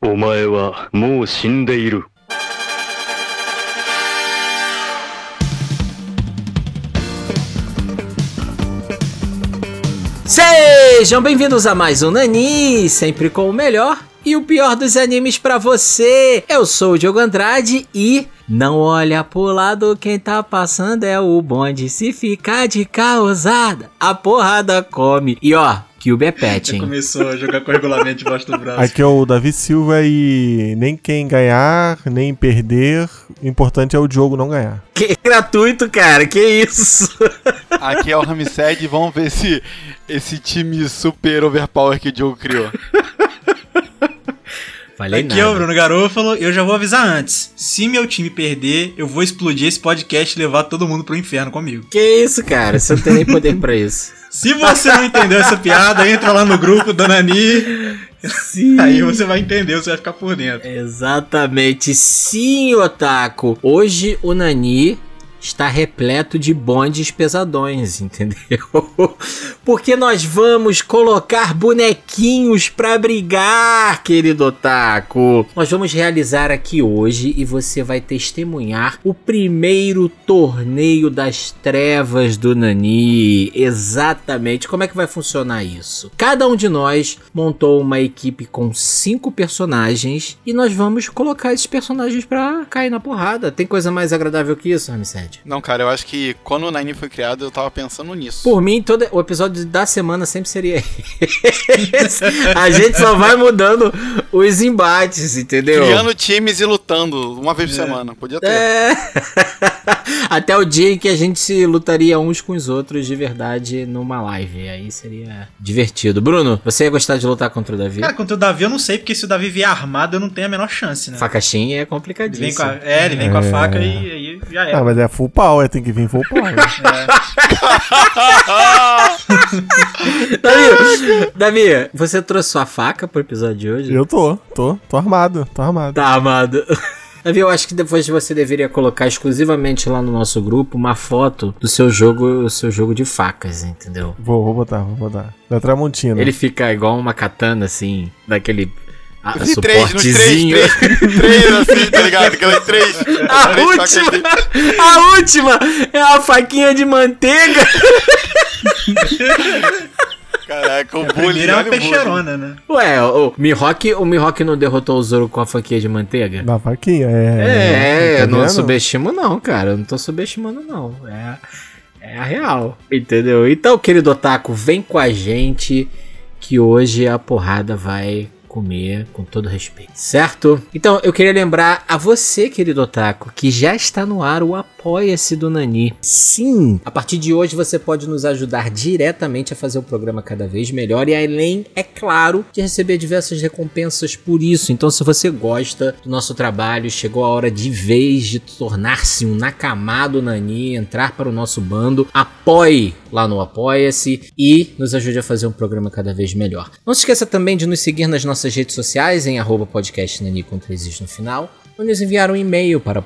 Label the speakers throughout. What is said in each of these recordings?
Speaker 1: お前はもう死んでいる。
Speaker 2: Sejam bem-vindos a mais um Nani, sempre com o melhor e o pior dos animes pra você. Eu sou o Diogo Andrade e não olha pro lado, quem tá passando é o bonde. Se ficar de causada, a porrada come. E ó, Cube é pet,
Speaker 3: Já
Speaker 2: hein?
Speaker 3: começou a jogar com o regulamento debaixo do braço.
Speaker 4: Aqui é o Davi Silva e nem quem ganhar, nem perder. O importante é o Diogo não ganhar.
Speaker 2: Que gratuito, cara, que isso?
Speaker 5: Aqui é o Ramsed e vamos ver se esse time super overpower que o Diogo criou.
Speaker 2: Falei
Speaker 3: Aqui é o Bruno Garofalo e eu já vou avisar antes. Se meu time perder, eu vou explodir esse podcast e levar todo mundo pro inferno comigo.
Speaker 2: Que isso, cara? Você não tem nem poder pra isso.
Speaker 3: Se você não entendeu essa piada, entra lá no grupo da Nani,
Speaker 2: Sim.
Speaker 3: aí você vai entender, você vai ficar por dentro.
Speaker 2: Exatamente, sim, Otaku. Hoje o Nani está repleto de bondes pesadões, entendeu? Porque nós vamos colocar bonequinhos pra brigar, querido Otaku. Nós vamos realizar aqui hoje e você vai testemunhar o primeiro torneio das trevas do Nani. Exatamente. Como é que vai funcionar isso? Cada um de nós montou uma equipe com cinco personagens e nós vamos colocar esses personagens pra cair na porrada. Tem coisa mais agradável que isso, Ramsed?
Speaker 5: Não, cara, eu acho que quando o Nine foi criado, eu tava pensando nisso.
Speaker 2: Por mim, todo o episódio da semana sempre seria esse. A gente só vai mudando os embates, entendeu?
Speaker 5: Criando times e lutando uma vez por semana. Podia ter.
Speaker 2: É. Até o dia em que a gente se lutaria uns com os outros de verdade numa live. Aí seria divertido. Bruno, você ia gostar de lutar contra o Davi?
Speaker 3: Cara, contra o Davi eu não sei, porque se o Davi vier armado, eu não tenho a menor chance, né?
Speaker 2: Facaxinha é
Speaker 3: Ele vem com
Speaker 2: complicadíssimo.
Speaker 3: a, é, ele vem com a
Speaker 4: É.
Speaker 3: faca e aí já
Speaker 4: Ah,
Speaker 3: era.
Speaker 4: mas é full power, tem que vir full power.
Speaker 2: Davi, Davi, você trouxe sua faca pro episódio de hoje?
Speaker 4: Eu tô, tô, tô armado, tô armado.
Speaker 2: Tá, amado. Davi, eu acho que depois você deveria colocar exclusivamente lá no nosso grupo uma foto do seu jogo, o seu jogo de facas, entendeu?
Speaker 4: Vou, vou botar, vou botar. Da
Speaker 5: Hum.
Speaker 4: Tramontina.
Speaker 2: Ele fica igual uma katana, assim, daquele ah,
Speaker 5: Esse três, nos três,
Speaker 2: suportezinho.
Speaker 5: três, três, assim, tá ligado? Aquelas três.
Speaker 2: A
Speaker 5: três facas
Speaker 2: última!
Speaker 5: de-
Speaker 2: A última! É a faquinha de manteiga!
Speaker 5: Caraca, o
Speaker 3: A
Speaker 5: bullying.
Speaker 3: primeira é uma
Speaker 5: olha o bullying.
Speaker 3: peixeirona, né?
Speaker 2: Ué, o Mihawk, o Mihawk não derrotou o Zoro com a faquinha de manteiga?
Speaker 4: Da faquinha, é.
Speaker 2: É,
Speaker 4: tá
Speaker 2: eu não
Speaker 4: vendo?
Speaker 2: subestimo não, cara. Eu não tô subestimando não. É, é a real, entendeu? Então, querido Otaku, vem com a gente que hoje a porrada vai comer com todo respeito, certo? Então, eu queria lembrar a você, querido Otaku, que já está no ar o Apoia-se do Nani. Sim! A partir de hoje você pode nos ajudar diretamente a fazer o programa cada vez melhor e além, é claro, de receber diversas recompensas por isso. Então, se você gosta do nosso trabalho, chegou a hora de vez de tornar-se um nakamado Nani, entrar para o nosso bando, apoie lá no Apoia-se e nos ajude a fazer um programa cada vez melhor. Não se esqueça também de nos seguir nas nossas redes sociais em arroba podcast Nani com três is no final ou nos enviar um e-mail para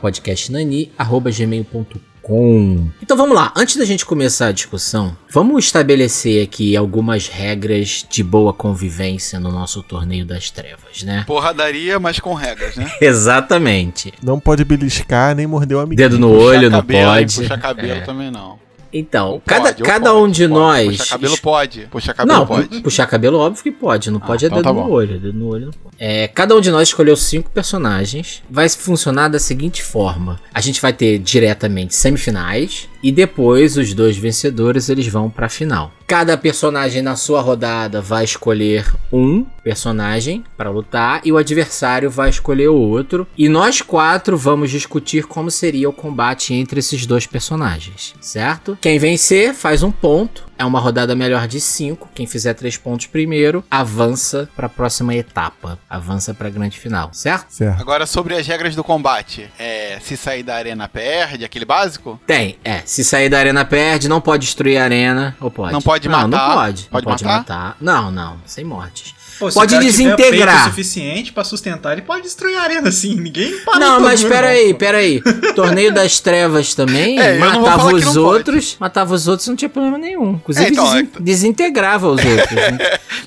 Speaker 2: podcastnani.gmail.com. Então vamos lá, antes da gente começar a discussão, vamos estabelecer aqui algumas regras de boa convivência no nosso torneio das trevas, né?
Speaker 5: Porradaria, mas com regras, né?
Speaker 2: Exatamente.
Speaker 4: Não pode beliscar nem morder o amigo.
Speaker 2: Dedo no
Speaker 5: Puxar
Speaker 2: olho, não
Speaker 5: cabelo,
Speaker 2: pode.
Speaker 5: Puxar cabelo
Speaker 2: É.
Speaker 5: também não.
Speaker 2: Então,
Speaker 5: Ou
Speaker 2: cada,
Speaker 5: pode, ou
Speaker 2: cada
Speaker 5: pode,
Speaker 2: um de
Speaker 5: pode.
Speaker 2: nós.
Speaker 5: Puxar cabelo pode. Puxar cabelo
Speaker 2: Não,
Speaker 5: pode.
Speaker 2: pu- puxar cabelo óbvio que pode, não
Speaker 5: Ah,
Speaker 2: pode
Speaker 5: então
Speaker 2: é dedo
Speaker 5: tá
Speaker 2: no
Speaker 5: bom.
Speaker 2: olho, dedo no olho não pode. É, cada um de nós escolheu cinco personagens, vai funcionar da seguinte forma, a gente vai ter diretamente semifinais e depois os dois vencedores eles vão pra final. Cada personagem na sua rodada vai escolher um personagem pra lutar e o adversário vai escolher o outro e nós quatro vamos discutir como seria o combate entre esses dois personagens, certo? Quem vencer faz um ponto, é uma rodada melhor de 5. Quem fizer 3 pontos primeiro, avança pra próxima etapa. Avança pra grande final, certo?
Speaker 4: Certo.
Speaker 5: Agora, sobre as regras do combate. É, se sair da arena, perde, aquele básico?
Speaker 2: Tem, é. Se sair da arena, perde. Não pode destruir a arena. Ou pode?
Speaker 5: Não pode
Speaker 2: Não,
Speaker 5: matar?
Speaker 2: não pode.
Speaker 5: Pode
Speaker 2: não pode
Speaker 5: matar?
Speaker 2: matar. Não, não. Sem mortes.
Speaker 3: Pô, se
Speaker 2: Pode
Speaker 3: o cara tiver
Speaker 2: desintegrar.
Speaker 3: peito o suficiente pra sustentar, ele pode destruir a arena assim. Ninguém para
Speaker 2: Não, mas peraí, peraí. Torneio das Trevas também
Speaker 5: É, eu não vou
Speaker 2: matava
Speaker 5: falar que não
Speaker 2: os
Speaker 5: pode.
Speaker 2: outros, matava os outros e não tinha problema nenhum. Inclusive,
Speaker 5: É, então,
Speaker 2: desin-
Speaker 5: é-
Speaker 2: desintegrava os outros. né?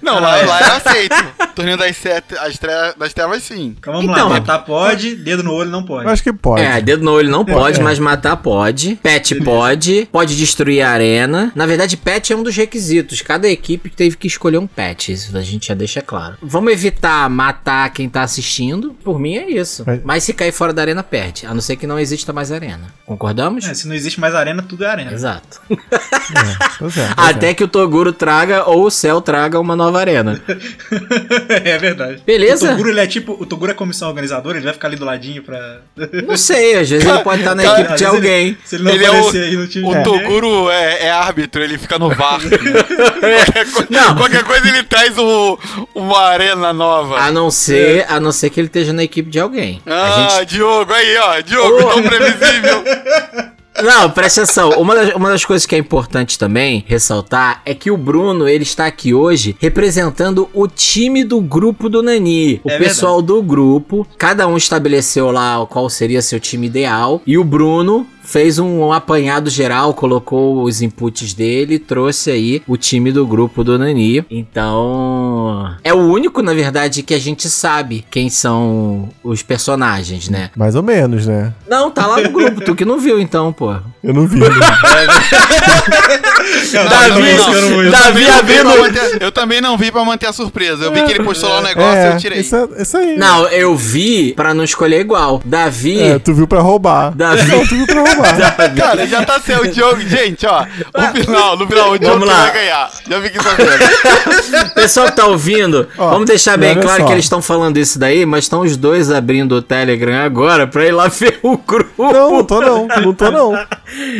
Speaker 5: Não, lá, lá é aceito. Torneio das, sete, as tre- das trevas, sim.
Speaker 3: Então vamos
Speaker 2: Então,
Speaker 3: lá, matar pode, dedo no olho não pode.
Speaker 4: Eu acho que pode.
Speaker 2: É, dedo no olho não pode, mas matar pode. Pet pode, pode destruir a arena. Na verdade, pet é um dos requisitos. Cada equipe teve que escolher um pet, isso a gente já deixa claro. Vamos evitar matar quem tá assistindo. Por mim é isso.
Speaker 4: Mas-
Speaker 2: Mas se cair fora da arena, perde. A não ser que não exista mais arena. Concordamos?
Speaker 3: É, se não existe mais arena, tudo é arena.
Speaker 2: Exato.
Speaker 4: É, pois é, pois é.
Speaker 2: Até que o Toguro traga ou o Cell traga uma nova arena.
Speaker 3: é verdade.
Speaker 2: Beleza?
Speaker 3: O Toguro, ele é tipo. O Toguro é comissão organizadora, ele vai ficar ali do ladinho pra.
Speaker 2: Não sei, às vezes ele pode estar na
Speaker 5: Cara,
Speaker 2: equipe
Speaker 3: às
Speaker 2: de
Speaker 3: vezes
Speaker 2: alguém.
Speaker 3: Se ele não
Speaker 5: Ele é
Speaker 3: aparecer aí no time.
Speaker 5: O
Speaker 3: de ninguém,
Speaker 5: Toguro é, é árbitro, ele fica no VAR. qualquer, co-
Speaker 2: Não.
Speaker 5: qualquer coisa ele traz o- uma arena nova.
Speaker 2: A não ser, a não ser que ele esteja na equipe de alguém. a gente
Speaker 5: Ah, Diogo, aí ó, Diogo, tão previsível.
Speaker 2: Não, presta atenção. Uma das, uma das coisas que é importante também ressaltar é que o Bruno, ele está aqui hoje representando o time do grupo do Nani. O
Speaker 3: É
Speaker 2: pessoal do grupo, cada um estabeleceu lá qual seria seu time ideal e o Bruno fez um apanhado geral, colocou os inputs dele, e trouxe aí o time do grupo do Nani. Então, é o único, na verdade, que a gente sabe quem são os personagens, né?
Speaker 4: Mais ou menos, né?
Speaker 2: Não, tá lá no grupo, tu que não viu então, pô.
Speaker 4: Eu não vi. né?
Speaker 3: Cara,
Speaker 5: Davi,
Speaker 3: tá buscando muito.
Speaker 5: Eu também
Speaker 2: Davi
Speaker 5: não vi pra
Speaker 2: abrindo-
Speaker 5: manter- Eu também não vi pra manter a surpresa. Eu vi que ele postou lá o negócio e
Speaker 4: é,
Speaker 5: eu tirei.
Speaker 4: Isso, é- isso aí.
Speaker 2: Não, eu vi pra não escolher igual. Davi.
Speaker 4: É, tu viu pra roubar.
Speaker 2: Davi.
Speaker 4: Não, tu viu pra roubar.
Speaker 5: Cara, já tá sendo o Diogo. Gente, ó, no final, no final, o Diogo
Speaker 2: Vamos
Speaker 5: que
Speaker 2: lá.
Speaker 5: vai ganhar. Já fiquei sabendo.
Speaker 2: Pessoal que tá ouvindo,
Speaker 4: Ó,
Speaker 2: vamos deixar bem
Speaker 4: olha
Speaker 2: claro
Speaker 4: só.
Speaker 2: que eles estão falando isso daí, mas estão os dois abrindo o Telegram agora pra ir lá ver o grupo.
Speaker 4: não, não tô não. Não tô não.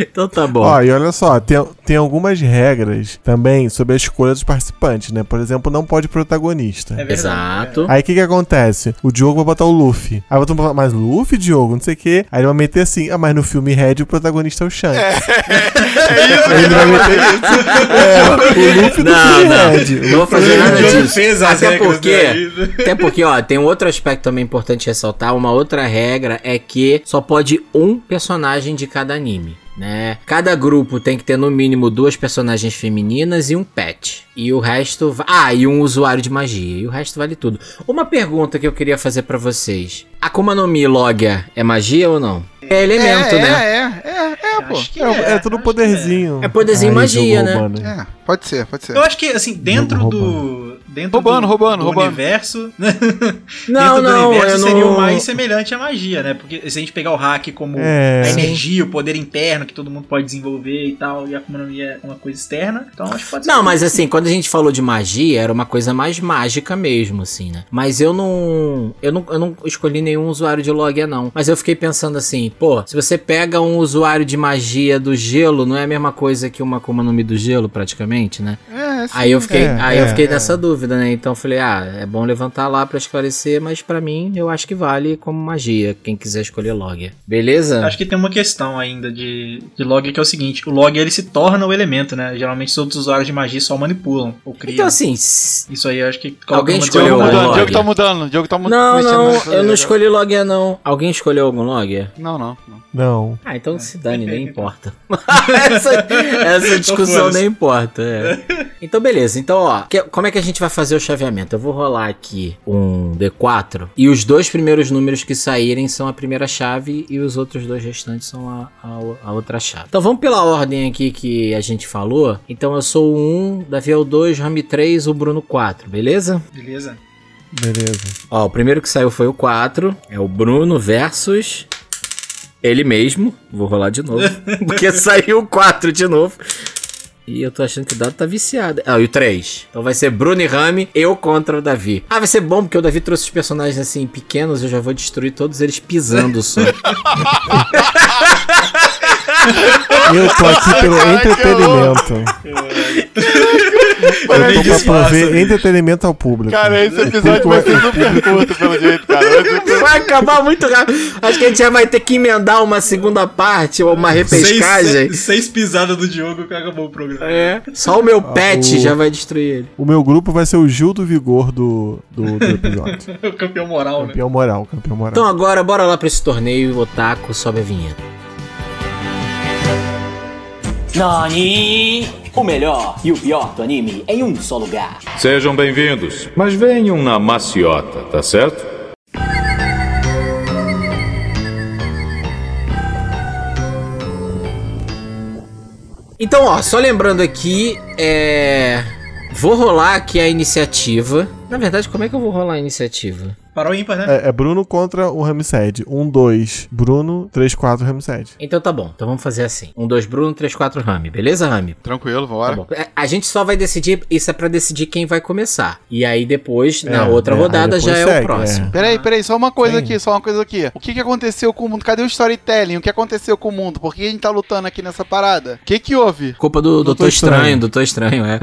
Speaker 2: Então tá bom.
Speaker 4: Ó, e olha só, tem, tem algumas regras também sobre a escolha dos participantes, né? Por exemplo, não pode protagonista.
Speaker 3: É verdade.
Speaker 2: Exato.
Speaker 4: Aí o que que acontece? O Diogo vai botar o Luffy. Aí vai todo mundo falar, mas Luffy, Diogo, não sei o quê. Aí ele vai meter assim, ah, mas no filme Red o protagonista é o Shanks.
Speaker 5: É isso que
Speaker 4: Ele vai
Speaker 5: ele
Speaker 4: meter isso. É, o Luffy do
Speaker 2: Não,
Speaker 4: filme
Speaker 2: não.
Speaker 4: Red.
Speaker 2: Não vou fazer
Speaker 3: O
Speaker 2: nada
Speaker 3: Diogo
Speaker 2: disso.
Speaker 3: fez as
Speaker 2: Até
Speaker 3: regras
Speaker 2: porque,
Speaker 3: dele.
Speaker 2: até porque, ó, tem um outro aspecto também importante ressaltar. Uma outra regra é que só pode um personagem de cada anime. Né? Cada grupo tem que ter no mínimo duas personagens femininas e um pet. E o resto. va- Ah, e um usuário de magia. E o resto vale tudo. Uma pergunta que eu queria fazer pra vocês: Akuma no Mi Logia é magia ou não? É elemento,
Speaker 5: é,
Speaker 2: né?
Speaker 5: É, é, é, é, pô.
Speaker 3: Acho que
Speaker 4: É, é
Speaker 3: acho
Speaker 4: tudo
Speaker 3: que
Speaker 4: poderzinho.
Speaker 2: É poderzinho magia,
Speaker 4: Diogo
Speaker 2: né?
Speaker 4: roubando.
Speaker 5: É, pode ser, pode ser.
Speaker 3: Eu acho que, assim, dentro
Speaker 4: Jogo
Speaker 3: do. Dentro
Speaker 5: Roubando,
Speaker 3: do,
Speaker 5: roubando,
Speaker 3: do
Speaker 5: roubando.
Speaker 3: universo.
Speaker 2: Não,
Speaker 3: dentro do
Speaker 2: não,
Speaker 3: universo
Speaker 2: eu
Speaker 3: seria o
Speaker 2: não.
Speaker 3: mais semelhante à magia, né? Porque se a gente pegar o hack como
Speaker 4: É.
Speaker 3: a energia, o poder interno que todo mundo pode desenvolver e tal, e a Akuma no Mi é uma coisa externa, então acho que pode ser.
Speaker 2: Não, mas assim, quando a gente falou de magia, era uma coisa mais mágica mesmo, assim, né? Mas eu não. Eu não, eu não escolhi nenhum usuário de logia, não. Mas eu fiquei pensando assim, pô, se você pega um usuário de magia do gelo, não é a mesma coisa que uma Akuma no Mi do gelo, praticamente, né?
Speaker 5: É, sim.
Speaker 2: Aí eu fiquei,
Speaker 4: é,
Speaker 2: aí
Speaker 4: é,
Speaker 2: eu fiquei
Speaker 4: é.
Speaker 2: nessa dúvida, né? Então eu falei, ah, é bom levantar lá pra esclarecer, mas pra mim eu acho que vale como magia, quem quiser escolher logia. Beleza?
Speaker 3: Acho que tem uma questão ainda de, de log que é o seguinte: o log ele se torna o elemento, né? Geralmente os outros usuários de magia só manipulam ou criam.
Speaker 2: Então assim, s-
Speaker 3: Isso aí eu acho que
Speaker 2: Alguém
Speaker 3: uma
Speaker 5: Diogo
Speaker 2: escolheu
Speaker 5: tá
Speaker 2: o
Speaker 3: desigualdade.
Speaker 5: mudando,
Speaker 2: log.
Speaker 5: Diogo tá mudando, Diogo tá mudando.
Speaker 2: não, não, eu não escolhi logia, não. Alguém escolheu algum logia?
Speaker 5: Não, não, não.
Speaker 4: Não.
Speaker 2: Ah, então se dane, nem importa. essa, essa discussão
Speaker 3: foda-se.
Speaker 2: nem importa. é. Então, beleza. Então, ó, que- como é que a gente vai fazer o chaveamento? Eu vou rolar aqui um D4 e os dois primeiros números que saírem são a primeira chave e os outros dois restantes são a, a- a outra chave. Então, vamos pela ordem aqui que a gente falou. Então, eu sou o 1, Davi é o 2, Rami 3, o Bruno 4, beleza?
Speaker 3: Beleza?
Speaker 4: Beleza.
Speaker 2: Ó, o primeiro que saiu foi o 4. É o Bruno versus ele mesmo. Vou rolar de novo. porque saiu o 4 de novo. E eu tô achando que o dado tá viciado. Ah, e o 3. Então vai ser Bruno e Rami, eu contra o Davi. Ah, vai ser bom, porque o Davi trouxe os personagens assim pequenos, eu já vou destruir todos eles pisando só.
Speaker 4: Eu tô aqui pelo
Speaker 5: Caraca,
Speaker 4: entretenimento. Eu
Speaker 3: nem
Speaker 4: tô pra
Speaker 3: disfarça,
Speaker 4: prover
Speaker 3: bicho.
Speaker 4: entretenimento ao público. é
Speaker 5: Cara, esse episódio vai ser super curto, pelo jeito, cara. Vai ser-
Speaker 2: Vai acabar muito rápido. Acho que a gente já vai ter que emendar uma segunda parte ou uma
Speaker 3: Seis,
Speaker 2: repescagem.
Speaker 3: seis- seis pisadas do Diogo que acabou o programa.
Speaker 2: É. Só o meu pet
Speaker 4: o-
Speaker 2: já vai destruir ele.
Speaker 4: O meu grupo vai ser o Gil do Vigor do, do, do episódio.
Speaker 2: É.
Speaker 3: O campeão moral, né?
Speaker 4: campeão moral, campeão moral.
Speaker 2: Então agora, bora lá pra esse torneio. Otaku, sobe a vinheta.
Speaker 6: Nani! O melhor e o pior do anime em um só lugar.
Speaker 7: Sejam bem-vindos, mas venham na maciota, tá certo?
Speaker 2: Então, ó, só lembrando aqui, é. Vou rolar aqui a iniciativa. Na verdade, como é que eu vou rolar a iniciativa?
Speaker 3: Parou ímpar, né?
Speaker 4: É, é Bruno contra o Ramsed. Um, dois, Bruno, três, quatro, Ramsed.
Speaker 2: Então tá bom, então vamos fazer assim. Um, dois, Bruno, três, quatro, Rami. Beleza, Rami?
Speaker 5: Tranquilo,
Speaker 2: Tá
Speaker 5: vambora.
Speaker 2: bom. É, A gente só vai decidir, isso é pra decidir quem vai começar. E aí depois, na
Speaker 4: É,
Speaker 2: outra
Speaker 4: é, aí
Speaker 2: rodada, já
Speaker 4: depois
Speaker 2: é
Speaker 4: segue,
Speaker 2: o próximo.
Speaker 5: Peraí, peraí, só uma coisa
Speaker 4: Sim.
Speaker 5: aqui, só uma coisa aqui. O que, que aconteceu com o mundo? Cadê o storytelling? O que aconteceu com o mundo? Por que a gente tá lutando aqui nessa parada? O que que houve?
Speaker 2: Culpa do Doutor
Speaker 4: Doutor
Speaker 2: Estranho,
Speaker 4: Estranho,
Speaker 2: Doutor Estranho, é.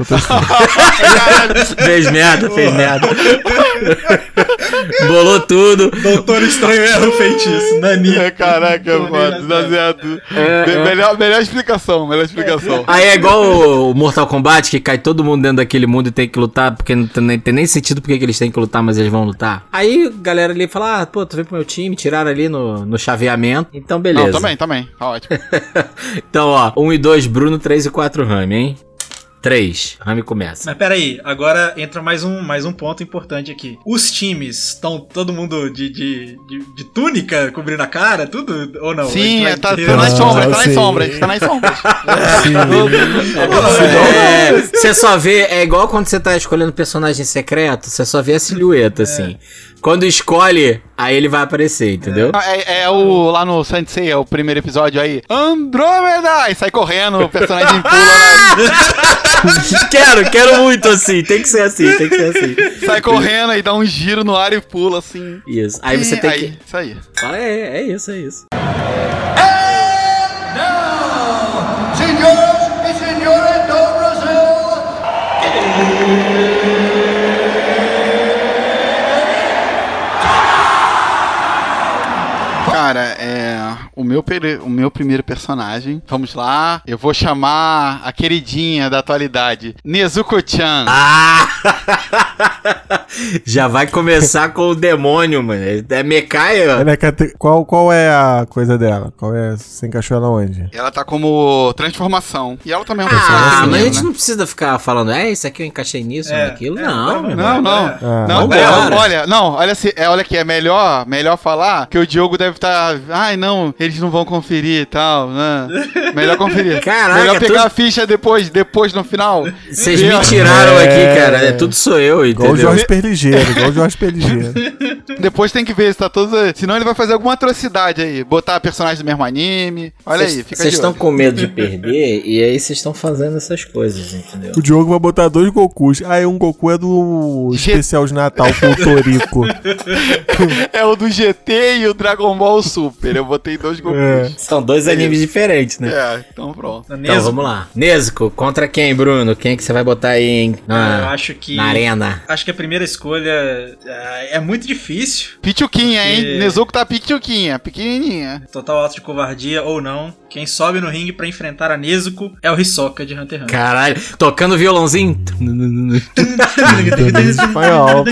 Speaker 2: fez merda, fez merda. Bolou tudo.
Speaker 3: Doutor Estranho erra o É um feitiço. Nani.
Speaker 5: É, Caraca,
Speaker 3: Tô
Speaker 5: mano,
Speaker 3: nem
Speaker 5: tá
Speaker 3: nessa.
Speaker 5: certo.
Speaker 2: É,
Speaker 5: Me- Melhor, melhor explicação, melhor explicação.
Speaker 2: Aí é igual o Mortal Kombat, que cai todo mundo dentro daquele mundo e tem que lutar, porque não tem nem, tem nem sentido porque que eles têm que lutar, mas eles vão lutar. Aí a galera ali fala, ah, pô, tu vem pro meu time, tiraram ali no, no chaveamento. Então, beleza.
Speaker 5: Não, também, também. Tá ótimo.
Speaker 2: Então, ó, 1 e 2, Bruno, 3 e 4, Rami, hein? 3. Rami começa.
Speaker 3: Mas peraí, agora entra mais um, mais um ponto importante aqui. Os times estão todo mundo de, de, de, de túnica cobrindo a cara, tudo? Ou não? A gente
Speaker 5: Sim,
Speaker 3: vai
Speaker 5: é, tá,
Speaker 3: ter-
Speaker 5: tá nas
Speaker 4: Ah,
Speaker 5: sombras, tá nas
Speaker 4: sim.
Speaker 5: sombras, tá nas sombras.
Speaker 2: É, você só vê, é igual quando você tá escolhendo personagem secreto, você só vê a silhueta, assim. Quando escolhe, aí ele vai aparecer, entendeu?
Speaker 5: Ah, É, é o lá no Sensei, é o primeiro episódio aí. Andrômeda! E sai correndo, o personagem pula,
Speaker 2: quero, quero muito assim, tem que ser assim, tem que ser assim.
Speaker 5: né? sai correndo e dá um giro no ar e pula assim.
Speaker 2: Isso. Aí você
Speaker 5: Ih,
Speaker 2: tem
Speaker 5: aí,
Speaker 2: que.
Speaker 5: Isso aí.
Speaker 2: Ah, é, é isso, é isso.
Speaker 8: Senhoras e senhores do Brasil,
Speaker 5: Cara, é. O meu, peri- o meu primeiro personagem. Vamos lá. Eu vou chamar a queridinha da atualidade, Nezuko-chan.
Speaker 2: Ah! Já vai começar com o demônio, mano. É Mecaia.
Speaker 4: Ela é cate- qual, qual é a coisa dela? Qual é? Você encaixou ela onde?
Speaker 5: Ela tá como transformação. E ela também é um
Speaker 2: Ah,
Speaker 5: personagem
Speaker 2: mas a
Speaker 5: feminino,
Speaker 2: gente
Speaker 5: né?
Speaker 2: não precisa ficar falando, é, isso aqui eu encaixei nisso,
Speaker 3: É,
Speaker 2: naquilo.
Speaker 3: é,
Speaker 2: não,
Speaker 3: vai,
Speaker 2: meu
Speaker 5: Não,
Speaker 2: irmão.
Speaker 5: não.
Speaker 4: Ah,
Speaker 5: não,
Speaker 2: vambora.
Speaker 5: é, olha, não, olha se, é, olha aqui, é melhor, melhor falar que o Diogo deve estar, ai não, eles não vão conferir e tal, né? Melhor conferir.
Speaker 2: Caraca,
Speaker 5: melhor pegar
Speaker 2: tudo-
Speaker 5: a ficha depois, depois no final.
Speaker 2: Vocês
Speaker 5: Ver-
Speaker 2: me tiraram
Speaker 4: É.
Speaker 2: aqui, cara. É, tudo sou eu,
Speaker 4: Igual o
Speaker 2: entendeu?
Speaker 4: Jorge Perligeiro, igual o Jorge Perligeiro.
Speaker 5: Depois tem que ver se tá todo, senão ele vai fazer alguma atrocidade aí, botar personagem do mesmo anime. Olha aí, fica
Speaker 2: Vocês
Speaker 5: de
Speaker 2: estão
Speaker 5: olho.
Speaker 2: com medo de perder e aí vocês estão fazendo essas coisas, entendeu?
Speaker 4: O Diogo vai botar dois Gokus. Ah, e um Goku é do
Speaker 5: Ge-
Speaker 4: especial de Natal com o Torico.
Speaker 5: É o do GT e o Dragon Ball Super. Eu botei dois Gokus.
Speaker 2: São dois animes diferentes,
Speaker 5: É,
Speaker 2: né?
Speaker 5: então pronto.
Speaker 3: Nani,
Speaker 2: Então vamos lá. Nesco, contra quem, Bruno? Quem é que você vai botar aí hein?
Speaker 3: Eu
Speaker 2: na,
Speaker 3: acho que.
Speaker 2: na arena?
Speaker 3: Acho que a primeira escolha ah, é muito difícil.
Speaker 5: Pichuquinha,
Speaker 3: Porque-
Speaker 5: hein? Nezuko tá pichuquinha, pequenininha.
Speaker 3: Total ato de covardia ou não. Quem sobe no ringue pra enfrentar a Nezuko é o Hisoka de Hunter x Hunter.
Speaker 2: Caralho, tocando violãozinho.
Speaker 4: Em espanhol.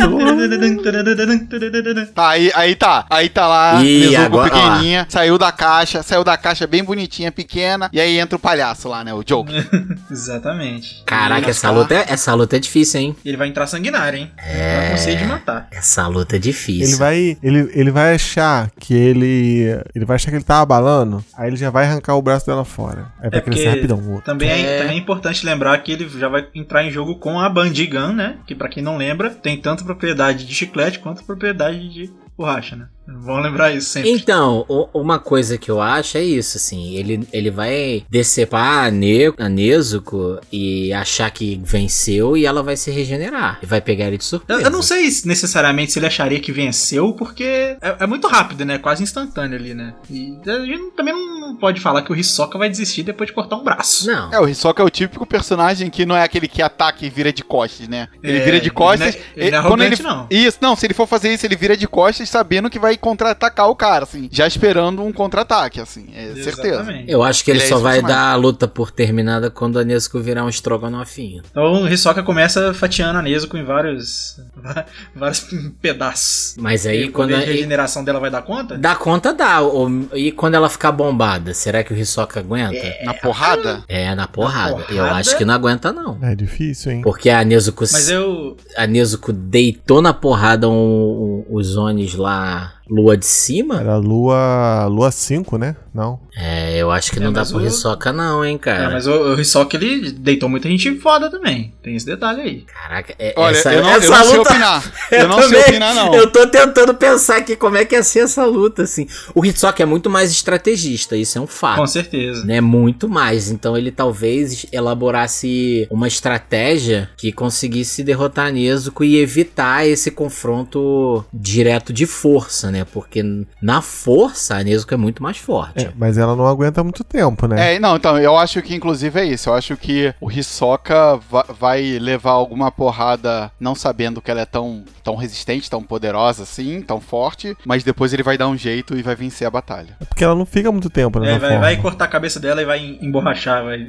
Speaker 5: Tá, aí, aí tá. Aí tá lá,
Speaker 2: Ih,
Speaker 5: Nezuko
Speaker 2: agora-
Speaker 5: pequenininha, saiu da caixa, saiu da caixa bem bonitinha, pequena, e aí entra o palhaço lá, né, o Joke.
Speaker 3: É. Exatamente.
Speaker 2: Caraca,
Speaker 5: Olha
Speaker 2: essa
Speaker 5: só.
Speaker 2: luta, é, essa luta é difícil, hein?
Speaker 3: Ele vai entrar sanguinário, hein? É. Vai conseguir de matar.
Speaker 2: Essa luta é difícil.
Speaker 4: Ele vai, ele, ele vai achar que ele. Ele vai achar que ele tá abalando, aí ele já vai arrancar o braço dela fora. Aí
Speaker 3: É
Speaker 4: vai crescer rapidão o outro.
Speaker 3: Também é,
Speaker 2: É.
Speaker 3: também é importante lembrar que ele já vai entrar em jogo com a Bandigan, né? Que pra quem não lembra, tem tanto propriedade de chiclete quanto propriedade de borracha, né? Vamos lembrar isso sempre.
Speaker 2: Então, o- uma coisa que eu acho é isso, assim, ele, ele vai decepar a, ne a Nezuko e achar que venceu e ela vai se regenerar. E vai pegar ele de
Speaker 3: Eu,
Speaker 2: surpresa.
Speaker 3: eu não sei se necessariamente se ele acharia que venceu, porque é, é muito rápido, né? Quase instantâneo ali, né? E a gente não- também não pode falar que o Hisoka vai desistir depois de cortar um braço.
Speaker 2: Não.
Speaker 5: É, o Hisoka é o típico personagem que não é aquele que ataca e vira de costas, né? Ele
Speaker 3: É,
Speaker 5: vira de costas.
Speaker 3: ele não é- ele não é
Speaker 5: quando
Speaker 3: arrogante, não.
Speaker 5: Isso, não, se ele for fazer isso, ele vira de costas sabendo que vai contra-atacar o cara, assim. Já esperando um contra-ataque, assim. É certeza.
Speaker 3: Exatamente.
Speaker 2: Eu acho que ele,
Speaker 5: Ele é
Speaker 2: só
Speaker 5: isso
Speaker 2: vai
Speaker 5: demais.
Speaker 2: dar a luta por terminada quando a Nezuko virar um estrogonofinho.
Speaker 3: Então o Hisoka começa fatiando a Nezuko em vários, vários pedaços.
Speaker 2: Mas aí
Speaker 3: E o
Speaker 2: quando
Speaker 3: poder
Speaker 2: a,
Speaker 3: de regeneração dela vai dar conta?
Speaker 2: dá conta dá, O- e quando ela ficar bombada, será que o Hisoka aguenta? É,
Speaker 5: Na porrada?
Speaker 2: na, porrada.
Speaker 3: porrada.
Speaker 2: Eu acho que não aguenta não.
Speaker 4: É difícil, hein?
Speaker 2: Porque a Nezuko
Speaker 3: Mas eu.
Speaker 2: a Nezuko deitou na porrada um- um- os Onis lá, lua de cima,
Speaker 4: Era a lua. Lua 5, né? Não.
Speaker 2: é, eu acho que
Speaker 3: É,
Speaker 2: não dá
Speaker 3: mas
Speaker 2: pro
Speaker 3: o-
Speaker 2: Hisoka não, hein, cara.
Speaker 3: É, mas o, o Hisoka ele deitou muita gente foda também. Tem esse detalhe aí.
Speaker 2: Caraca, é,
Speaker 5: Olha,
Speaker 2: essa,
Speaker 5: eu não, eu
Speaker 2: essa
Speaker 5: não sei
Speaker 2: luta...
Speaker 5: opinar. Eu não sei
Speaker 2: também-
Speaker 5: opinar, não.
Speaker 2: Eu tô tentando pensar aqui como é que ia ser essa luta, assim. O Hisoka é muito mais estrategista, isso é um fato.
Speaker 3: Com certeza.
Speaker 2: né, muito mais. Então ele talvez elaborasse uma estratégia que conseguisse derrotar Nezuko e evitar esse confronto direto de força, né? Porque na força a Nezuko é muito mais forte.
Speaker 4: É, mas ela não aguenta muito tempo, né?
Speaker 5: É, não, então, eu acho que inclusive é isso. Eu acho que o Hisoka va- vai levar alguma porrada não sabendo que ela é tão, tão resistente, tão poderosa assim, tão forte, mas depois ele vai dar um jeito e vai vencer a batalha.
Speaker 4: É porque ela não fica muito tempo, né?
Speaker 3: É, vai, vai cortar a cabeça dela e vai em- emborrachar, vai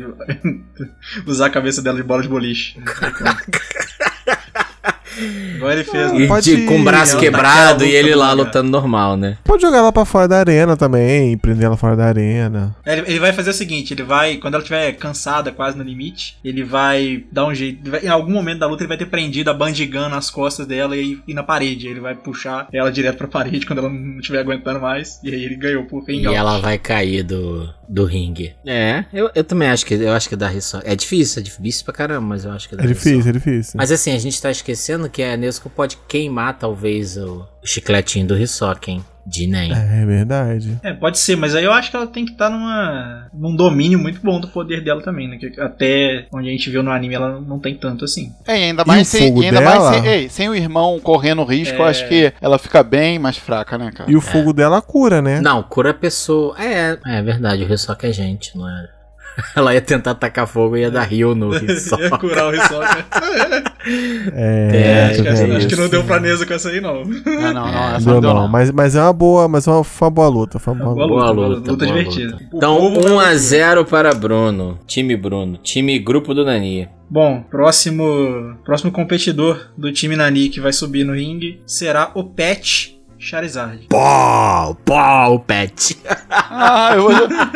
Speaker 3: usar a cabeça dela de bola de boliche. Igual ele fez, né?
Speaker 2: E
Speaker 4: Pode
Speaker 2: de- com o
Speaker 4: ir,
Speaker 2: braço
Speaker 3: ela
Speaker 2: quebrado
Speaker 3: tá
Speaker 2: e ele lá
Speaker 3: lutando, cara.
Speaker 2: lutando normal, né?
Speaker 4: Pode jogar ela pra fora da arena também, prender ela fora da arena.
Speaker 3: Ele, ele vai fazer o seguinte, ele vai, quando ela estiver cansada, quase no limite, ele vai dar um jeito, ele vai- em algum momento da luta ele vai ter prendido a bandigan nas costas dela e, e na parede, ele vai puxar ela direto pra parede quando ela não estiver aguentando mais, e aí ele ganhou por
Speaker 2: E
Speaker 3: ringal.
Speaker 2: ela vai cair do, do ringue. É, eu, eu também acho que eu acho que dá Hisoka. É difícil, é difícil pra caramba, mas eu acho que dá
Speaker 4: É
Speaker 2: Hisoka.
Speaker 4: difícil, é difícil.
Speaker 2: Mas assim, a gente tá esquecendo que a Nesco pode queimar, talvez, o, o chicletinho do Hisoka, hein? De Nen.
Speaker 4: É, é verdade.
Speaker 3: É, pode ser, mas aí eu acho que ela tem que estar numa num domínio muito bom do poder dela também, né? Que até onde a gente viu no anime ela não tem tanto assim.
Speaker 5: É, e ainda
Speaker 4: E o
Speaker 5: mais, sem,
Speaker 4: fogo
Speaker 5: e ainda
Speaker 4: dela?
Speaker 5: mais sem, ei, sem o irmão correndo risco, eu
Speaker 3: É.
Speaker 5: acho que ela fica bem mais fraca, né, cara?
Speaker 4: E o fogo dela cura, né?
Speaker 2: Não, cura a pessoa. É, é verdade, o Hisoka é gente, não é? Ela ia tentar atacar fogo e ia dar rio no
Speaker 3: Ia
Speaker 2: Hisoka.
Speaker 3: curar o Hisoka.
Speaker 4: É,
Speaker 2: É,
Speaker 3: acho, que,
Speaker 4: é
Speaker 3: acho que
Speaker 4: isso.
Speaker 3: não deu pra Nezuko com essa aí, não.
Speaker 5: Não, não, não, essa
Speaker 4: Deu não, Mas, mas é uma boa, mas é uma, foi uma boa luta, foi uma boa
Speaker 3: Boa
Speaker 4: luta.
Speaker 2: Boa
Speaker 3: luta,
Speaker 2: luta,
Speaker 3: luta
Speaker 2: boa
Speaker 3: divertida.
Speaker 2: luta.
Speaker 3: O
Speaker 2: Então,
Speaker 3: povo vai
Speaker 2: 1 a 0 para Bruno. Time Bruno. Time grupo do Nani.
Speaker 3: Bom, próximo próximo competidor do time Nani que vai subir no ringue será o Pet Charizard.
Speaker 2: Pau, pau, pet.
Speaker 5: Ah, eu vou,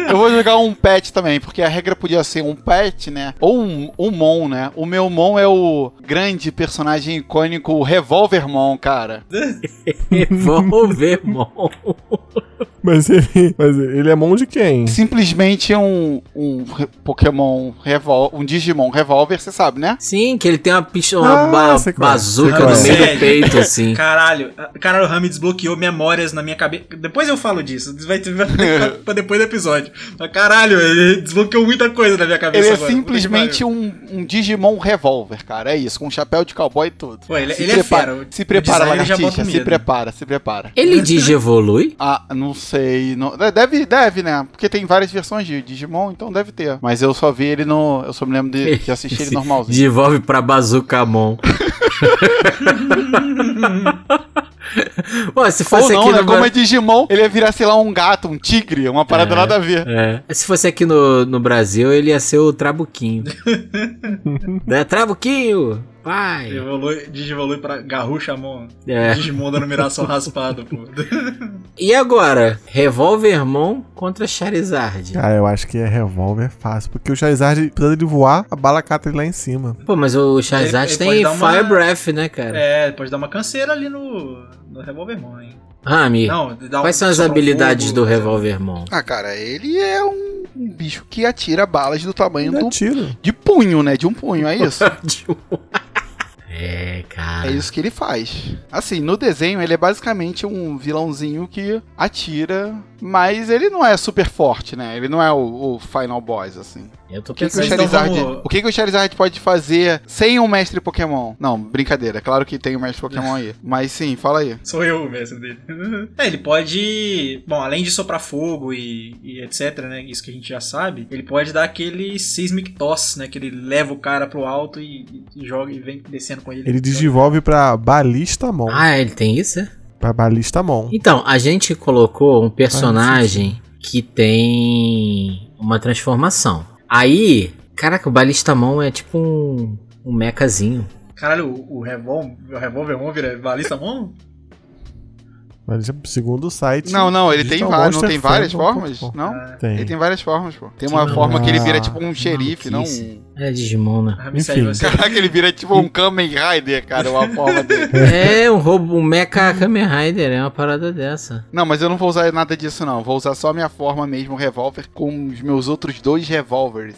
Speaker 5: eu vou jogar um pet também, porque a regra podia ser um pet, né? Ou um, um Mon, né? O meu Mon é o grande personagem icônico, o Revolver Mon, cara.
Speaker 2: Vamos ver, mon.
Speaker 4: Mas ele, mas ele é mão de quem?
Speaker 5: Simplesmente um, um re- Pokémon Revolver, um Digimon Revolver, você sabe, né?
Speaker 2: Sim, que ele tem uma, pistola, uma
Speaker 4: Ah,
Speaker 2: ba-
Speaker 4: sei qual é, sei
Speaker 2: bazuca
Speaker 4: qual
Speaker 2: no
Speaker 4: é.
Speaker 2: meio do
Speaker 3: Sério?
Speaker 2: peito, assim.
Speaker 3: Caralho, a- caralho, o Rami desbloqueou memórias na minha cabeça. Depois eu falo disso, vai ter vai ficar pra depois do episódio. Mas caralho, ele desbloqueou muita coisa na minha cabeça
Speaker 5: Ele é
Speaker 3: agora.
Speaker 5: simplesmente um, um Digimon Revolver, cara. É isso, com chapéu de cowboy e tudo.
Speaker 3: Pô, ele-
Speaker 5: se
Speaker 3: ele é
Speaker 5: prepara,
Speaker 3: fera, o-
Speaker 5: Se
Speaker 3: o
Speaker 5: prepara,
Speaker 3: design já bota
Speaker 5: lagartixa, se
Speaker 3: medo.
Speaker 5: prepara, se prepara.
Speaker 2: Ele digievolui?
Speaker 5: Ah, não sei. não- de- deve, deve, né? Porque tem várias versões de Digimon, então deve ter. Mas eu só vi ele no. Eu só me lembro de, de assistir ele normalzinho.
Speaker 2: Devolve pra Bazucamon. Pô, se
Speaker 5: Ou
Speaker 2: fosse
Speaker 5: não,
Speaker 2: aqui
Speaker 5: né?
Speaker 2: no...
Speaker 5: Como é Digimon, ele ia virar, sei lá, um gato, um tigre, uma parada
Speaker 2: É.
Speaker 5: nada a ver.
Speaker 2: É. Se fosse aqui no, no Brasil, ele ia ser o Trabuquinho. né? Trabuquinho! Vai!
Speaker 3: Evolui, digivolui pra Garruchamon.
Speaker 2: É.
Speaker 3: Digimon da numeração raspada, pô.
Speaker 2: E agora? Revolvermon contra Charizard.
Speaker 4: Cara, eu acho que é revólver fácil, porque o Charizard, apesar de voar, a bala cata ele lá em cima.
Speaker 2: Pô, mas o Charizard
Speaker 3: Ele- ele pode dar
Speaker 2: tem
Speaker 3: uma-
Speaker 2: Fire Breath, né, cara?
Speaker 3: É, pode dar uma canseira ali no, no Revolvermon, hein?
Speaker 2: Rami,
Speaker 3: Não, dá
Speaker 2: quais
Speaker 3: um-
Speaker 2: são as
Speaker 3: sopra um
Speaker 2: habilidades
Speaker 3: fogo,
Speaker 2: do
Speaker 3: mas é-
Speaker 2: Revolvermon?
Speaker 5: Ah, cara, ele é um, um bicho que atira balas do tamanho
Speaker 4: Ele dá
Speaker 5: do,
Speaker 4: tiro.
Speaker 5: de punho, né? De um punho, é isso?
Speaker 2: É, Ai, cara.
Speaker 5: É isso que ele faz. Assim, no desenho ele é basicamente um vilãozinho que atira, mas ele não é super forte, né? Ele não é o, o final boss, assim.
Speaker 2: Eu tô
Speaker 5: O que, que o,
Speaker 2: pensando.
Speaker 3: Então
Speaker 5: Charizard,
Speaker 3: vamos-
Speaker 5: o que, que o Charizard pode fazer sem um mestre Pokémon? Não, brincadeira. Claro que tem um mestre Pokémon aí. Mas sim, fala aí.
Speaker 3: Sou eu o mestre dele. é, ele pode. Bom, além de soprar fogo e, e etc, né? Isso que a gente já sabe, ele pode dar aquele Seismic Toss, né? Que ele leva o cara pro alto e, e joga e vem descendo com ele.
Speaker 4: Ele desenvolve pra Balistamon.
Speaker 2: Ah, ele tem isso? é?
Speaker 4: Pra Balistamon.
Speaker 2: Então, a gente colocou um personagem que tem uma transformação. Aí, caraca, o Balistamon é tipo um, um mecazinho.
Speaker 3: Caralho, o, o Revol- o Revolver Mon vira balista Mon?
Speaker 4: Mas, segundo o site.
Speaker 5: Não, não, ele tem,
Speaker 4: Digital
Speaker 5: va- não
Speaker 4: Monster
Speaker 5: tem várias
Speaker 4: Fandom.com.
Speaker 5: formas? Não?
Speaker 4: então,
Speaker 3: Ah,
Speaker 4: Tem.
Speaker 5: Ele tem várias formas, pô. Tem
Speaker 2: Que
Speaker 5: uma
Speaker 2: maluco.
Speaker 5: forma que ele vira tipo um xerife, não
Speaker 2: maluquice.
Speaker 5: um.
Speaker 2: É Digimon, né?
Speaker 3: Ah, me segue
Speaker 4: Enfim.
Speaker 3: você.
Speaker 5: Caraca, ele vira tipo um Kamen Rider, cara, uma forma dele.
Speaker 2: É um roubo, um mecha Kamen Rider, é uma parada dessa.
Speaker 5: Não, mas eu não vou usar nada disso, não. Vou usar só a minha forma mesmo, o revólver, com os meus outros dois revólveres.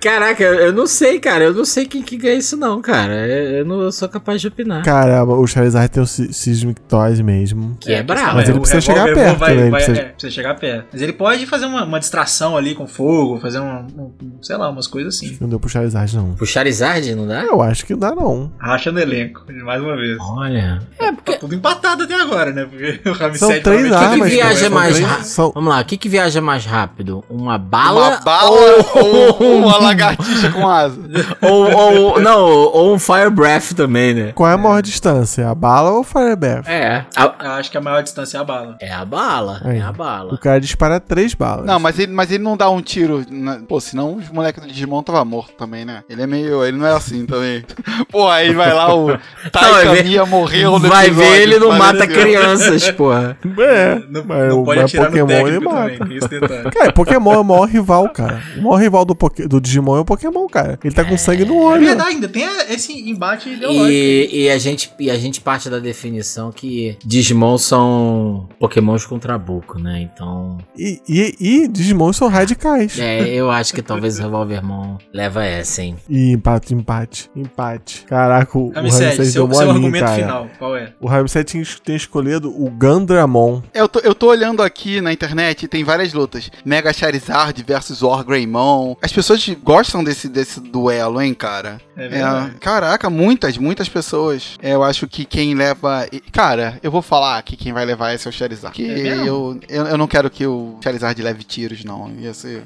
Speaker 2: Caraca, eu eu não sei, cara. Eu não sei quem que ganha isso, não, cara. Eu eu não eu sou capaz de
Speaker 5: um
Speaker 2: opinar.
Speaker 4: Cara, o Charizard tem o Si- Seismic Toys mesmo.
Speaker 2: que é, brabo.
Speaker 4: Mas ele
Speaker 3: o
Speaker 4: precisa chegar
Speaker 3: Revolver
Speaker 4: perto,
Speaker 3: Mon vai-
Speaker 4: né? Ele
Speaker 3: vai-
Speaker 4: precisa-
Speaker 3: é, precisa chegar perto. Mas ele pode fazer uma, uma distração ali com fogo, fazer um, um- sei lá, umas coisas
Speaker 4: Acho
Speaker 3: assim.
Speaker 4: que não deu pro Charizard, não.
Speaker 2: Pro Charizard, não dá?
Speaker 4: Eu acho que dá, não.
Speaker 3: Racha no elenco, mais uma vez.
Speaker 2: Olha. É,
Speaker 3: Tá
Speaker 2: porque.
Speaker 3: tudo empatado até agora, né? Porque o Ramsey
Speaker 4: São três
Speaker 3: provavelmente-
Speaker 4: armas.
Speaker 2: que viaja
Speaker 4: são
Speaker 3: né?
Speaker 2: mais
Speaker 4: três-
Speaker 2: rápido?
Speaker 4: são-
Speaker 2: Vamos lá, o que, que viaja mais rápido? Uma bala?
Speaker 5: Uma bala
Speaker 2: ou, um
Speaker 5: ou um uma lagartixa com asa.
Speaker 2: ou, ou- Não, ou um Fire Breath também, né?
Speaker 4: Qual é a maior distância? A bala ou o Firebath?
Speaker 2: É. a-
Speaker 3: Eu Acho que a maior distância é a bala.
Speaker 2: é a bala.
Speaker 4: Aí.
Speaker 2: É a
Speaker 4: O
Speaker 2: bala.
Speaker 4: cara dispara três balas.
Speaker 5: Não, mas ele, mas ele não dá um tiro. Na... Pô, senão os moleques do Digimon tava morto também, né? Ele é meio. Ele não é assim também. Pô, aí vai lá o
Speaker 2: Não, vai
Speaker 5: Taika
Speaker 2: ver-
Speaker 5: Mia morreu no
Speaker 2: Vai
Speaker 5: um episódio,
Speaker 2: ver, ele não
Speaker 5: parece-
Speaker 2: mata crianças, porra.
Speaker 4: É,
Speaker 3: Não,
Speaker 4: mas
Speaker 3: não
Speaker 4: o-
Speaker 3: pode
Speaker 4: mas
Speaker 3: atirar no
Speaker 4: Pokémon ele
Speaker 3: técnico
Speaker 4: mata.
Speaker 3: também. tem esse detalhe.
Speaker 4: Cara, Pokémon é o maior rival, cara. O maior rival do, Poké- do Digimon é o Pokémon, cara. Ele tá com sangue no
Speaker 3: É
Speaker 4: olho.
Speaker 3: verdade, ainda tem esse embate ideológico.
Speaker 2: E, e a gente, e a gente parte da definição que Digimon são pokémons com trabuco, né? Então,
Speaker 4: E, e, e Digimon são radicais.
Speaker 2: é, eu acho que talvez o Revolvermon leva essa, hein?
Speaker 4: E empate, empate, empate. Caraca, o
Speaker 3: Ramsey,
Speaker 4: Ramsey deu
Speaker 3: seu, seu
Speaker 4: molinho,
Speaker 3: argumento
Speaker 4: cara.
Speaker 3: final, qual é?
Speaker 4: O Ramsey tinha es- tem escolhido o Gandramon.
Speaker 5: É, Eu tô, eu tô olhando aqui na internet e tem várias lutas. Mega Charizard versus War Greymon. As pessoas gostam desse, desse duelo, hein, cara?
Speaker 3: É
Speaker 5: É,
Speaker 3: verdade.
Speaker 5: caraca, muitas, muitas pessoas. É, eu acho que quem leva. e- Cara, eu vou falar que quem vai levar esse é o Charizard. Que
Speaker 3: É mesmo?
Speaker 5: eu, eu, eu não quero que o Charizard leve tiros, não. Ia ser,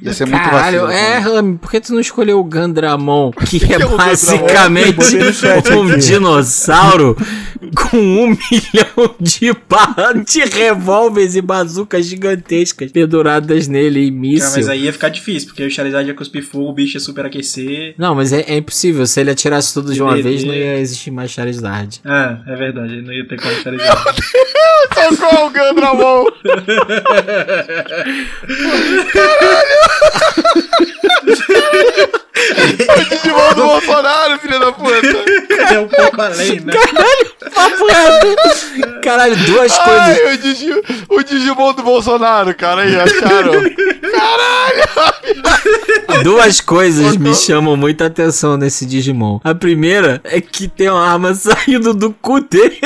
Speaker 5: ia ser muito
Speaker 2: Caralho,
Speaker 5: vacilo.
Speaker 2: é,
Speaker 5: mano.
Speaker 2: Rami, por que tu não escolheu o Gandramon, que é
Speaker 5: é o
Speaker 2: basicamente
Speaker 4: Gandramon? Botei no chat
Speaker 2: um
Speaker 4: aqui.
Speaker 2: dinossauro com um milhão de barras de revólveres e bazucas gigantescas penduradas nele e
Speaker 3: Cara, mas
Speaker 2: míssil?
Speaker 3: aí ia ficar difícil, porque o Charizard ia cuspir fogo, o bicho ia superaquecer.
Speaker 2: Não, mas é, é impossível. Se ele atirasse tudo de uma
Speaker 3: Ele-
Speaker 2: vez, não
Speaker 3: ele-
Speaker 2: ia existir mais Charizard.
Speaker 3: Ah, é verdade, ele não ia ter como Charizard.
Speaker 5: Socorro, Gandramon! Caralho! o Digimon do Bolsonaro, filho da puta!
Speaker 3: é um pouco além, né?
Speaker 2: Papo reto. Caralho, duas coisas.
Speaker 5: Ai, o, Digi- o Digimon do Bolsonaro, cara, aí, acharam?
Speaker 2: Duas coisas me chamam muita atenção nesse Digimon. A primeira é que tem uma arma saindo do cu dele.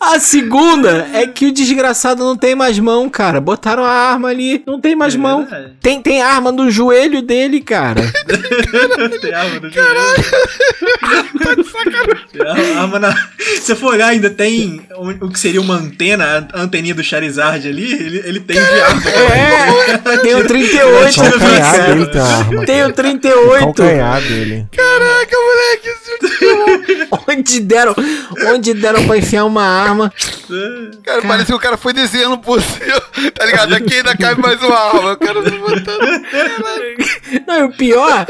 Speaker 2: A segunda é que o desgraçado não tem mais mão, cara. Botaram a arma ali, não tem mais
Speaker 3: É
Speaker 2: mão.
Speaker 3: verdade.
Speaker 2: Tem, tem arma no joelho dele, cara.
Speaker 3: Tem arma no Caralho! arma na... né? Se você for olhar, ainda tem um, o o que seria uma antena, a anteninha do Charizard ali, ele, ele tem de arma.
Speaker 2: É, tem o 38
Speaker 4: O
Speaker 2: no
Speaker 4: calcanhar
Speaker 2: cara.
Speaker 4: dele tem uma arma.
Speaker 2: Tem o
Speaker 4: O
Speaker 2: 38.
Speaker 4: calcanhar dele.
Speaker 5: Caraca, moleque, esse
Speaker 2: Onde deram, onde deram pra enfiar uma arma.
Speaker 5: cara, parece que o cara foi desenhando por cima, tá ligado? Aqui ainda cabe mais uma arma, o cara tá levantando.
Speaker 2: Não, e o pior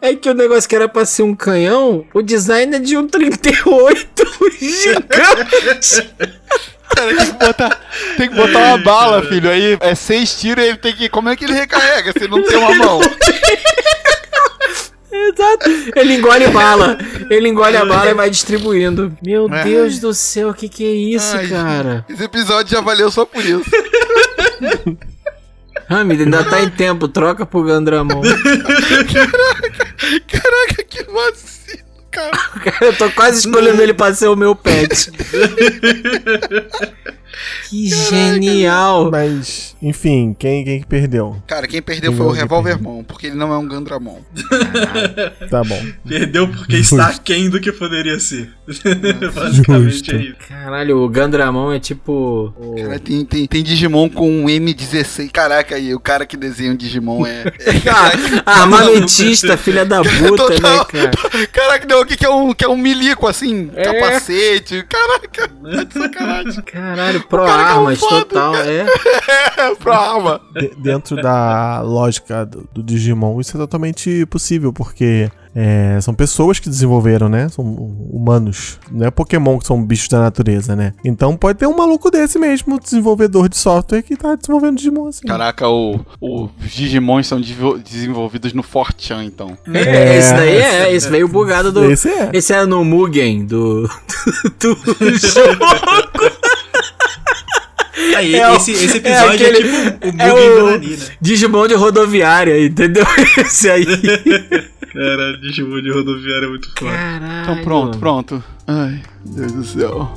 Speaker 2: é que o negócio que era pra ser um canhão, o design é de um 38 gigante.
Speaker 5: Cara, tem que botar, tem que botar uma bala, filho, aí é seis tiros e ele tem que... Como é que ele recarrega se não tem uma mão?
Speaker 2: Exato. Ele engole bala. Ele engole a bala e vai distribuindo. Meu
Speaker 5: É.
Speaker 2: Deus do céu, o que que é isso,
Speaker 5: Ai,
Speaker 2: cara?
Speaker 5: Esse episódio já valeu só por isso.
Speaker 2: Hamid, ainda tá em tempo, troca pro Gandramon.
Speaker 5: Caraca, que vacilo, cara.
Speaker 2: Eu tô quase escolhendo ele pra ser o meu pet. que genial.
Speaker 4: Mas, enfim, quem, quem que perdeu?
Speaker 5: Cara, quem perdeu foi o Revolvermon, porque ele não é um Gandramon.
Speaker 4: Tá bom.
Speaker 3: Perdeu porque está aquém do que poderia ser. Basicamente é isso.
Speaker 2: Caralho, o Gandramon é tipo. o-
Speaker 5: Cara, tem, tem, tem Digimon com um M16. Caraca, aí o cara que desenha um Digimon é.
Speaker 2: Ah, armamentista, filha da puta, né, cara?
Speaker 5: Caraca, não, o que que é um, que é um milico assim?
Speaker 2: É.
Speaker 5: Capacete. Caraca, tá de sacanagem.
Speaker 2: Caralho, pro
Speaker 5: cara que é um
Speaker 2: armas
Speaker 5: foda,
Speaker 2: total, é.
Speaker 5: É, pra arma.
Speaker 4: De- dentro da lógica do, do Digimon, isso é totalmente possível, porque é, são pessoas que desenvolveram, né? São humanos. Não é Pokémon que são bichos da natureza, né? Então pode ter um maluco desse mesmo, desenvolvedor de software, que tá desenvolvendo Digimon assim.
Speaker 5: Caraca, o, o- os Digimons são desenvol- desenvolvidos no Fortran, então.
Speaker 2: É, Esse daí é, esse veio bugado do.
Speaker 4: Esse é.
Speaker 2: Esse era no Mugen do. do, do jogo.
Speaker 3: Aí,
Speaker 2: É o-
Speaker 3: esse, esse episódio
Speaker 2: é
Speaker 3: é,
Speaker 2: aquele-
Speaker 3: tipo o Mugen
Speaker 2: é o-
Speaker 3: do Nani, né?
Speaker 2: Digimon de rodoviária, entendeu? Esse aí.
Speaker 3: Cara, Digimon de rodoviária é muito foda.
Speaker 2: Caralho.
Speaker 5: Então pronto, pronto. Ai, Deus do céu.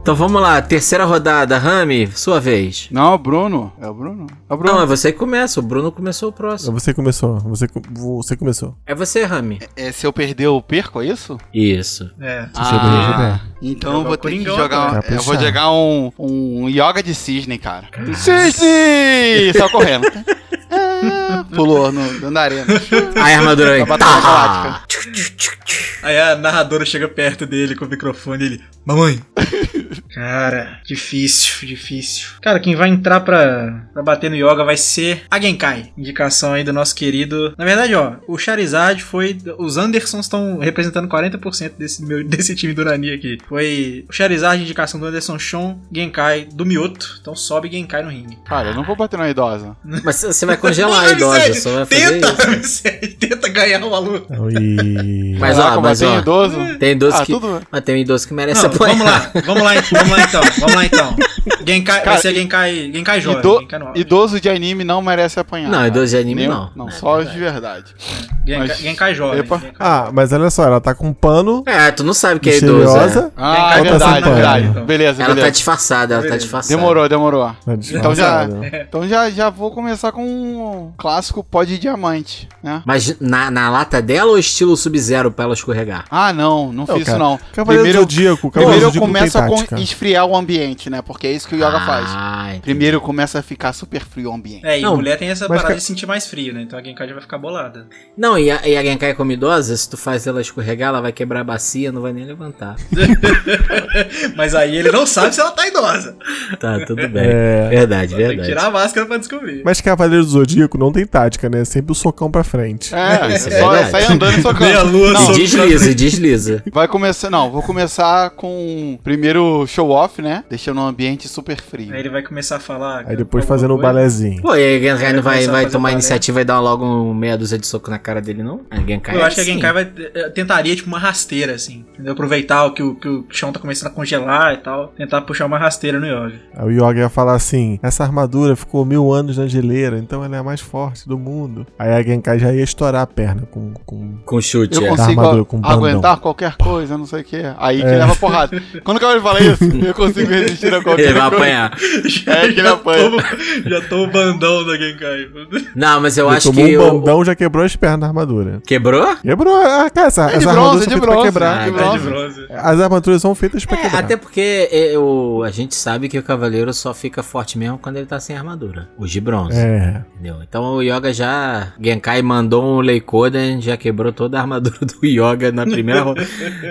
Speaker 2: Então vamos lá, terceira rodada, Rami, sua vez.
Speaker 5: Não, é o Bruno. É o Bruno? É o Bruno.
Speaker 2: Não, é você que começa, o Bruno começou o próximo.
Speaker 4: Você começou, você, co- você começou.
Speaker 2: É você, Rami.
Speaker 5: É, se eu perder, eu perco, é isso?
Speaker 2: Isso.
Speaker 3: É.
Speaker 5: Ah, então eu
Speaker 3: Jogar
Speaker 5: vou
Speaker 3: o
Speaker 5: ter que
Speaker 3: Coringão,
Speaker 5: jogar.
Speaker 2: Tá
Speaker 4: cara.
Speaker 5: eu vou jogar um, um yoga de cisne, cara. Cisne! Só correndo. Ah, Pulou no, na arena.
Speaker 2: Aí a armadura aí.
Speaker 5: Na batalha
Speaker 2: Tá.
Speaker 3: Aí a narradora chega perto dele com o microfone e ele. Mamãe! Cara, difícil, difícil. Cara, quem vai entrar pra, pra bater no yoga vai ser a Genkai. Indicação aí do nosso querido. Na verdade, ó, o Charizard foi. Os Andersons estão representando 40% desse, meu, desse time do Nani aqui. Foi o Charizard, indicação do Anderson Shon, Genkai do Mioto. Então sobe Genkai no ringue.
Speaker 5: Cara, eu não vou bater na idosa.
Speaker 2: Mas você vai congelar a idosa,
Speaker 3: Vicente,
Speaker 2: só vai fazer
Speaker 3: Tenta,
Speaker 2: isso.
Speaker 3: Vicente, tenta ganhar o aluno.
Speaker 4: Então, E.
Speaker 2: Mas
Speaker 5: Caraca,
Speaker 2: ó, mas
Speaker 5: tem
Speaker 2: ó.
Speaker 5: idoso.
Speaker 2: Tem idoso
Speaker 5: Ah,
Speaker 2: que.
Speaker 4: né?
Speaker 5: tudo.
Speaker 2: Mas tem um idoso que merece
Speaker 3: Não,
Speaker 2: apoiar.
Speaker 3: vamos lá, vamos lá, vamos lá então, vamos lá então. Genkai,
Speaker 5: Cara,
Speaker 3: vai ser Genkai, Genkai jovem,
Speaker 5: Ido-
Speaker 3: Genkai nova.
Speaker 5: idoso de anime não merece apanhar.
Speaker 2: Não,
Speaker 5: cara.
Speaker 2: idoso de anime
Speaker 5: Nem-
Speaker 2: não.
Speaker 5: Não, só os de verdade.
Speaker 3: Genkai,
Speaker 5: mas-
Speaker 3: Genkai jovem.
Speaker 5: Epa.
Speaker 3: Genkai-
Speaker 4: Ah, mas olha só, ela tá com um pano
Speaker 2: É, tu não sabe que é idoso.
Speaker 4: misteriosa.
Speaker 5: Ah, é
Speaker 3: Tem cara de
Speaker 5: verdade,
Speaker 4: apanhar,
Speaker 5: verdade.
Speaker 3: então.
Speaker 2: É.
Speaker 5: Beleza,
Speaker 2: Ela tá
Speaker 5: beleza.
Speaker 2: disfarçada, ela tá
Speaker 3: Beleza.
Speaker 2: disfarçada.
Speaker 5: Demorou, demorou.
Speaker 4: Tá
Speaker 5: Então já,
Speaker 4: disfarçada.
Speaker 5: então já, já vou começar com um clássico pó de diamante, né?
Speaker 2: Mas na, na lata dela ou estilo sub-zero pra ela escorregar?
Speaker 5: Ah, não,
Speaker 4: Não,
Speaker 5: não, fiz
Speaker 4: cara,
Speaker 5: isso não.
Speaker 4: Cavaleiro
Speaker 5: Primeiro-
Speaker 4: Zodíaco, Cavaleiro
Speaker 5: Primeiro eu
Speaker 4: Zodíaco não tem
Speaker 5: começo a con-
Speaker 4: tática.
Speaker 5: esfriar o ambiente, né? Porque é isso que o yoga faz.
Speaker 2: Ah, entendi.
Speaker 5: Primeiro começa a ficar super frio o ambiente.
Speaker 3: É, e
Speaker 2: Não,
Speaker 3: mulher tem essa
Speaker 4: mas
Speaker 3: parada
Speaker 4: ca-
Speaker 3: de sentir mais frio, né? Então a Genkai já vai ficar bolada.
Speaker 2: Não, e a, e a Genkai é como idosa, se tu faz ela escorregar, ela vai quebrar a bacia, não vai nem levantar.
Speaker 3: Mas aí ele não sabe se ela tá idosa.
Speaker 2: Tá, tudo bem.
Speaker 4: É.
Speaker 2: Verdade,
Speaker 3: Tem que
Speaker 2: verdade.
Speaker 3: tirar a máscara pra descobrir.
Speaker 4: Mas Cavaleiro do Zodíaco não tem tática, né? É Sempre o socão pra frente.
Speaker 5: É,
Speaker 2: isso é
Speaker 5: só
Speaker 2: verdade.
Speaker 5: sai andando e
Speaker 3: Meia
Speaker 5: socando.
Speaker 3: lua,
Speaker 5: Não,
Speaker 2: E desliza, e desliza.
Speaker 5: vai começar. Não, vou começar com o primeiro show off, né? Deixando o ambiente super frio.
Speaker 3: Aí ele vai começar a falar.
Speaker 2: é,
Speaker 4: Aí depois
Speaker 3: alguma
Speaker 4: fazendo o
Speaker 3: coisa.
Speaker 4: balézinho.
Speaker 2: Pô, e a Genkai
Speaker 3: Aí
Speaker 2: não vai,
Speaker 3: começa a
Speaker 2: vai
Speaker 3: fazer
Speaker 2: tomar
Speaker 3: balé.
Speaker 2: iniciativa e dar logo um meia dúzia de soco na cara dele, não? A Genkai é assim.
Speaker 3: Eu acho que a
Speaker 2: sim.
Speaker 3: Genkai vai, eh, tentaria, tipo, uma rasteira, assim. Entendeu? Aproveitar o que, o que o chão tá começando a congelar e tal. Tentar puxar uma rasteira no Yoga.
Speaker 4: Aí o Yoga ia falar assim: essa armadura ficou mil anos na geleira, então ela é a mais forte do mundo. Aí a Genkai já ia estourar a perna com. com...
Speaker 2: Com chute,
Speaker 5: Eu
Speaker 2: é.
Speaker 5: consigo
Speaker 4: armadura com um bandão. É.
Speaker 5: aguentar qualquer coisa, não sei o que. Aí que leva porrada. Quando o cara fala isso, eu consigo resistir a qualquer
Speaker 2: Ele vai
Speaker 5: coisa. É,
Speaker 2: apanhar.
Speaker 3: Já,
Speaker 5: que ele
Speaker 3: já
Speaker 5: apanha.
Speaker 3: tô- já tô o bandão da Tá Genkai.
Speaker 2: Não, mas eu
Speaker 4: Ele
Speaker 2: acho
Speaker 4: tomou
Speaker 2: que.
Speaker 4: um
Speaker 2: o-
Speaker 4: bandão já quebrou as pernas da armadura.
Speaker 2: Quebrou?
Speaker 4: Quebrou, ah, cara, essa,
Speaker 5: de
Speaker 4: essa
Speaker 5: bronze,
Speaker 4: armadura
Speaker 5: é
Speaker 4: são
Speaker 5: de
Speaker 4: feitas pra
Speaker 5: bronze,
Speaker 4: quebrar.
Speaker 2: é de
Speaker 3: Tá de
Speaker 5: Bronze.
Speaker 3: bronze.
Speaker 4: As armaduras são feitas pra
Speaker 2: É,
Speaker 4: Tipo, quebrar.
Speaker 2: até porque é, o- a gente sabe que o cavaleiro só fica forte mesmo quando ele tá sem armadura. Os de bronze.
Speaker 4: É.
Speaker 2: Entendeu? Então o Yoga já. Genkai mandou um Leikoden, já quebrou toda a armadura do Yoga na primeira, ro-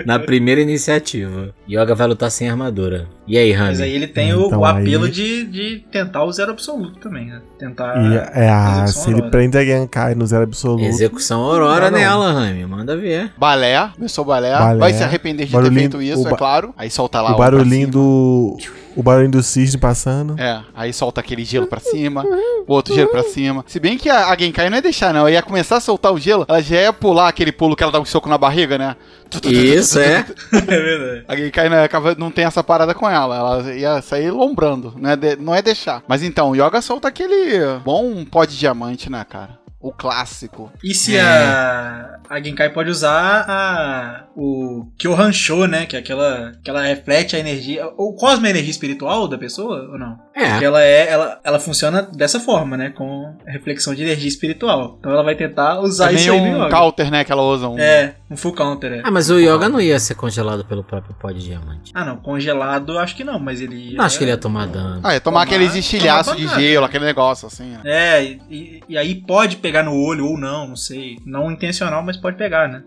Speaker 2: na primeira iniciativa. Yoga vai lutar sem armadura. E aí,
Speaker 3: Mas
Speaker 2: Rami?
Speaker 3: aí ele tem o-
Speaker 4: Então
Speaker 3: o apelo
Speaker 4: aí-
Speaker 3: de, de tentar o zero absoluto também, né? Tentar.
Speaker 4: E, é,
Speaker 3: execução
Speaker 4: se ele
Speaker 3: na hora.
Speaker 4: prende a Genkai no zero absoluto.
Speaker 2: Missão Aurora
Speaker 4: é Não, não.
Speaker 2: nela, Rami. Manda ver.
Speaker 5: Balé, começou balé,
Speaker 4: Balé.
Speaker 5: vai se arrepender de ter
Speaker 4: Barulhinho-
Speaker 5: feito isso,
Speaker 4: o
Speaker 5: é
Speaker 4: ba-
Speaker 5: claro. Aí solta lá
Speaker 4: O
Speaker 5: pra
Speaker 4: barulhinho
Speaker 5: cima.
Speaker 4: do. O barulhinho do cisne passando.
Speaker 5: É, aí solta aquele gelo pra cima, o outro gelo pra cima. Se bem que a, a Genkai não ia deixar, não. Ela ia começar a soltar o gelo, ela já ia pular aquele pulo que ela dá um soco na barriga, né?
Speaker 2: Isso, é.
Speaker 3: É verdade.
Speaker 5: A Genkai não, acaba- não tem essa parada com ela. Ela ia sair lombrando, não é, de- não é deixar. Mas então, o Yoga solta aquele bom pó de diamante, né, cara? O clássico.
Speaker 3: E se a, a Genkai pode usar a, o Kyohansho, né? Que é aquela que ela reflete a energia. Ou cosma a energia espiritual da pessoa ou não?
Speaker 2: É.
Speaker 3: Porque ela é ela, ela funciona dessa forma, né? Com a reflexão de energia espiritual. Então ela vai tentar usar
Speaker 5: é
Speaker 3: isso
Speaker 5: meio
Speaker 3: aí no
Speaker 5: um
Speaker 3: yoga.
Speaker 5: counter, né, que ela usa. Um...
Speaker 3: É, um full counter, é.
Speaker 2: Ah, mas o Yoga não ia ser congelado pelo próprio pó de diamante.
Speaker 3: Ah, não, congelado acho que não, mas ele.
Speaker 2: Não acho que ele ia tomar dano.
Speaker 5: Ah, é tomar,
Speaker 3: Tomar-
Speaker 5: aqueles estilhaços
Speaker 3: tomar
Speaker 5: de
Speaker 3: pancada.
Speaker 5: gelo, aquele negócio assim. né?
Speaker 3: É, e- e, e aí pode pegar no olho ou não, não sei. Não intencional, mas pode pegar, né?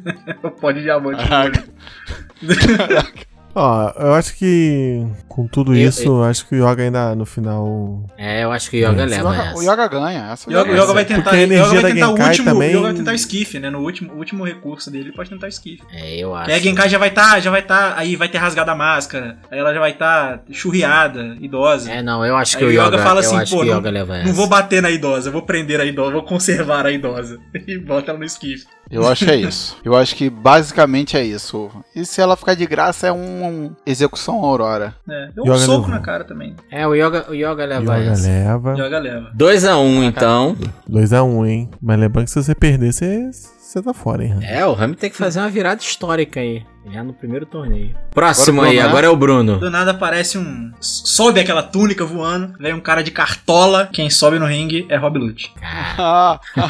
Speaker 3: pode diamante.
Speaker 5: Ah,
Speaker 3: no olho.
Speaker 4: Ó, eu acho que. Com tudo
Speaker 2: Eu-
Speaker 4: isso, eu acho que o Yoga ainda no final.
Speaker 2: É, eu acho que o Yoga
Speaker 4: É,
Speaker 5: Esse
Speaker 2: leva
Speaker 5: Yoga-
Speaker 2: essa.
Speaker 5: o Yoga ganha. Essa
Speaker 3: O Yoga, o Yoga vai tentar,
Speaker 4: Porque a
Speaker 3: o Yoga
Speaker 4: energia
Speaker 3: vai
Speaker 4: da
Speaker 3: tentar o
Speaker 4: Genkai
Speaker 3: último,
Speaker 4: também-
Speaker 3: o Yoga vai tentar o esquife, né? No último, último recurso dele, ele pode tentar o esquife.
Speaker 2: É, eu acho.
Speaker 3: Aí a Genkai já vai estar, já vai estar, aí vai ter rasgado a máscara, aí ela já vai estar churriada, idosa.
Speaker 2: É, não, eu acho que
Speaker 3: Aí
Speaker 2: o
Speaker 3: o
Speaker 2: Yoga,
Speaker 3: Yoga fala
Speaker 2: eu
Speaker 3: assim,
Speaker 2: acho
Speaker 3: pô,
Speaker 2: que o
Speaker 3: não-
Speaker 2: Yoga leva É, essa.
Speaker 3: Não vou bater na idosa, eu vou prender a idosa, vou conservar a idosa. E bota ela no esquife.
Speaker 5: Eu acho que é isso. Eu acho que basicamente é isso. E se ela ficar de graça, é um, um execução aurora.
Speaker 3: É, deu um
Speaker 4: Yoga
Speaker 3: soco
Speaker 4: leva.
Speaker 3: na cara também.
Speaker 2: É, o Yoga, o yoga leva
Speaker 4: Yoga
Speaker 2: essa.
Speaker 4: leva.
Speaker 3: Yoga leva.
Speaker 9: 2x1, então.
Speaker 4: 2x1, hein? Mas lembrando que se você perder, você, você tá fora, hein?
Speaker 2: É, o Rami tem que fazer uma virada histórica aí. Já no primeiro torneio. Próximo
Speaker 5: Agora o
Speaker 2: aí,
Speaker 5: Bruno, né?
Speaker 2: agora é o Bruno.
Speaker 3: Do nada aparece um. Sobe aquela túnica voando, vem um cara de cartola. Quem sobe no ringue é Rob Lute.
Speaker 5: Ah, ah,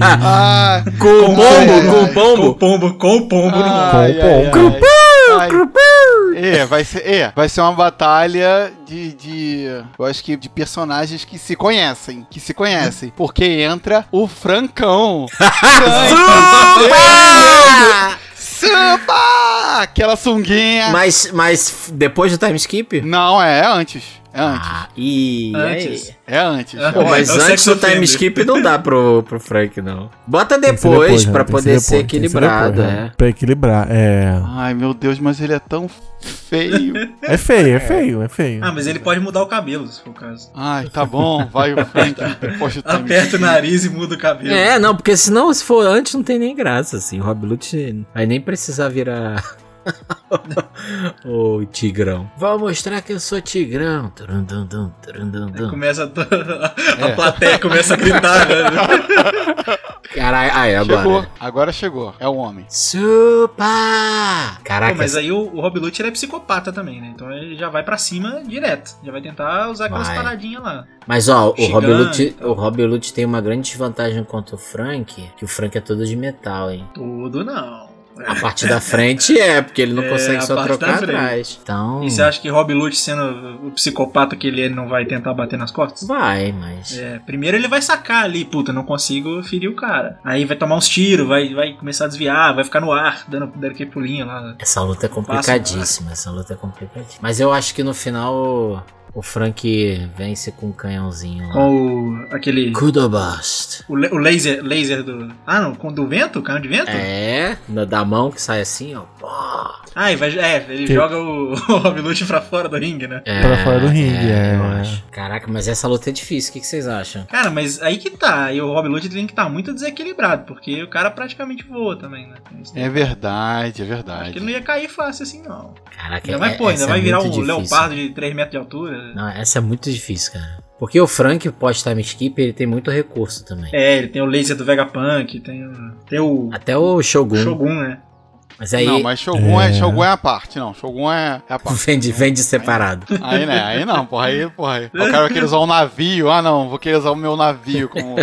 Speaker 5: ah,
Speaker 2: Com o
Speaker 5: ai,
Speaker 2: pombo, com o
Speaker 3: Com o
Speaker 2: pombo.
Speaker 3: pombo, com o pombo no mundo.
Speaker 5: ai, ai,
Speaker 4: Cupom,
Speaker 5: ai. É, vai ser, é, vai ser uma batalha de, de, eu acho que de personagens que se conhecem, que se conhecem, porque entra o Francão.
Speaker 2: Ah!
Speaker 5: Sangue! Samba! Aquela sunguinha.
Speaker 2: Mas, mas f- depois do time skip?
Speaker 5: Não, é, é antes, é antes,
Speaker 2: Ah, e
Speaker 3: Antes.
Speaker 2: aí?
Speaker 5: é antes.
Speaker 3: Ah,
Speaker 5: é
Speaker 2: Pô, mas
Speaker 3: É o
Speaker 2: antes
Speaker 3: sex
Speaker 2: do time
Speaker 3: offender.
Speaker 2: skip não dá pro, pro Frank, não. Bota
Speaker 4: Tem que ser
Speaker 2: depois,
Speaker 4: né?
Speaker 2: pra
Speaker 4: Tem que
Speaker 2: poder ser,
Speaker 4: depois, tem que
Speaker 2: equilibrado,
Speaker 4: depois, né?
Speaker 2: é.
Speaker 4: Pra equilibrar, é.
Speaker 5: Ai, meu Deus, mas ele é tão feio.
Speaker 4: É feio, é feio, é feio.
Speaker 3: Ah, mas ele pode mudar o cabelo, se for o caso.
Speaker 5: Ai, tá bom, vai o Frank. Depois do time
Speaker 3: Aperta o
Speaker 5: skip.
Speaker 3: nariz e muda o cabelo.
Speaker 2: É, não, porque senão, se for antes, não tem nem graça, assim. O Rob Lute vai nem precisar virar o Tigrão. Vou mostrar que eu sou Tigrão. Turundundum,
Speaker 3: Aí
Speaker 2: turundundum.
Speaker 3: Começa a, to- a
Speaker 2: É.
Speaker 3: plateia começa a gritar, né? é?
Speaker 2: Caralho, aí
Speaker 5: Chegou,
Speaker 2: agora.
Speaker 5: agora chegou. É o homem.
Speaker 2: Super! Caraca,
Speaker 3: Pô, mas aí o, o Rob Lute ele é psicopata também, né? Então ele já vai pra cima direto. Já vai tentar usar aquelas
Speaker 2: Vai.
Speaker 3: paradinhas lá.
Speaker 2: Mas ó, o
Speaker 3: Gigante.
Speaker 2: Rob, Lute, o Rob Lute tem uma grande desvantagem contra o Frank, que o Frank é todo de metal, hein?
Speaker 3: Tudo não.
Speaker 2: A parte da frente é, porque ele não
Speaker 3: É,
Speaker 2: consegue
Speaker 3: a
Speaker 2: só
Speaker 3: parte da
Speaker 2: trocar
Speaker 3: frente. é
Speaker 2: atrás. Então.
Speaker 3: E você acha que Rob Lute, sendo o psicopata que ele é, ele não vai tentar bater nas costas?
Speaker 2: Vai, mas.
Speaker 3: É, primeiro ele vai sacar ali, puta, não consigo ferir o cara. Aí vai tomar uns tiros, vai, vai começar a desviar, vai ficar no ar, dando, dando aquele pulinho lá. né?
Speaker 2: Essa luta é complicadíssima. Essa luta é complicadíssima. Mas eu acho que no final o- o Frank vence com um canhãozinho lá.
Speaker 3: Com o, aquele.
Speaker 2: Kudobast.
Speaker 3: O, la- o laser, laser do. Ah, não, com o do vento? O canhão de vento?
Speaker 2: É, na- da mão que sai assim, ó. Pá.
Speaker 3: Ah, e vai, é, ele
Speaker 4: Que-
Speaker 3: joga o, o Rob Lute pra fora do ringue, né?
Speaker 2: É,
Speaker 4: Pra fora do ringue, é.
Speaker 2: Eu acho. Caraca, mas essa luta é difícil. O que, que vocês acham?
Speaker 3: Cara, mas aí que tá. E o Rob Lute tem que estar muito desequilibrado, porque o cara praticamente voa também, né?
Speaker 5: É verdade,
Speaker 3: Acho que
Speaker 5: é verdade.
Speaker 3: ele não ia cair fácil assim, não.
Speaker 2: Caraca,
Speaker 3: Ainda mais, pô, ainda
Speaker 2: essa
Speaker 3: vai
Speaker 2: é
Speaker 3: virar um
Speaker 2: muito difícil.
Speaker 3: leopardo de 3 metros de altura.
Speaker 2: Não, essa é muito difícil, cara. Porque o Frank, pós time skip, ele tem muito recurso também.
Speaker 3: É, ele tem o laser do Vegapunk, tem o. Tem o.
Speaker 2: Até o Shogun.
Speaker 3: Shogun, né?
Speaker 2: Mas aí
Speaker 5: Não, mas Shogun é,
Speaker 4: É.
Speaker 5: Shogun é a parte, não. Shogun é, é a parte.
Speaker 2: vende, vende separado.
Speaker 5: Aí, né? Aí não, porra. Aí, porra. Aí. O cara vai querer usar um navio. Ah, não. Vou querer usar o meu navio como...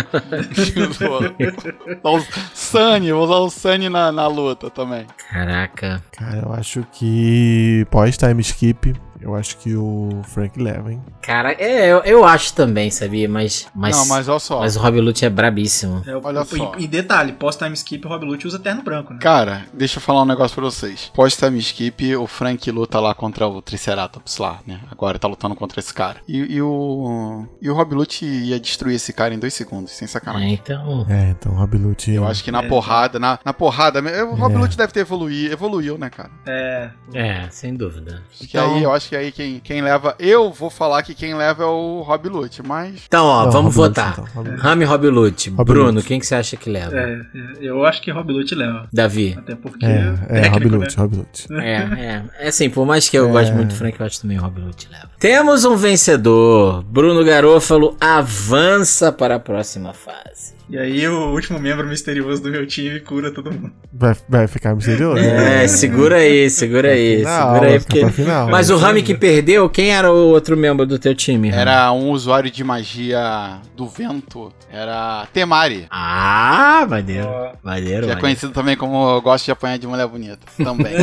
Speaker 5: Usar o Sunny. Vou usar o Sunny na, na luta também.
Speaker 2: Caraca.
Speaker 4: Cara, eu acho que pós time skip, Eu acho que o Frank leva, hein?
Speaker 2: Cara, é, eu, eu acho também, sabia? Mas. mas...
Speaker 5: Não, mas olha só.
Speaker 2: mas o Rob Lute é brabíssimo.
Speaker 3: É, o-
Speaker 5: Olha
Speaker 3: o-
Speaker 5: só.
Speaker 3: E, e detalhe, pós-time skip, o Rob Lute usa terno branco, né?
Speaker 5: Cara, deixa eu falar um negócio pra vocês. Pós-time skip, o Frank luta lá contra o Triceratops lá, né? Agora tá lutando contra esse cara. E, e o. E o Rob Lute ia destruir esse cara em dois segundos, sem
Speaker 2: É,
Speaker 5: sacanagem.
Speaker 2: então.
Speaker 4: É, então o Rob Lute.
Speaker 5: Eu acho que na
Speaker 3: É.
Speaker 5: porrada, na, na porrada. me- O Rob
Speaker 4: É.
Speaker 5: Lute deve ter evoluído. Evoluiu, né, cara?
Speaker 3: É.
Speaker 2: É, sem dúvida.
Speaker 5: Que aí, eu acho que aí quem, quem leva. Eu vou falar que quem leva é o Rob Lute, mas.
Speaker 2: Então, ó,
Speaker 4: Não,
Speaker 2: vamos
Speaker 4: Rob Lute,
Speaker 2: votar.
Speaker 4: então, Rob Lute.
Speaker 2: Rami Rob Lute.
Speaker 4: Rob
Speaker 2: Bruno,
Speaker 4: Lute.
Speaker 2: quem que você acha que leva?
Speaker 3: É, eu acho que Rob Lute leva.
Speaker 2: Davi.
Speaker 3: Até porque.
Speaker 4: É, é, Rob
Speaker 3: técnico, né?
Speaker 4: Lute, Rob Lute.
Speaker 2: É, é. É assim, por mais que eu goste muito do Frank, eu acho também o Robin Hood leva. Temos um vencedor. Bruno Garofalo avança para a próxima fase.
Speaker 3: E aí o último membro misterioso do meu time cura todo mundo.
Speaker 4: Vai, vai ficar misterioso?
Speaker 2: É, segura aí, segura aí,
Speaker 4: Final,
Speaker 2: segura
Speaker 4: vai
Speaker 2: aí,
Speaker 4: ficar
Speaker 2: porque...
Speaker 4: pra final. né?
Speaker 2: Mas o Rami que perdeu, quem era o outro membro do teu time? Rami?
Speaker 5: Era um usuário de magia do vento. Era Temari.
Speaker 2: Ah, maneiro.
Speaker 3: Ó.
Speaker 2: Maneiro,
Speaker 5: Que é
Speaker 2: maneiro.
Speaker 5: conhecido também como Gosto de Apanhar de Mulher Bonita. Também.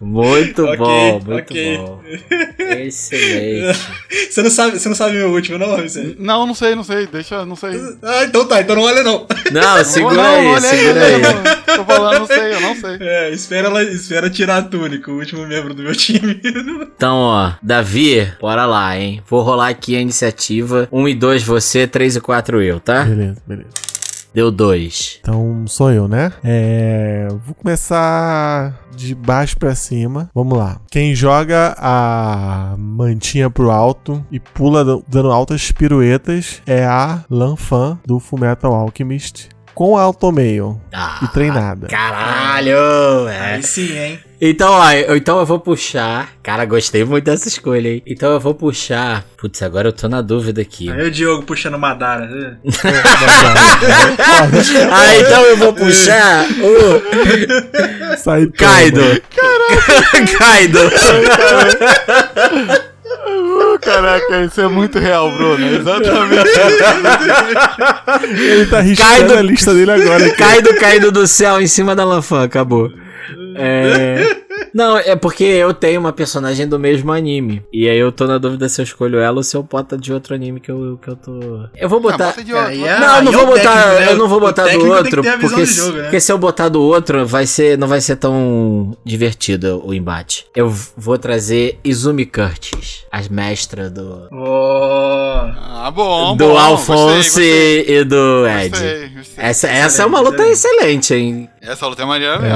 Speaker 2: Muito
Speaker 3: Ok,
Speaker 2: bom, muito
Speaker 3: ok.
Speaker 2: bom. Excelente.
Speaker 3: Você não sabe, você não sabe meu último, não, Vicente?
Speaker 5: não, não sei, não sei. Deixa, não sei.
Speaker 3: Ah, então tá, então não olha não.
Speaker 2: Não, segura aí,
Speaker 5: olha
Speaker 2: segura aí.
Speaker 3: né?
Speaker 5: olha Tô falando, não sei, eu não sei.
Speaker 3: É, espera ela, espera tirar a túnica, o último membro do meu time.
Speaker 2: Então, ó, Davi, bora lá, hein? Vou rolar aqui a iniciativa. 1 e 2 você, 3 e 4 eu, tá?
Speaker 4: Beleza, beleza.
Speaker 2: Deu 2.
Speaker 4: Então sou eu, né? É. Vou começar de baixo pra cima. Vamos lá. Quem joga a mantinha pro alto e pula do- dando altas piruetas é a Lanfan do Fullmetal Alchemist com alto meio
Speaker 2: Ah,
Speaker 4: e treinada.
Speaker 2: Caralho! É.
Speaker 3: Aí sim, hein?
Speaker 2: Então, ó, eu, então eu vou puxar. Cara, gostei muito dessa escolha, hein? Então eu vou puxar. Putz, agora eu tô na dúvida aqui.
Speaker 3: Aí é o Diogo puxando Madara. né?
Speaker 2: Ah, então eu vou puxar o
Speaker 4: Sai todo.
Speaker 2: Kaido. Kaido.
Speaker 5: Caraca, isso é muito real, Bruno. Exatamente.
Speaker 4: Ele tá riscando
Speaker 2: Kaido-
Speaker 4: a lista dele agora. aqui.
Speaker 2: Kaido caído do céu em cima da Lanfan, acabou. É. Não, é porque eu tenho uma personagem do mesmo anime. E aí eu tô na dúvida se eu escolho ela ou se eu boto de outro anime que eu, que eu tô. Eu
Speaker 3: Ah,
Speaker 2: vou botar.
Speaker 5: Ah, bota de outro.
Speaker 3: Aí é-
Speaker 2: Não, eu não
Speaker 3: aí é
Speaker 2: vou
Speaker 3: o
Speaker 2: botar.
Speaker 3: técnico, né?
Speaker 2: Eu não vou
Speaker 3: O
Speaker 2: botar do
Speaker 3: técnico tem que
Speaker 2: outro.
Speaker 3: ter a visão
Speaker 2: Porque,
Speaker 3: do
Speaker 2: se-
Speaker 3: jogo, né?
Speaker 2: porque se eu botar do outro, vai ser, não vai ser tão divertido o embate. Eu v- vou trazer Izumi Curtis, a mestra do.
Speaker 3: Ó.
Speaker 5: Ah, bom.
Speaker 2: do
Speaker 5: bom,
Speaker 2: Alphonse
Speaker 5: gostei,
Speaker 2: e do
Speaker 5: gostei,
Speaker 2: Ed.
Speaker 5: gostei, gostei.
Speaker 2: Essa, essa é uma luta excelente, hein?
Speaker 5: Essa luta é maneira mesmo.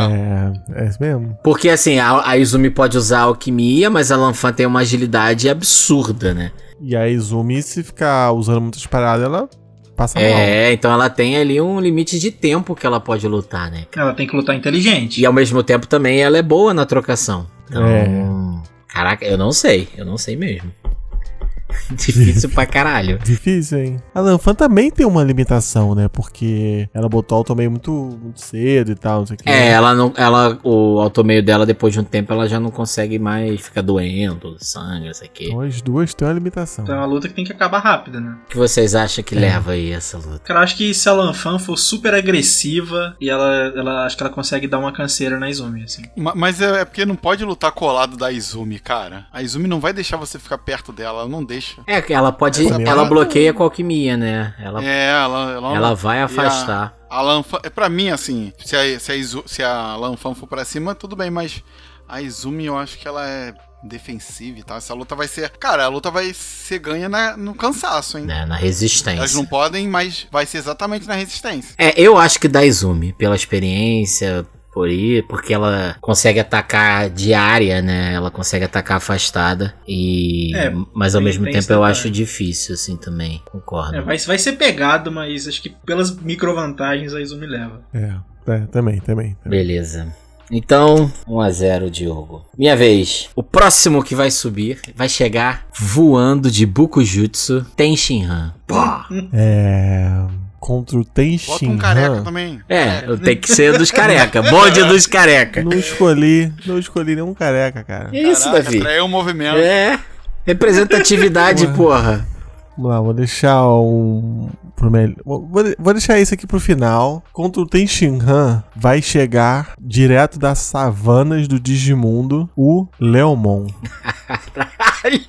Speaker 4: É, é isso mesmo.
Speaker 2: Porque assim, a, a Izumi pode usar a alquimia, mas a Lanfan tem uma agilidade absurda, né?
Speaker 4: E a Izumi, se ficar usando muitas paradas, ela passa mal.
Speaker 2: É, então ela tem ali um limite de tempo que ela pode lutar, né?
Speaker 3: Ela tem que lutar inteligente.
Speaker 2: E ao mesmo tempo também ela é boa na trocação. Então. Caraca, eu não sei, eu não sei mesmo. Difícil pra caralho.
Speaker 4: Difícil, hein? A Lanfan também tem uma limitação, né? Porque ela botou o também muito, muito cedo e tal, não sei o que.
Speaker 2: É, ela não. Ela, o automeio dela, depois de um tempo, ela já não consegue mais ficar doendo, sangue, isso aqui.
Speaker 4: Então as duas têm uma limitação.
Speaker 3: Então é uma luta que tem que acabar rápido, né?
Speaker 2: O que vocês acham que leva aí essa luta?
Speaker 3: Cara, eu acho que se a Lanfan for super agressiva e ela, ela acho que ela consegue dar uma canseira na Izumi, assim.
Speaker 5: Ma- Mas é é porque não pode lutar colado da Izumi, cara. A Izumi não vai deixar você ficar perto dela, ela não deixa.
Speaker 2: É, que ela pode.
Speaker 4: Essa
Speaker 2: Ela
Speaker 4: mesma-
Speaker 2: bloqueia com a alquimia, né? Ela
Speaker 5: É, ela, ela,
Speaker 2: Ela vai afastar.
Speaker 5: A Lanfan, é pra mim, assim, se a, se, a Izu- se a Lanfan for pra cima, tudo bem, mas a Izumi eu acho que ela é defensiva e tal. Essa luta vai ser. Cara, a luta vai ser ganha na- no cansaço, hein?
Speaker 2: né, na
Speaker 4: É
Speaker 5: Elas
Speaker 2: resistência.
Speaker 5: não podem, mas vai ser exatamente na resistência.
Speaker 2: É, eu acho que dá Izumi, pela experiência, por ir, porque ela consegue atacar de área, né? Ela consegue atacar afastada. E.
Speaker 3: É,
Speaker 2: mas ao
Speaker 3: tem-
Speaker 2: mesmo
Speaker 3: tem
Speaker 2: tempo
Speaker 3: esse
Speaker 2: eu
Speaker 3: detalhe.
Speaker 2: acho difícil, assim, também. Concordo.
Speaker 3: É, vai, vai ser pegado, mas acho que pelas microvantagens a Izumi leva.
Speaker 4: É, é, também, também. também.
Speaker 2: Beleza. Então, 1x0, Diogo. Minha vez. O próximo que vai subir vai chegar voando de Bukujutsu, Tenshinhan. Pá!
Speaker 4: É. Contra o
Speaker 5: Bota
Speaker 4: Tenshin.
Speaker 5: um careca
Speaker 4: Han.
Speaker 5: também.
Speaker 2: É, tem que ser dos careca. Bonde dos careca.
Speaker 4: Não escolhi, não escolhi nenhum careca, cara.
Speaker 2: Que É isso, Davi?
Speaker 5: Traiu o movimento.
Speaker 2: É. Representatividade, É, porra.
Speaker 4: Vamos lá, vou deixar um. Pro melhor. Vou, vou deixar esse aqui pro final. Quando o Tenshinhan vai chegar direto das savanas do Digimundo, o Leomon.
Speaker 2: Caralho,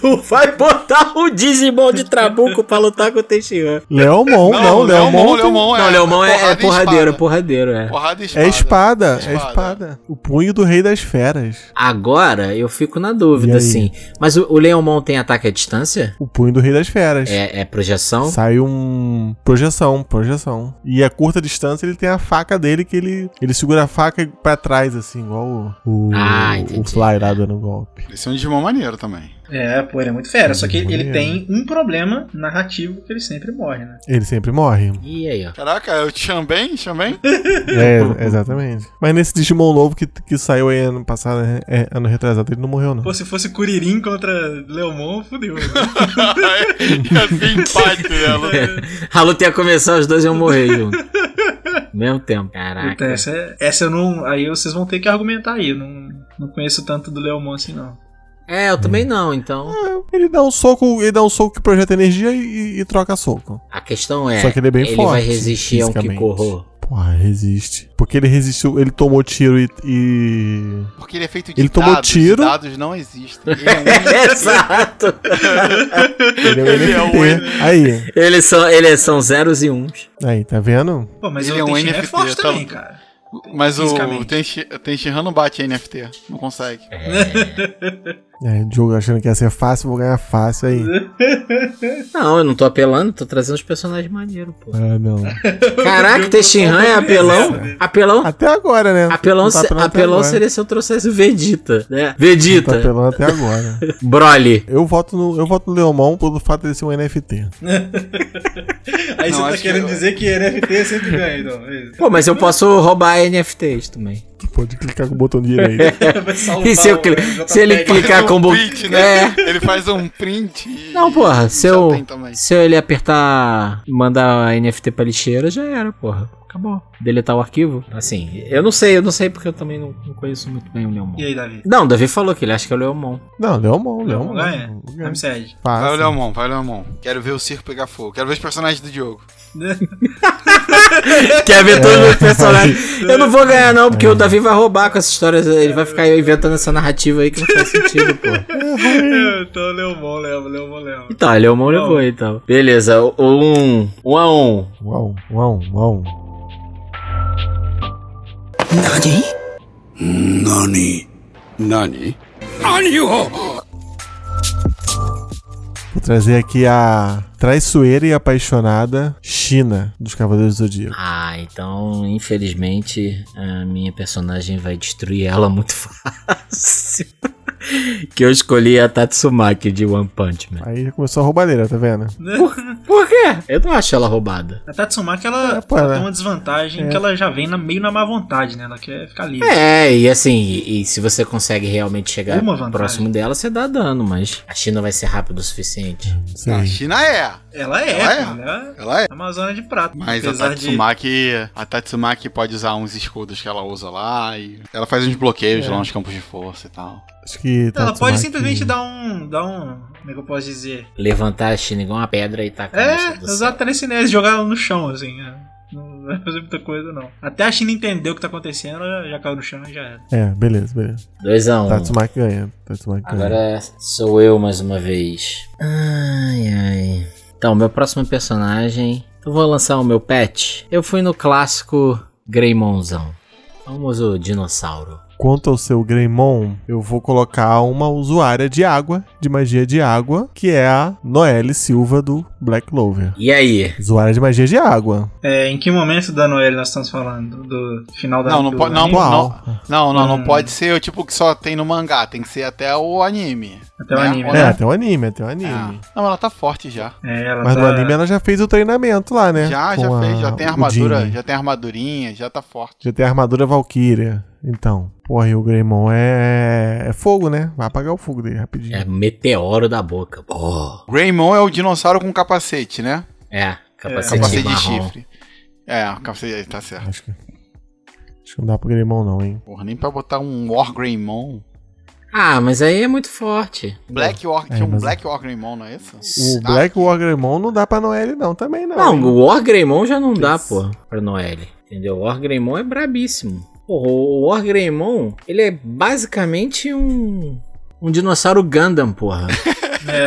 Speaker 2: tu vai botar o Digimon de Trabuco pra lutar com o Teixeira.
Speaker 4: Leomon, não, Leomon. tem-
Speaker 2: Não, Leomon é, é
Speaker 5: porrada e
Speaker 2: porradeiro, é
Speaker 5: espada.
Speaker 2: porradeiro, é.
Speaker 5: Porrada e
Speaker 4: É espada, é
Speaker 5: Espada.
Speaker 4: espada. O punho do rei das feras.
Speaker 2: Agora eu fico na
Speaker 4: E
Speaker 2: dúvida,
Speaker 4: aí?
Speaker 2: assim. Mas o, o Leomon tem ataque à distância?
Speaker 4: O punho do rei das feras.
Speaker 2: É, é projeção?
Speaker 4: Sai um. Projeção, projeção. E a curta distância ele tem a faca dele que ele. Ele segura a faca e pra trás, assim, igual o. o
Speaker 2: Ah,
Speaker 4: o
Speaker 2: entendi.
Speaker 4: Fly lá dando golpe.
Speaker 5: Esse é um Digimon maneiro também.
Speaker 3: É, pô, ele é muito fera. Só que ele
Speaker 4: Maneiro.
Speaker 3: tem um problema narrativo que ele sempre morre, né?
Speaker 4: Ele sempre morre.
Speaker 2: E aí, ó.
Speaker 5: Caraca, é o Xambém? Xambém?
Speaker 4: É, exatamente. Mas nesse Digimon novo que, que saiu aí ano passado, né, é, ano retrasado, ele não morreu, não.
Speaker 3: Pô, se fosse Curirim contra Leomon, fudeu. Né?
Speaker 5: Ia ser empate, né?
Speaker 2: A luta ia começar, os dois iam morrer junto. Mesmo tempo.
Speaker 3: Puta,
Speaker 2: Caraca.
Speaker 3: essa, é- essa eu não. Aí vocês vão ter que argumentar aí. Eu não, não conheço tanto do Leomon assim, não.
Speaker 2: É, eu também não, então.
Speaker 4: Ele dá um soco, ele dá um soco que projeta energia e, e- e troca soco.
Speaker 2: A questão é.
Speaker 4: Só que ele é bem forte.
Speaker 2: vai resistir a um
Speaker 4: fisicamente.
Speaker 2: Kikoho.
Speaker 4: Porra, resiste. Porque ele resistiu, ele tomou tiro e. e-
Speaker 5: Porque ele é feito de
Speaker 4: Ele tomou
Speaker 5: dados,
Speaker 4: tiro.
Speaker 5: e dados não existem. Ele é um
Speaker 2: Exato!
Speaker 4: Ele é um
Speaker 5: Ele é
Speaker 4: NFT.
Speaker 5: um
Speaker 4: Aí,
Speaker 2: Eles são, eles são zeros e uns.
Speaker 4: aí, tá vendo?
Speaker 3: Pô, mas
Speaker 5: Ele
Speaker 3: o
Speaker 5: é um
Speaker 3: Tenshin é
Speaker 5: NFT,
Speaker 3: forte
Speaker 5: tá-
Speaker 3: também, cara.
Speaker 5: Mas o
Speaker 3: Fisicamente.
Speaker 5: Tenshinhan não bate NFT, não consegue.
Speaker 4: É, o Diogo achando que ia ser fácil, vou ganhar fácil aí.
Speaker 2: Não, eu não tô apelando, tô trazendo os personagens maneiros, pô.
Speaker 4: Ah, não.
Speaker 2: Caraca, Teixeira é apelão.
Speaker 5: tá
Speaker 2: Apelão.
Speaker 4: Até agora, né?
Speaker 2: Apelão,
Speaker 4: Não tá
Speaker 2: se-
Speaker 4: apelando até
Speaker 2: apelão
Speaker 4: agora.
Speaker 2: seria se eu trouxesse o Vegeta, né?
Speaker 4: Não Tá
Speaker 2: Vegeta,
Speaker 4: apelando até agora.
Speaker 2: Broly.
Speaker 4: Eu voto no, eu voto no Leomon pelo fato dele ser um NFT.
Speaker 3: Aí
Speaker 5: Não,
Speaker 3: você tá
Speaker 5: acho que
Speaker 3: querendo
Speaker 5: eu-
Speaker 3: dizer que NFT sempre ganha, então. É isso.
Speaker 2: Pô, mas eu posso roubar NFTs também.
Speaker 4: Tu pode clicar com o botão direito.
Speaker 3: Vai salvar
Speaker 2: E se, eu
Speaker 3: o
Speaker 2: cli-
Speaker 5: um
Speaker 3: JPEG.
Speaker 2: se ele clicar
Speaker 5: Ele
Speaker 2: com o bo-
Speaker 5: print, né?
Speaker 2: É.
Speaker 5: Ele faz um print e...
Speaker 2: Não, porra,
Speaker 5: e
Speaker 2: se
Speaker 5: já
Speaker 2: eu,
Speaker 5: tem também.
Speaker 2: se eu ele apertar mandar a NFT pra lixeira, já era, porra. Acabou. Deletar o arquivo. Assim, eu não sei, eu não sei porque eu também não, não conheço muito bem o Leomon.
Speaker 3: E aí, Davi?
Speaker 2: Não, o Davi falou que ele acha que é o Leomon.
Speaker 4: Não, Leomon, Leomon.
Speaker 3: ganha.
Speaker 4: Ganha.
Speaker 3: Não me cede.
Speaker 5: Vai o
Speaker 4: Fácil.
Speaker 5: Leomon, vai o Leomon. Quero ver o circo pegar fogo. Quero ver os personagens do Diogo.
Speaker 2: Quer ver todos os meus personagens. É. Eu não vou ganhar, não, porque o Davi vai roubar com essa história. Ele vai ficar inventando essa narrativa aí que não faz sentido, pô.
Speaker 3: então, Leomon leva, Leomon leva.
Speaker 2: Tá, Leomon levou, então. Beleza, o- o um, um a um.
Speaker 4: Uau, uau, uau.
Speaker 9: Nani?
Speaker 4: Vou trazer aqui a traiçoeira e apaixonada China dos Cavaleiros do Zodíaco.
Speaker 2: Ah, então, infelizmente, a minha personagem vai destruir ela muito fácil. que eu escolhi a Tatsumaki de One Punch Man.
Speaker 4: Aí já começou a roubadeira, tá vendo?
Speaker 2: Por quê? Eu não acho ela roubada.
Speaker 3: A Tatsumaki, ela,
Speaker 4: É, pô,
Speaker 3: ela
Speaker 4: né?
Speaker 3: tem uma desvantagem que ela já vem na- meio na má vontade, né? Ela quer ficar livre.
Speaker 2: É, e assim, e, e se você consegue realmente chegar
Speaker 3: Uma vantagem.
Speaker 2: próximo dela, você dá dano, mas a China vai ser rápido o suficiente.
Speaker 4: Não
Speaker 3: Tá.
Speaker 5: Não, a
Speaker 4: sei.
Speaker 5: China é.
Speaker 3: Ela é,
Speaker 5: Ela é?
Speaker 3: cara, ela é
Speaker 5: Ela é.
Speaker 3: Amazônia de Prata.
Speaker 5: Mas a
Speaker 3: apesar de-
Speaker 5: Tatsumaki, a Tatsumaki pode usar uns escudos que ela usa lá e ela faz uns bloqueios
Speaker 2: É.
Speaker 5: lá nos campos de força e tal.
Speaker 4: Acho que.
Speaker 3: Ela pode
Speaker 4: Tatsumaki-
Speaker 3: simplesmente dar um. dar um. Como é que eu posso dizer?
Speaker 2: Levantar a China igual uma pedra e tacar a moça
Speaker 3: É,
Speaker 2: do
Speaker 3: usar a
Speaker 2: céu.
Speaker 3: telecinese, jogar ela no chão, assim. né? Não vai fazer muita coisa, não. Até a China entender o que tá acontecendo, ela já caiu no chão e já era.
Speaker 4: É, beleza, beleza.
Speaker 2: Dois a um.
Speaker 4: Tatsumaki ganha. Tatsumaki ganha.
Speaker 2: Agora sou eu mais uma vez. Ai, ai. Então, meu próximo personagem. Eu vou lançar o meu pet. Eu fui no clássico Greymonzão. Famoso dinossauro.
Speaker 4: Quanto ao seu Greymon, eu vou colocar uma usuária de água, de magia de água, que é a Noelle Silva do Black Clover.
Speaker 2: E aí?
Speaker 4: Usuária de magia de água.
Speaker 3: É, em que momento da Noelle nós estamos falando? Do final da
Speaker 5: Não, não
Speaker 3: do
Speaker 5: pode- não,
Speaker 3: anime?
Speaker 4: Uau.
Speaker 5: Não, não, não
Speaker 3: Hum.
Speaker 5: pode ser o tipo que só tem no mangá, tem que ser até o anime.
Speaker 3: Até o
Speaker 5: né?
Speaker 3: anime,
Speaker 4: É,
Speaker 3: né?
Speaker 4: até o anime, até o
Speaker 2: É.
Speaker 4: anime.
Speaker 5: Ah, não, ela tá forte já.
Speaker 3: É, ela
Speaker 4: Mas
Speaker 3: tá...
Speaker 4: no anime ela já fez o treinamento lá, né?
Speaker 5: Já,
Speaker 4: Com
Speaker 5: já
Speaker 4: a-
Speaker 5: fez, já tem
Speaker 4: o
Speaker 5: armadura,
Speaker 4: Jinny.
Speaker 5: já tem armadurinha, já tá forte.
Speaker 4: Já tem a armadura Valkyria. Então, porra, e o Greymon é... é fogo, né? Vai apagar o fogo dele rapidinho.
Speaker 2: É meteoro da boca. Oh.
Speaker 5: Greymon é o dinossauro com capacete, né?
Speaker 2: É, capacete,
Speaker 5: Capacete de
Speaker 2: marrom.
Speaker 5: chifre. É, capacete, tá certo.
Speaker 4: Acho que... Acho que não dá pro Greymon não, hein?
Speaker 5: Porra, nem pra botar um War Greymon.
Speaker 2: Ah, mas aí é muito forte.
Speaker 5: Black Orc,
Speaker 4: É,
Speaker 5: tinha um
Speaker 4: mas-
Speaker 5: Black Orgrimmon, não é isso?
Speaker 4: O
Speaker 5: Ah,
Speaker 4: Black Wargreymon não dá pra Noelle não, também não.
Speaker 2: Não,
Speaker 4: hein?
Speaker 2: o Orgreymon já não dá,
Speaker 4: Isso.
Speaker 2: pô, pra Noelle. Entendeu? O Orgreymon é brabíssimo. Porra, o Orgreymon, ele é basicamente um. Um dinossauro Gundam, porra.
Speaker 5: Ah,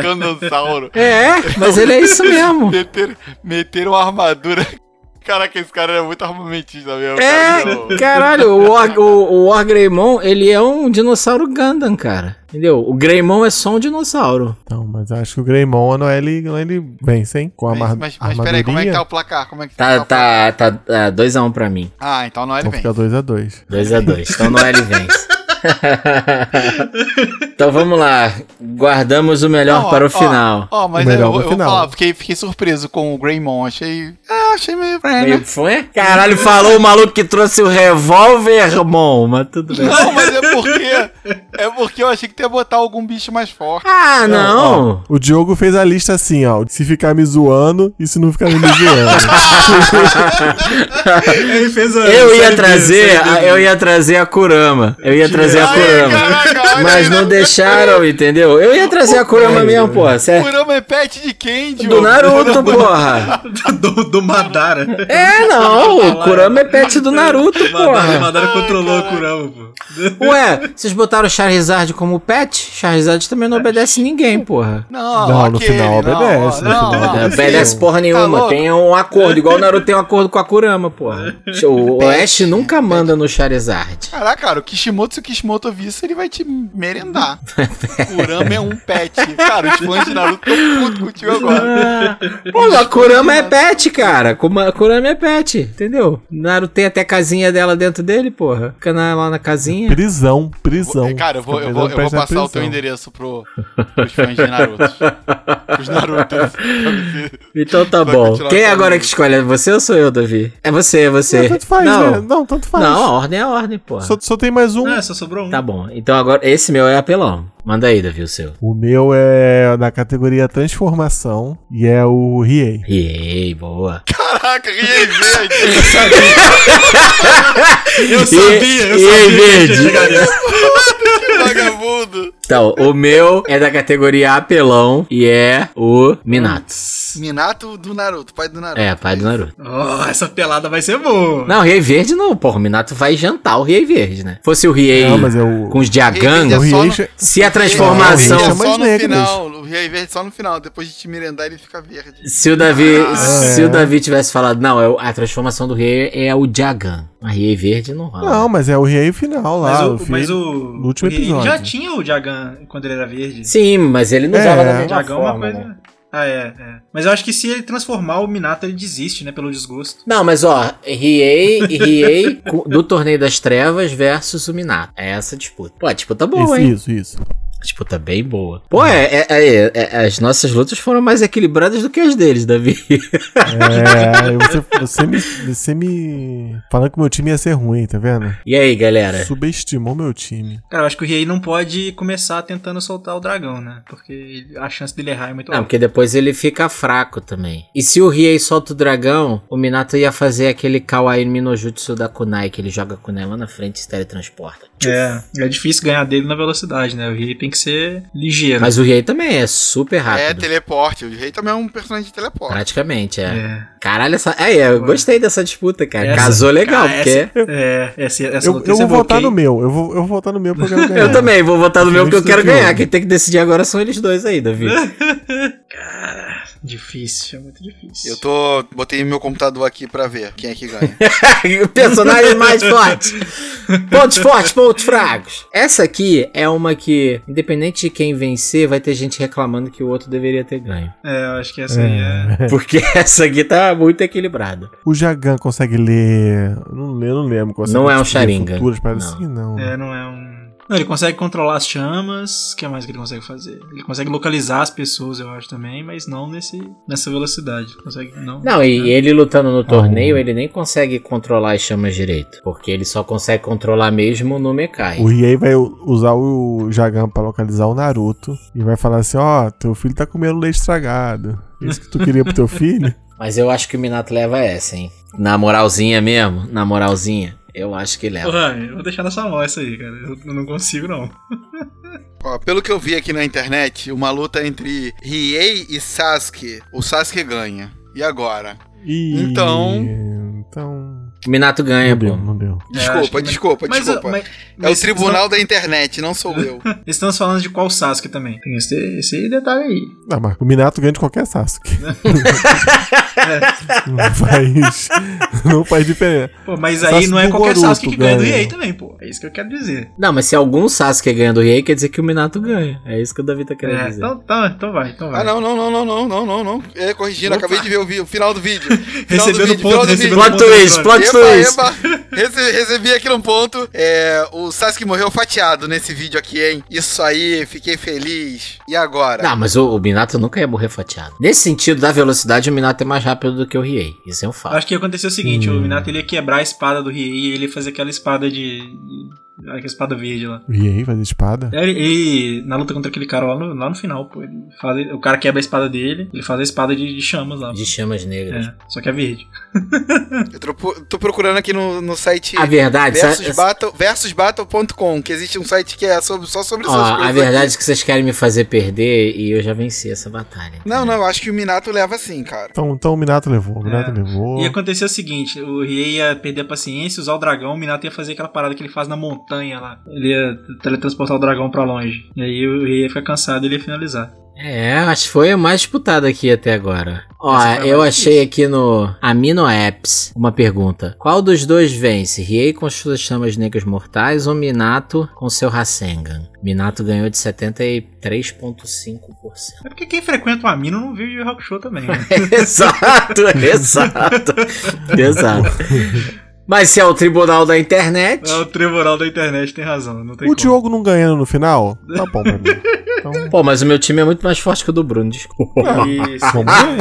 Speaker 5: Canossauro.
Speaker 2: É, mas ele é isso mesmo.
Speaker 5: Meteram, meteram uma armadura. Caraca, esse cara era muito armamentista mesmo. cara,
Speaker 2: É, caralho, o, Or, o, o Orgreymon, ele é um dinossauro Gundam, cara. Entendeu? O Greymon é só um dinossauro.
Speaker 4: Então, mas acho que o Greymon, a Noelle, Noelle vence, hein? Com a
Speaker 5: Mas,
Speaker 4: mar...
Speaker 5: mas, mas peraí, como é que tá o placar? Como é que
Speaker 2: Tá,
Speaker 5: o placar?
Speaker 2: tá, tá 2x1 pra mim.
Speaker 5: Ah, então não é ele
Speaker 4: Vão
Speaker 5: vem.
Speaker 4: ficar 2x2.
Speaker 2: 2x2. Então Noelle vence. então vamos lá. Guardamos o melhor
Speaker 5: Não, ó,
Speaker 2: para o
Speaker 5: ó,
Speaker 2: final.
Speaker 5: Ó, mas
Speaker 4: O
Speaker 5: eu,
Speaker 4: melhor
Speaker 5: eu
Speaker 4: no
Speaker 5: vou
Speaker 4: final.
Speaker 5: falar, fiquei, fiquei surpreso com o Greymon, achei... Ah, achei meio...
Speaker 2: Meio fã? Caralho, falou o maluco que trouxe o revólver, irmão. Mas tudo bem.
Speaker 5: Não, mas é porque... É porque eu achei que ia botar algum bicho mais forte.
Speaker 2: Ah, não.
Speaker 4: O Diogo fez a lista assim, ó. Se ficar me zoando e se não ficar me zoando.
Speaker 3: Ele fez a
Speaker 2: Eu
Speaker 3: série
Speaker 2: ia
Speaker 3: B,
Speaker 2: trazer,
Speaker 3: série B.
Speaker 2: a- eu ia trazer a Kurama. Eu ia trazer a
Speaker 5: Ai,
Speaker 2: Kurama.
Speaker 5: caraca, olha
Speaker 2: Mas
Speaker 5: aí,
Speaker 2: não
Speaker 5: né?
Speaker 2: deixaram, entendeu? Eu ia trazer a Kurama mesmo, porra.
Speaker 5: O
Speaker 2: Certo?
Speaker 5: Kurama é pet de quem, Diogo?
Speaker 2: Do Naruto, porra.
Speaker 3: do, do Madara.
Speaker 2: É, não. O Kurama é pet do Naruto,
Speaker 3: Madara,
Speaker 2: porra.
Speaker 3: Madara controlou o Kurama, pô.
Speaker 2: Ué, vocês botaram o Charizard como pet? Charizard também não obedece ninguém, porra.
Speaker 5: Não,
Speaker 4: Não, no
Speaker 5: aquele,
Speaker 4: final
Speaker 5: não,
Speaker 4: obedece, no
Speaker 5: Não,
Speaker 4: final
Speaker 5: não,
Speaker 2: Não
Speaker 4: obedece.
Speaker 5: sim.
Speaker 2: obedece porra nenhuma.
Speaker 5: louco?
Speaker 2: tem um acordo, igual o Naruto tem um acordo com a Kurama, porra. O Ash nunca manda no Charizard.
Speaker 5: Caraca, cara, o Kishimoto, se o Kishimoto vir isso, ele vai te merendar. o Kurama é um pet. Cara, os fãs de Naruto estão putos contigo agora.
Speaker 2: Pô, Ah. a Kurama é pet, cara. Kuma- A Kurama é pet, entendeu? Naruto tem até a casinha dela dentro dele, porra. Fica na- lá na casinha.
Speaker 4: prisão, prisão.
Speaker 5: É, Cara, eu vou,
Speaker 4: Fica
Speaker 5: eu vou, eu vou
Speaker 4: preso na
Speaker 5: passar o teu
Speaker 4: prisão.
Speaker 5: endereço pro, pros fãs de Naruto. Os Narutos.
Speaker 2: Então tá
Speaker 5: Vai
Speaker 2: bom.
Speaker 5: continuar
Speaker 2: Quem
Speaker 5: falando.
Speaker 2: agora que escolhe? É você ou sou eu, Davi? É você, é você.
Speaker 4: Não, tanto faz,
Speaker 2: não.
Speaker 4: né? Não, tanto faz.
Speaker 2: Não, a ordem é a ordem, porra.
Speaker 4: Só, só tem mais um.
Speaker 3: Ah, só sobrou um.
Speaker 2: Tá bom. Então agora, esse meu é apelão. Manda aí, Davi, o seu.
Speaker 4: O meu é da categoria transformação e é o Riei.
Speaker 2: Ei, boa.
Speaker 5: Caraca, Riei Verde.
Speaker 3: Eu sabia, eu sabia. que ia
Speaker 2: verde.
Speaker 3: chegar nisso.
Speaker 5: que Vagabundo.
Speaker 2: Então, o meu é da categoria apelão e é o Minato.
Speaker 5: Minato do Naruto, pai do Naruto.
Speaker 2: É, pai do Naruto.
Speaker 3: Ó, Oh, essa pelada vai ser boa.
Speaker 2: Não, o Riei Verde não, porra. O Minato vai jantar o Riei Verde, né? Fosse o Riei
Speaker 4: Não, mas é o-
Speaker 2: com os
Speaker 5: Riei
Speaker 4: O
Speaker 2: Diagangos,
Speaker 5: Verde
Speaker 4: Riei
Speaker 5: no-
Speaker 4: che-
Speaker 2: se a
Speaker 4: Não,
Speaker 5: Ele é
Speaker 2: transformação.
Speaker 4: Riei
Speaker 5: só no
Speaker 4: negras.
Speaker 5: final. O Riei Verde só no final. Depois de te merendar, ele fica verde.
Speaker 2: Se o Davi,
Speaker 4: Ah, é.
Speaker 2: se o Davi tivesse falado, não, é o- a transformação do Riei é o Jagan. A Riei Verde não rola.
Speaker 4: Não, mas é o Riei final lá.
Speaker 2: ah,
Speaker 3: Mas
Speaker 4: o
Speaker 3: o,
Speaker 4: filho.
Speaker 3: mas o,
Speaker 4: no último
Speaker 3: o Riei
Speaker 4: episódio.
Speaker 3: já tinha o Jagan quando ele era verde.
Speaker 2: Sim, mas ele não
Speaker 4: É,
Speaker 2: joga da
Speaker 3: o
Speaker 2: mesma
Speaker 3: Jagan é
Speaker 2: forma,
Speaker 3: uma coisa.
Speaker 2: né?
Speaker 3: Ah, é, é. Mas eu acho que se ele transformar o Minato, ele desiste, né? Pelo desgosto.
Speaker 2: Não, mas ó, Riei, Riei cu- do Torneio das Trevas versus o Minato. É essa a disputa. Pô, a disputa boa,
Speaker 4: Isso,
Speaker 2: hein?
Speaker 4: isso, isso.
Speaker 2: Tipo, tá bem boa. Pô, é, é- é- é- as nossas lutas foram mais equilibradas do que as deles, Davi.
Speaker 4: É, aí você, você, me, você me. Falando que meu time ia ser ruim, tá vendo?
Speaker 2: E aí, galera?
Speaker 4: Subestimou meu time.
Speaker 3: Cara, eu acho que o Riei não pode começar tentando soltar o dragão, né? Porque a chance dele errar é muito
Speaker 2: Não,
Speaker 3: alta.
Speaker 2: porque depois ele fica fraco também. E se o Riei solta o dragão, o Minato ia fazer aquele Kawaii Minojutsu da Kunai, que ele joga a Kunai lá na frente e se teletransporta.
Speaker 3: É, é difícil ganhar dele na velocidade, né? O Riei tem que ser ligeiro.
Speaker 2: Mas o Riei também é super
Speaker 5: É,
Speaker 2: rápido.
Speaker 5: teleporte. O Riei também é um personagem de teleporte.
Speaker 2: Praticamente, é.
Speaker 3: É,
Speaker 2: Caralho, essa. É, é, eu gostei dessa disputa, cara.
Speaker 3: Ah, Essa-
Speaker 2: Casou legal,
Speaker 3: cara,
Speaker 2: porque.
Speaker 3: é, essa, essa
Speaker 4: Ah, Eu,
Speaker 3: luta
Speaker 4: eu
Speaker 3: ia ser
Speaker 4: vou
Speaker 3: boa,
Speaker 4: votar
Speaker 3: ok?
Speaker 4: no meu. Eu vou, eu vou votar no meu porque eu quero ganhar.
Speaker 2: Eu também vou votar no meu porque eu
Speaker 4: Justo
Speaker 2: quero
Speaker 4: que eu-
Speaker 2: ganhar. Quem tem que decidir agora são eles dois aí, Davi.
Speaker 3: Difícil, é muito difícil.
Speaker 5: Eu tô. Botei meu computador aqui pra ver quem é que ganha.
Speaker 2: Personagens mais fortes. Pontos fortes, pontos fracos. Essa aqui é uma que, independente de quem vencer, vai ter gente reclamando que o outro deveria ter ganho.
Speaker 3: É, eu acho que essa aí é.
Speaker 2: Porque essa aqui tá muito equilibrada.
Speaker 4: O Jagan consegue ler. eu Não, le- eu não lembro. Consegue
Speaker 2: Não é um
Speaker 4: ler
Speaker 2: Sharingan.
Speaker 4: Futuras, parece
Speaker 2: Não.
Speaker 4: que não.
Speaker 3: É, não é um. Não, ele consegue controlar as chamas. O que mais que ele consegue fazer? Ele consegue localizar as pessoas, eu acho também, mas não nesse, nessa velocidade. Consegue, não.
Speaker 2: Não, e ele lutando no torneio, ele nem consegue controlar as chamas direito. Porque ele só consegue controlar mesmo no Mekai.
Speaker 4: O Riei vai u- usar o Jagan pra localizar o Naruto. E vai falar assim: ó, teu filho tá comendo leite estragado. É Isso que tu queria pro teu filho?
Speaker 2: Mas eu acho que o Minato leva essa, hein? Na moralzinha mesmo, na moralzinha, eu acho que leva.
Speaker 3: Ô, Rami, eu vou deixar na sua mão essa aí, cara. Eu eu não consigo, não.
Speaker 9: Ó, pelo que eu vi aqui na internet, uma luta entre Riei e Sasuke. O Sasuke ganha. E agora?
Speaker 4: Ih,
Speaker 9: Então-
Speaker 4: Então.
Speaker 2: Minato ganha,
Speaker 4: não deu,
Speaker 2: Bruno.
Speaker 4: não deu.
Speaker 9: Desculpa,
Speaker 3: É, acho que-
Speaker 9: desculpa,
Speaker 3: Mas,
Speaker 9: desculpa.
Speaker 3: mas-
Speaker 9: é o
Speaker 3: mas
Speaker 9: tribunal da internet, não sou eu.
Speaker 3: estamos- Estamos falando de qual Sasuke também. Tem esse, esse detalhe aí.
Speaker 4: Ah, mas o Minato ganha de qualquer Sasuke. não faz. Não faz diferença.
Speaker 3: Pô, mas
Speaker 4: Sasuke
Speaker 3: aí não é
Speaker 4: do
Speaker 3: qualquer
Speaker 4: Boruto
Speaker 3: Sasuke que ganha do
Speaker 4: ganha.
Speaker 3: EA também, pô. É isso que eu quero dizer.
Speaker 2: Não, mas se algum Sasuke ganha do Rei, quer dizer que o Minato ganha. É isso que o Davi tá querendo
Speaker 3: É,
Speaker 2: dizer.
Speaker 3: então, então, então vai, então vai.
Speaker 9: Ah, não, não, não, não, não, não, não, não. É, corrigindo,
Speaker 3: Opa.
Speaker 9: acabei de ver o, vi- o final do vídeo. Final do
Speaker 3: Recebendo
Speaker 9: vídeo, final
Speaker 3: ponto,
Speaker 9: do
Speaker 3: recebendo
Speaker 9: vídeo.
Speaker 2: Plot
Speaker 3: ponto.
Speaker 2: twist,
Speaker 3: Antônio.
Speaker 2: plot-
Speaker 9: Eba,
Speaker 2: twist.
Speaker 9: eba. Rece- recebi aqui num ponto. É, o Sasuke morreu fatiado nesse vídeo aqui, hein? Isso aí, fiquei feliz. E agora?
Speaker 2: Não, mas o, o Minato nunca ia morrer fatiado. Nesse sentido da velocidade, o Minato é mais rápido do que o Riei. Isso é um fato.
Speaker 3: Acho que ia acontecer o seguinte, o Minato ele ia quebrar a espada do Riei e ele ia fazer aquela espada de... Aquela espada verde lá.
Speaker 4: E aí, fazer espada?
Speaker 3: Ele, ele- na luta contra aquele cara lá no, lá no final, pô, ele faz- o cara quebra a espada dele, ele faz a espada de, de chamas lá.
Speaker 2: De chamas negras.
Speaker 3: É, só que é verde.
Speaker 9: Eu tô, pro- tô procurando aqui no, no site
Speaker 2: A verdade,
Speaker 9: É. versus
Speaker 2: sabe-
Speaker 9: battle- versusbattle.com, que existe um site que é sobre- só sobre
Speaker 2: Ó,
Speaker 9: essas coisas.
Speaker 2: a verdade é que vocês querem me fazer perder e eu já venci essa batalha.
Speaker 9: Não, não, eu acho que o Minato leva sim, cara.
Speaker 4: Então, então o Minato levou. O Minato levou.
Speaker 3: E é aconteceu o seguinte: o Riei ia perder a paciência, usar o dragão, o Minato ia fazer aquela parada que ele faz na montanha lá. Ele ia teletransportar o dragão pra longe. E aí o Riei ia ficar cansado e ele ia finalizar.
Speaker 2: É, acho que foi a mais disputada aqui até agora. Ó,
Speaker 3: Essa foi a
Speaker 2: eu
Speaker 3: mais
Speaker 2: achei aqui no Amino Apps uma pergunta. Qual dos dois vence? Riei com suas chamas negras mortais ou Minato com seu Rasengan? Minato ganhou de 73,5%.
Speaker 3: É porque quem frequenta o Amino não vive de rock show também, né?
Speaker 2: exato, exato. exato. Mas se é o tribunal da internet.
Speaker 3: É o tribunal da internet, tem razão. Não tem
Speaker 4: o
Speaker 3: como.
Speaker 4: Diogo não ganhando no final? Tá bom pra mim. Então,
Speaker 2: Pô, mas o meu time é muito mais forte que o do Bruno, desculpa.
Speaker 4: é
Speaker 3: Isso.
Speaker 4: vamos
Speaker 5: né?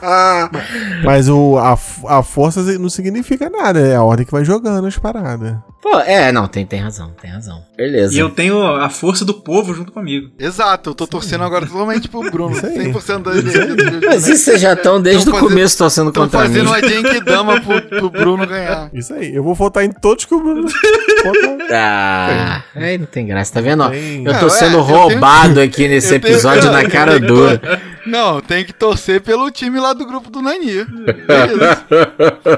Speaker 2: Ah,
Speaker 4: ver. Mas o, a, f- a força não significa nada. É a ordem que vai jogando as paradas.
Speaker 2: Pô, é, não, tem, tem razão, tem razão. Beleza.
Speaker 3: E eu tenho a força do povo junto comigo.
Speaker 9: Exato, eu tô torcendo agora totalmente pro Bruno.
Speaker 4: Isso aí.
Speaker 9: 100% da energia.
Speaker 2: Mas isso vocês já estão desde
Speaker 9: Tão
Speaker 2: o
Speaker 9: fazendo-
Speaker 2: começo torcendo
Speaker 9: Estão
Speaker 2: contra mim.
Speaker 9: fazendo a Genkidama pro, pro Bruno ganhar.
Speaker 4: Isso aí. Eu vou votar em todos que o Bruno. Vota-
Speaker 2: Ah, aí não tem graça, tá vendo? ó?
Speaker 4: Tem.
Speaker 2: Eu
Speaker 9: Ah,
Speaker 2: tô
Speaker 9: ué,
Speaker 2: sendo
Speaker 9: eu
Speaker 2: roubado aqui nesse
Speaker 9: eu tenho-
Speaker 2: episódio
Speaker 9: não,
Speaker 2: na
Speaker 9: eu
Speaker 2: cara
Speaker 9: tenho-
Speaker 2: dura.
Speaker 9: Não, tem que torcer pelo time lá do grupo do Nani. É isso.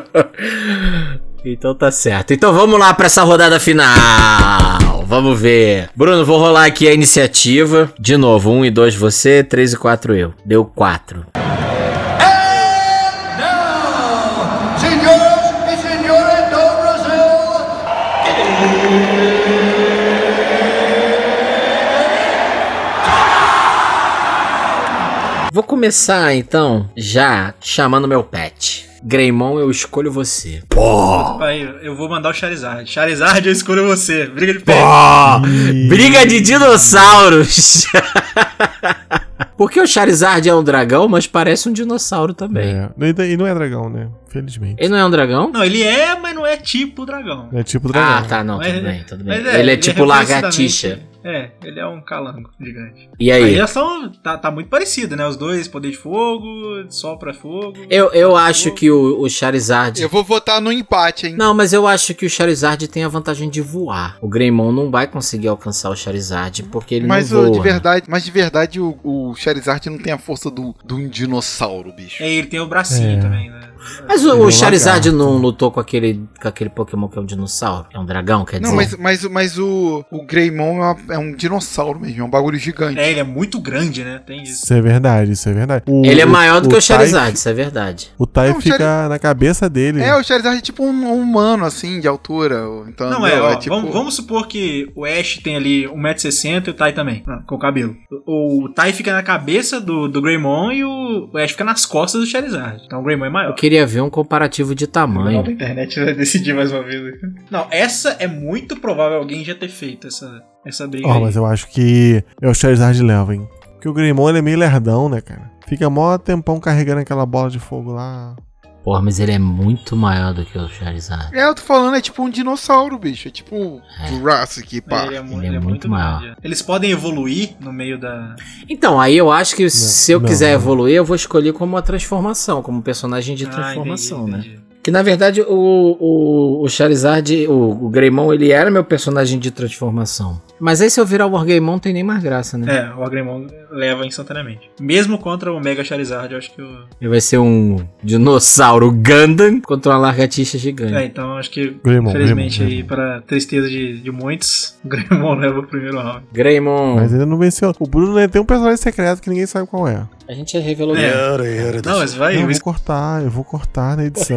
Speaker 2: Então tá certo. Então vamos lá pra essa rodada final. Vamos ver. Bruno, vou rolar aqui a iniciativa. De novo, 1 um e 2 você, 3 e 4 eu. Deu 4.
Speaker 8: Senhoras e senhores do Brasil,
Speaker 2: Vou começar então já chamando meu pet. Greymon, eu escolho você.
Speaker 3: Aí, eu vou mandar o Charizard. Charizard, eu escolho você. Briga de pé.
Speaker 2: Ah,
Speaker 4: é.
Speaker 2: Briga de dinossauros! Porque o Charizard é um dragão, mas parece um dinossauro também.
Speaker 4: É. E e não é dragão, né? Felizmente.
Speaker 2: Ele não é um dragão?
Speaker 3: Não, ele é, mas não é tipo dragão.
Speaker 4: É tipo dragão.
Speaker 2: Ah, tá, não,
Speaker 3: Mas-
Speaker 2: tudo bem, tudo bem.
Speaker 3: mas
Speaker 2: Ele é, tipo
Speaker 3: reconhecidamente-
Speaker 2: lagartixa.
Speaker 3: É, ele é um calango gigante.
Speaker 2: E
Speaker 3: Aí
Speaker 2: aí? é
Speaker 3: elas são. Tá, tá muito parecido, né? Os dois, poder de fogo, sopra fogo.
Speaker 2: Eu, eu acho que o, o Charizard.
Speaker 9: Eu vou votar no empate, hein?
Speaker 2: Não, mas eu acho que o Charizard tem a vantagem de voar. O Greymon não vai conseguir alcançar o Charizard porque ele
Speaker 9: Mas
Speaker 2: não
Speaker 9: o-
Speaker 2: voa. né?
Speaker 9: de verdade, mas de verdade o, o Charizard não tem a força do, de um dinossauro, bicho.
Speaker 3: É, ele tem o bracinho
Speaker 4: É.
Speaker 3: também, né?
Speaker 2: Mas o,
Speaker 4: Ele é
Speaker 2: o
Speaker 4: um
Speaker 2: Charizard
Speaker 4: lagarto.
Speaker 2: não lutou com aquele, com aquele Pokémon que é um dinossauro? É um dragão, quer dizer?
Speaker 9: Não, mas, mas, mas o, o Greymon é, uma- é um dinossauro mesmo, é um bagulho gigante.
Speaker 3: É, ele é muito grande, né? Tem isso.
Speaker 4: Isso é verdade, isso é verdade. O-
Speaker 2: Ele é maior do que o
Speaker 4: Tai-
Speaker 2: Charizard, isso é verdade.
Speaker 4: O Tai
Speaker 9: Não, o
Speaker 4: fica
Speaker 9: Charizard-
Speaker 4: na cabeça dele.
Speaker 9: É, o Charizard é tipo um, um humano, assim, de altura. ou- Então,
Speaker 3: Não,
Speaker 9: entendeu?
Speaker 3: é, ó,
Speaker 9: tipo-
Speaker 3: vamos, vamos supor que o Ash tem ali 1,60m e o Tai também, ah, com o cabelo. O, o Tai fica na cabeça do, do Greymon e o, o Ash fica nas costas do Charizard. Então o Greymon é maior.
Speaker 2: Eu queria ver um comparativo de
Speaker 3: Não, da
Speaker 2: tamanho.
Speaker 3: internet vai decidir mais uma vez. Não, essa é muito provável alguém já ter feito essa, essa briga.
Speaker 4: Ó,
Speaker 3: aí.
Speaker 4: mas eu acho que é o Charizard leva, hein? Porque o Greymon ele é meio lerdão, né, cara? Fica mó tempão carregando aquela bola de fogo lá.
Speaker 2: Porra, mas ele é muito maior do que o Charizard.
Speaker 9: É, eu tô falando, é tipo um dinossauro, bicho. É tipo um Jurassic Park.
Speaker 3: Ele é, mu-
Speaker 2: Ele é
Speaker 3: ele é
Speaker 2: muito maior.
Speaker 3: grande. Eles podem evoluir no meio da.
Speaker 2: Então, aí eu acho que se eu
Speaker 4: não,
Speaker 2: quiser
Speaker 4: não.
Speaker 2: evoluir, eu vou escolher como uma transformação, como um personagem de
Speaker 3: Ah,
Speaker 2: transformação,
Speaker 3: entendi,
Speaker 2: né?
Speaker 3: entendi.
Speaker 2: Que na verdade o, o, o Charizard, o, o Greymon, ele era meu personagem de transformação. Mas aí se eu virar o Wargame, não tem nem mais graça, né?
Speaker 3: É, o Agrimon leva instantaneamente. Mesmo contra o Mega Charizard, eu acho que o.
Speaker 2: Ele vai ser um dinossauro Gundam contra uma largatixa gigante.
Speaker 3: É, então acho que,
Speaker 4: Greymon,
Speaker 3: infelizmente,
Speaker 4: Greymon,
Speaker 3: aí, para tristeza de, de muitos, o Gremon leva o primeiro round.
Speaker 2: Greymon,
Speaker 4: Mas ele não venceu. O Bruno né, tem um personagem secreto que ninguém sabe qual é.
Speaker 2: a gente revelou.
Speaker 3: É. Não,
Speaker 5: Não,
Speaker 3: mas vai,
Speaker 4: Não, eu
Speaker 3: mas-
Speaker 4: vou cortar, eu vou cortar na edição.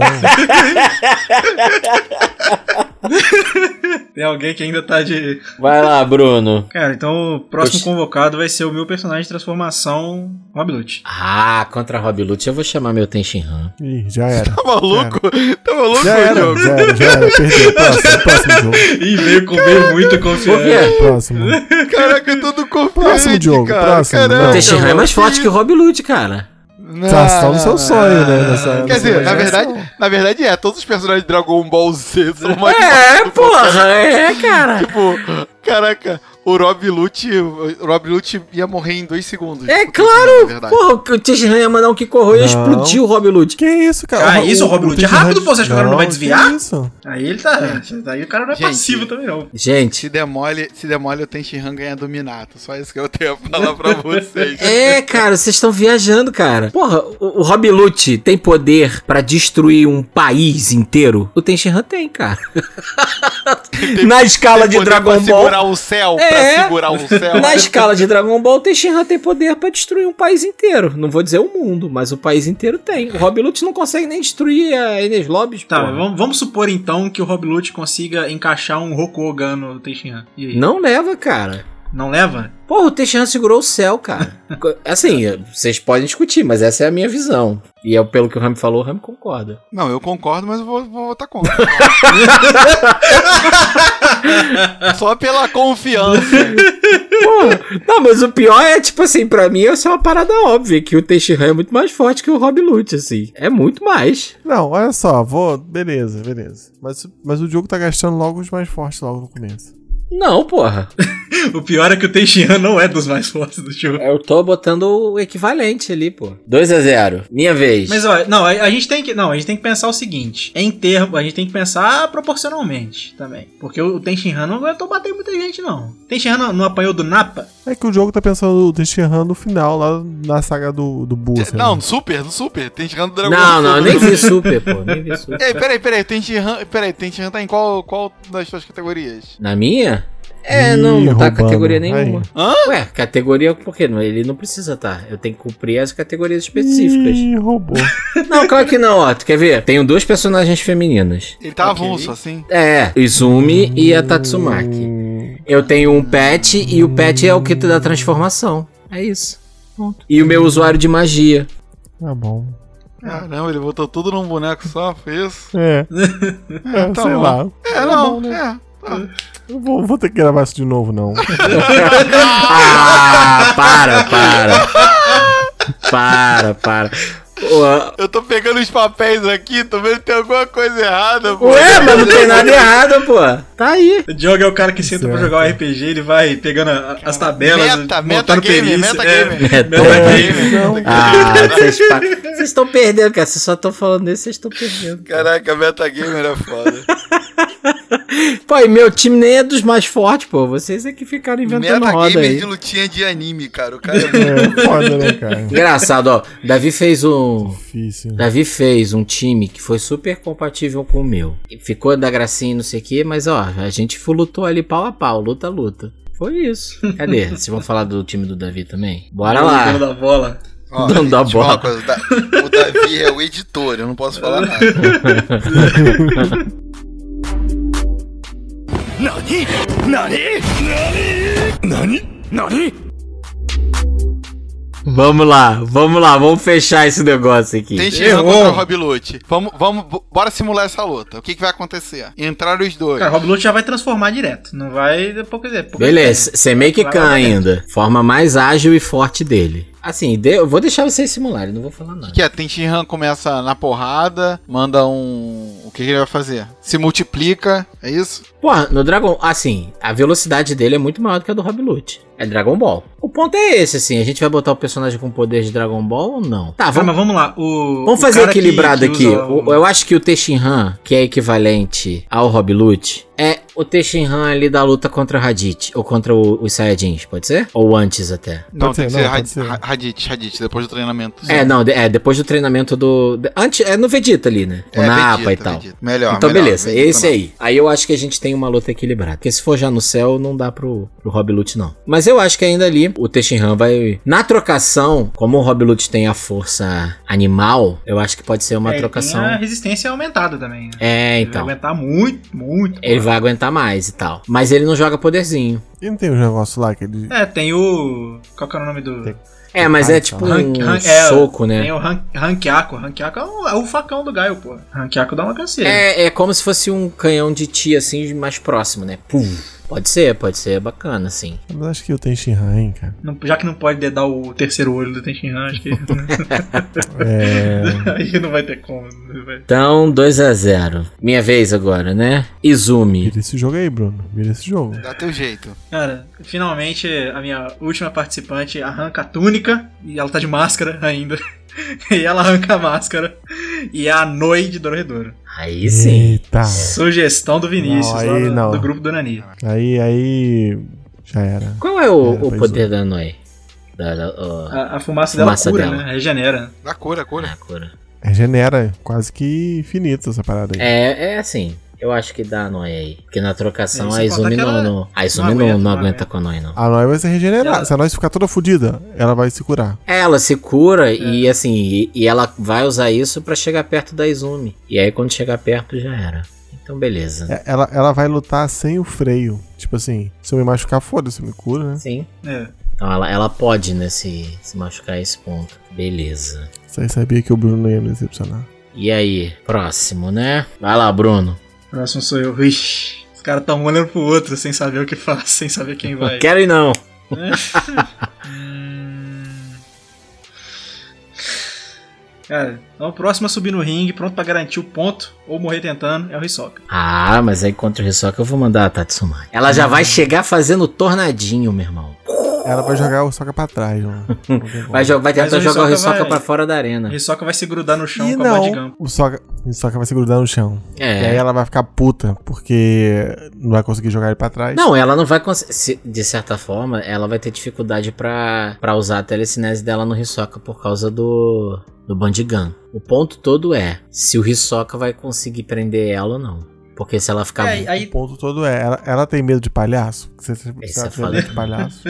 Speaker 3: tem alguém que ainda tá de.
Speaker 2: Vai lá, Bruno.
Speaker 3: Cara, então o próximo
Speaker 2: Oxi.
Speaker 3: convocado vai ser o meu personagem de transformação, Robilute.
Speaker 2: Ah, contra Rob Lute, eu vou chamar meu Tenshinhan.
Speaker 4: Ih, já era.
Speaker 5: tá maluco? Tá maluco,
Speaker 4: Já era,
Speaker 5: Diogo?
Speaker 4: já era, já era. Perdeu. Próximo, próximo jogo.
Speaker 3: Ih, veio com veio muita confiança.
Speaker 4: Próximo.
Speaker 5: Caraca, eu tô do confiante,
Speaker 4: Próximo, Diogo,
Speaker 5: cara.
Speaker 4: próximo, não.
Speaker 5: Caraca,
Speaker 2: O Tenshinhan é
Speaker 5: mano.
Speaker 2: mais forte que o Rob Lute, cara.
Speaker 3: Ah.
Speaker 5: Não,
Speaker 4: Tá só no seu
Speaker 5: não,
Speaker 4: sonho, né?
Speaker 5: não.
Speaker 4: nessa-
Speaker 5: Quer
Speaker 4: nessa
Speaker 5: dizer, na
Speaker 4: geração.
Speaker 5: verdade, na verdade é, todos os personagens de Dragon Ball Z são mais
Speaker 2: É, porra, é, cara.
Speaker 5: Tipo, caraca, o Rob Lute, o Rob Lute ia morrer em dois segundos.
Speaker 2: É
Speaker 5: Tipo, na
Speaker 2: claro.
Speaker 5: verdade.
Speaker 2: Porra, o Tenshinhan ia mandar um Kikorro e ia
Speaker 4: Não.
Speaker 2: explodir o Rob Lute.
Speaker 4: Que isso, cara?
Speaker 3: Ah, isso, Robin Hood, é
Speaker 4: Tenshinhan-
Speaker 3: rápido, pô, você acha que o cara não vai desviar?
Speaker 4: Que isso?
Speaker 3: Aí ele tá. Aí o cara não é
Speaker 5: Gente.
Speaker 3: passivo também, não.
Speaker 2: Gente,
Speaker 5: Se demole, se demole, o Tenshinhan ganha do Minato. Só isso que eu tenho a falar pra vocês.
Speaker 2: É, cara, vocês estão viajando, cara. Porra, o, o Rob Lute tem poder pra destruir um país inteiro? O Tenshinhan tem, cara. Na escala de
Speaker 5: Poder
Speaker 2: Dragon
Speaker 5: pra
Speaker 2: Ball.
Speaker 5: segurar o céu,
Speaker 2: É.
Speaker 5: pra segurar o céu.
Speaker 2: Na escala de Dragon Ball, o Tenshinhan tem poder pra destruir um país inteiro. Não vou dizer o mundo, mas o país inteiro tem. O Rob Lute não consegue nem destruir a Enes Lobbies,
Speaker 3: Tá,
Speaker 2: porra.
Speaker 3: mas vamos, vamos supor então que o Robilute consiga encaixar um Rokugan no Tenshinhan. E aí?
Speaker 2: Não leva, cara.
Speaker 3: Não leva?
Speaker 2: Porra, o Teixeira segurou o céu, cara. Assim, vocês podem discutir, mas essa é a minha visão. E é pelo que o Rami falou, o Rami concorda.
Speaker 5: Não, eu concordo, mas eu vou, vou votar contra. Só pela confiança.
Speaker 2: Porra, não, mas o pior é, tipo assim, pra mim essa é uma parada óbvia, que o Teixeira é muito mais forte que o Rob Lute, assim. É muito mais.
Speaker 4: Não, olha só, vou. Beleza, beleza. Mas, mas o jogo tá gastando logo os mais fortes logo no começo.
Speaker 2: Não, porra.
Speaker 3: O pior é que o Tenshinhan não é dos mais fortes do jogo.
Speaker 2: Eu tô botando o equivalente ali, pô. 2 a 0 Minha vez.
Speaker 3: Mas olha, não, a, a gente tem que, não, a gente tem que pensar o seguinte, em termo, a gente tem que pensar proporcionalmente também, porque o, o Tenshinhan não aguentou bater em muita gente não. O Tenshinhan não, não apanhou do Napa?
Speaker 4: É que o jogo tá pensando o Tenshinhan no final, lá na saga do, do Buu, sei lá.
Speaker 5: É, Não, super, super. Tenshinhan do Dragon
Speaker 2: Não,
Speaker 5: Ball
Speaker 2: não, eu
Speaker 5: Super.
Speaker 2: nem vi Super, pô. Nem vi Super.
Speaker 5: Ei, peraí, peraí, o Tenshinhan, peraí, o Tenshinhan tá em qual, qual das suas categorias?
Speaker 2: Na minha? É, não,
Speaker 4: Ih,
Speaker 2: não tá
Speaker 4: roubando.
Speaker 2: categoria
Speaker 4: Aí.
Speaker 2: nenhuma.
Speaker 5: Hã?
Speaker 2: Ué, categoria por quê? Não, Ele não precisa tá. Eu tenho que cumprir as categorias específicas.
Speaker 4: Ih, roubou.
Speaker 2: Não, claro que não, ó. Tu quer ver? Tenho duas personagens femininas.
Speaker 5: Ele tá
Speaker 3: Ok.
Speaker 5: avulso, assim.
Speaker 2: É, Izumi e a Tatsumaki. Eu tenho um pet e o pet é o kit da transformação. É isso. Ponto. E o meu usuário de magia.
Speaker 4: Tá bom.
Speaker 5: Caramba, ele botou tudo num boneco só, foi isso?
Speaker 4: É. é
Speaker 5: tá
Speaker 4: sei
Speaker 5: bom.
Speaker 4: lá.
Speaker 5: É, não, é.
Speaker 4: Eu vou, vou ter que gravar isso de novo, não.
Speaker 2: Ah, para, para. Para, para. Ué,
Speaker 5: Eu tô pegando os papéis aqui, tô vendo que tem alguma coisa errada, pô.
Speaker 2: ué, mas não tem nada errado, pô. Tá aí.
Speaker 3: O Diogo é o cara que senta pra
Speaker 4: Certo.
Speaker 3: jogar o RPG, ele vai pegando a- as tabelas,
Speaker 5: Meta, meta
Speaker 3: montando
Speaker 5: game,
Speaker 3: perícia,
Speaker 5: meta
Speaker 3: é.
Speaker 5: game.
Speaker 2: Meta
Speaker 5: game.
Speaker 2: Ah, vocês pa- vocês estão perdendo, cara. Vocês só estão falando isso, vocês estão perdendo.
Speaker 5: Caraca, metagamer é foda.
Speaker 2: Pô, e meu time nem é dos mais fortes, pô. Vocês é que ficaram inventando roda
Speaker 5: Metagamer
Speaker 2: aí.
Speaker 5: de lutinha de anime, cara. O cara é muito
Speaker 4: É foda, né, cara?
Speaker 5: um-
Speaker 2: Engraçado, ó. Davi fez um.
Speaker 4: Difícil.
Speaker 2: Davi fez um time que foi super compatível com o meu. E Ficou da gracinha e não sei o quê, mas ó, a gente fu- lutou ali pau a pau, luta a luta. Foi isso. Cadê? Vocês vão falar do time do Davi também? Bora
Speaker 3: O dono
Speaker 2: lá.
Speaker 3: da bola.
Speaker 5: Ó,
Speaker 2: Dono da
Speaker 5: gente,
Speaker 2: bola.
Speaker 5: uma coisa, o Da- o Davi é o editor, eu não posso falar nada.
Speaker 2: Vamos lá, vamos lá, vamos fechar esse negócio aqui.
Speaker 5: Tem chegando contra o Rob Lute. Vamos, vamos, bo- bora simular essa luta. O que, que vai acontecer? Entraram os dois.
Speaker 3: Cara, o Robilute já vai transformar direto, não vai depois quer dizer, pouco-
Speaker 2: Beleza, Semekikan
Speaker 3: Vai lá dentro.
Speaker 2: ainda. Forma mais ágil e forte dele. Assim, de- eu vou deixar vocês simularem, não vou falar nada.
Speaker 5: Que é, Tenshinhan começa na porrada, manda um. O que, que ele vai fazer? Se multiplica, é isso?
Speaker 2: Porra, no Dragon. Assim, a velocidade dele é muito maior do que a do Rob Lute. É Dragon Ball. O ponto é esse, assim. A gente vai botar o personagem com poder de Dragon Ball ou não? Tá,
Speaker 3: Ah, mas
Speaker 2: vamos.
Speaker 3: vamos lá, o
Speaker 2: Vamos
Speaker 3: o
Speaker 2: fazer
Speaker 3: cara que-
Speaker 2: equilibrado aqui.
Speaker 3: que usa o-
Speaker 2: O- Eu acho que o Teixinhan, que é equivalente ao Rob Lute, é o Tenshinhan ali da luta contra o Hadith, ou contra o- os Saiyajins, pode ser? Ou antes até.
Speaker 9: Não,
Speaker 4: Pode
Speaker 9: tem
Speaker 4: ser, não,
Speaker 9: que ser,
Speaker 4: pode
Speaker 9: Had-
Speaker 4: ser.
Speaker 9: Ha- Hadith, Hadith, depois do treinamento.
Speaker 2: É, não, de- é, depois do treinamento do. de- Antes, é no Vegeta ali, né? O
Speaker 9: É,
Speaker 2: Napa
Speaker 9: Vegeta,
Speaker 2: e tal.
Speaker 9: Vegeta. Melhor,
Speaker 2: então,
Speaker 9: melhor,
Speaker 2: beleza,
Speaker 9: Vegeta
Speaker 5: tá
Speaker 2: esse
Speaker 9: não.
Speaker 2: aí. Aí eu acho que a gente tem uma luta equilibrada. Porque se for já no céu, não dá pro, pro Rob Lute, não. Mas eu acho que ainda ali o Tenshinhan vai. Na trocação, como o Rob Lute tem a força animal, eu acho que pode ser uma
Speaker 3: É, ele tem
Speaker 2: trocação.
Speaker 3: a resistência aumentada também, né?
Speaker 2: É,
Speaker 3: Ele vai
Speaker 2: então.
Speaker 3: aguentar muito, muito.
Speaker 2: Ele vai aguentar mais e tal. Mas ele não joga poderzinho.
Speaker 4: E não tem um negócio lá que ele.
Speaker 3: É, tem o. Qual que é o nome do.
Speaker 4: Tem-
Speaker 2: É, mas
Speaker 4: Ah,
Speaker 2: é
Speaker 4: então.
Speaker 2: tipo
Speaker 3: Rank-
Speaker 2: um
Speaker 3: rank- é,
Speaker 2: soco,
Speaker 3: Tem
Speaker 2: né?
Speaker 3: o Han- Hankiaku. Hankiaku é o, é o facão do Gaio, pô. Hankiaku dá uma canseira.
Speaker 2: É, é como se fosse um canhão de ti, assim, mais próximo, né? Pum. Pode ser, pode ser bacana, assim.
Speaker 4: Mas acho que eu tenho Shinhan, hein, cara.
Speaker 3: Não- já que não pode dedar o terceiro olho do Tenshinhan, acho que.
Speaker 4: É.
Speaker 3: aí não vai ter como. não vai-
Speaker 2: Então, 2 a 0 Minha vez agora, né? Izumi.
Speaker 4: Vira esse jogo aí, Bruno. Vira esse jogo.
Speaker 9: Dá teu jeito.
Speaker 3: Cara, finalmente a minha última participante arranca a túnica e ela tá de máscara ainda. e ela arranca a máscara e é a Noi de Dororedoro.
Speaker 2: Aí sim.
Speaker 4: Eita.
Speaker 3: Sugestão do Vinícius,
Speaker 4: Não, aí
Speaker 3: lá do,
Speaker 4: não.
Speaker 3: do grupo do Nani.
Speaker 4: Aí, aí. Já era.
Speaker 2: Qual é o,
Speaker 4: É,
Speaker 2: o
Speaker 4: pois
Speaker 2: poder da Noi? Da, da, ó, né,
Speaker 3: A, a fumaça dela
Speaker 2: Fumaça
Speaker 3: cura,
Speaker 2: dela.
Speaker 3: né? Regenera.
Speaker 9: Dá cura, cura.
Speaker 2: da cura.
Speaker 4: Regenera. é Quase que infinito essa parada aí.
Speaker 2: É, é assim. Eu acho que dá a Noi aí. Porque na trocação
Speaker 3: É, sem
Speaker 2: a Izumi
Speaker 3: contar que
Speaker 2: não,
Speaker 3: ela
Speaker 2: não. A Izumi não,
Speaker 3: aguenta,
Speaker 2: não
Speaker 3: não
Speaker 2: aguenta
Speaker 3: aguenta.
Speaker 2: com a Noi, não.
Speaker 4: A Noi vai se regenerar.
Speaker 3: Ela-
Speaker 4: Se a Noi ficar toda fodida, ela vai se curar.
Speaker 2: Ela se cura
Speaker 3: É.
Speaker 2: e assim, e, e ela vai usar isso pra chegar perto da Izumi. E aí quando chegar perto já era. Então beleza.
Speaker 4: É, Ela, ela vai lutar sem o freio. Tipo assim, se eu me machucar, foda-se, me cura, né?
Speaker 2: Sim.
Speaker 3: É.
Speaker 2: Então ela, ela pode, né, se, se machucar a esse ponto. Beleza.
Speaker 4: Isso aí sabia que o Bruno ia me decepcionar.
Speaker 2: E aí, próximo, né? Vai lá, Bruno.
Speaker 3: Próximo sou eu. Ixi, os caras tão um olhando pro outro sem saber o que faz, sem saber quem vai.
Speaker 2: Quero e não.
Speaker 3: Hum. Cara, então o próximo a subir no ringue, pronto pra garantir o ponto ou morrer tentando, é o Hisoka.
Speaker 2: Ah, mas aí contra o Hisoka eu vou mandar a Tatsumaki. Ela já vai chegar fazendo tornadinho, meu irmão.
Speaker 4: Ela vai jogar o soca pra trás, mano. Não tem como.
Speaker 2: Vai, jo- vai tentar
Speaker 3: Mas o
Speaker 2: jogar o
Speaker 3: Hisoka
Speaker 2: Hisoka
Speaker 3: vai-
Speaker 2: pra fora da
Speaker 5: Hum.
Speaker 2: arena.
Speaker 3: O Hisoka vai se grudar no chão
Speaker 4: E
Speaker 3: com a
Speaker 4: não,
Speaker 3: Bodygun.
Speaker 4: o soca, o soca vai se grudar no chão. E aí
Speaker 2: É.
Speaker 4: ela vai ficar puta, porque não vai conseguir jogar ele pra trás.
Speaker 2: Não, ela não vai conseguir. De certa forma, ela vai ter dificuldade pra, pra usar a telecinese dela no Hisoka por causa do. do Bandigan. O ponto todo é se o Hisoka vai conseguir prender ela ou não. Porque se ela ficar.
Speaker 3: É, aí,
Speaker 4: O ponto todo é, ela, ela tem medo de palhaço? Você, você
Speaker 2: Esse
Speaker 4: ela
Speaker 2: é
Speaker 4: tem
Speaker 2: foda.
Speaker 4: medo de palhaço?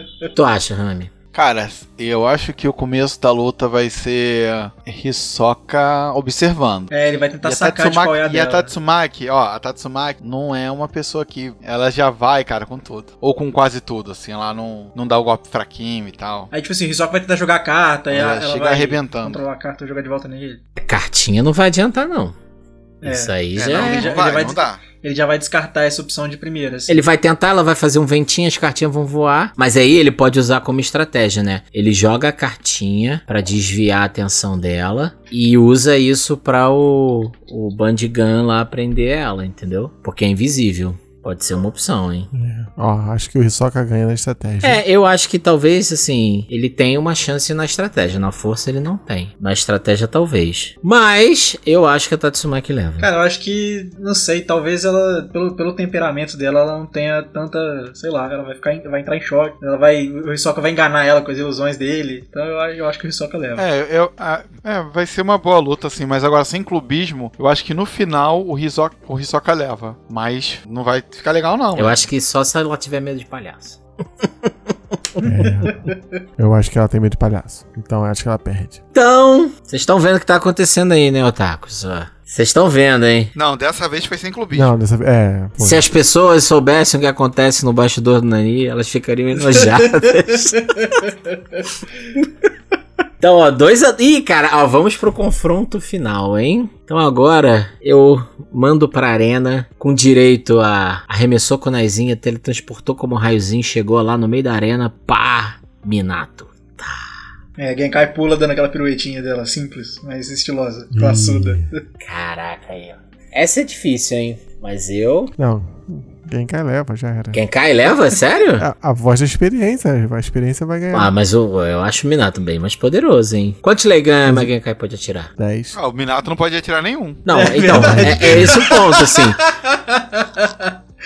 Speaker 2: Tu acha, Rami?
Speaker 5: Cara, eu acho que o começo da luta vai ser Hisoka observando.
Speaker 3: é, ele vai tentar
Speaker 5: e a,
Speaker 3: sacar de qual é a
Speaker 5: Tatsumaki,
Speaker 3: dela.
Speaker 5: e a Tatsumaki, ó, a Tatsumaki não é uma pessoa que ela já vai, cara, com tudo. Ou com quase tudo, assim, ela não, não dá o golpe fraquinho e tal.
Speaker 3: Aí, tipo assim, o Hisoka vai tentar jogar a carta, aí
Speaker 5: Ela
Speaker 3: É, ela,
Speaker 5: É, chega
Speaker 3: vai
Speaker 5: arrebentando.
Speaker 3: controlar a carta e jogar de volta nele.
Speaker 2: Cartinha não vai adiantar, não.
Speaker 3: É.
Speaker 2: Isso aí
Speaker 9: É,
Speaker 2: já
Speaker 9: não,
Speaker 2: é.
Speaker 9: não
Speaker 3: já-
Speaker 9: vai,
Speaker 3: ele vai
Speaker 9: não
Speaker 3: des-
Speaker 9: dá.
Speaker 3: Ele já vai descartar essa opção de primeira. assim.
Speaker 2: Ele vai tentar, ela vai fazer um ventinho, as cartinhas vão voar. Mas aí ele pode usar como estratégia, né? Ele joga a cartinha pra desviar a atenção dela e usa isso pra o, o Bandigan lá prender ela, entendeu? Porque é invisível. Pode ser uma opção, hein?
Speaker 4: É. Ó, acho que o Hisoka ganha na estratégia.
Speaker 2: É, eu acho que talvez, assim, ele tenha uma chance na estratégia. Na força ele não tem. Na estratégia, talvez. Mas eu acho que a Tatsumaki leva.
Speaker 3: Cara, eu acho que, não sei, talvez ela, pelo, pelo temperamento dela, ela não tenha tanta, sei lá, ela vai ficar, em- vai entrar em choque, ela vai, o Hisoka vai enganar ela com as ilusões dele, então eu, acho- eu acho que o Hisoka leva.
Speaker 5: É, eu, a- é, vai ser uma boa luta, assim, mas agora sem clubismo, eu acho que no final o Hisoka, o Hisoka leva. Mas não vai ficar legal, não.
Speaker 2: eu acho que só se ela tiver medo de palhaço.
Speaker 4: É. Eu acho que ela tem medo de palhaço. Então eu acho que ela perde.
Speaker 2: Então, vocês estão vendo o que tá acontecendo aí, né, otakus? Ó, Vocês estão vendo, hein?
Speaker 9: Não, dessa vez foi sem clubismo.
Speaker 4: Não, dessa vez. É, pô.
Speaker 2: Se as pessoas soubessem o que acontece no bastidor do Nani, elas ficariam enojadas. então, ó, dois a... Ih, cara, ó, vamos pro confronto final, hein? Então agora eu mando pra arena com direito a... Arremessou com Naizinha, teletransportou como um raiozinho, chegou lá no meio da arena, pá, Minato.
Speaker 3: É, Genkai pula dando aquela piruetinha dela, simples, mas estilosa, classuda.
Speaker 2: Caraca, aí, ó. Essa é difícil, hein? Mas eu...
Speaker 4: Não. Quem quer leva, já era.
Speaker 2: Quem cai leva? Sério?
Speaker 4: A, a voz da experiência, a experiência vai
Speaker 2: Ah,
Speaker 4: ganhar.
Speaker 2: mas eu, eu acho o Minato bem mais poderoso, hein? Quantos Leigama a Genkai pode atirar?
Speaker 4: 10.
Speaker 9: Ah, o Minato não pode atirar nenhum.
Speaker 2: Não,
Speaker 3: É
Speaker 2: então,
Speaker 3: verdade.
Speaker 2: é, é esse o ponto, assim.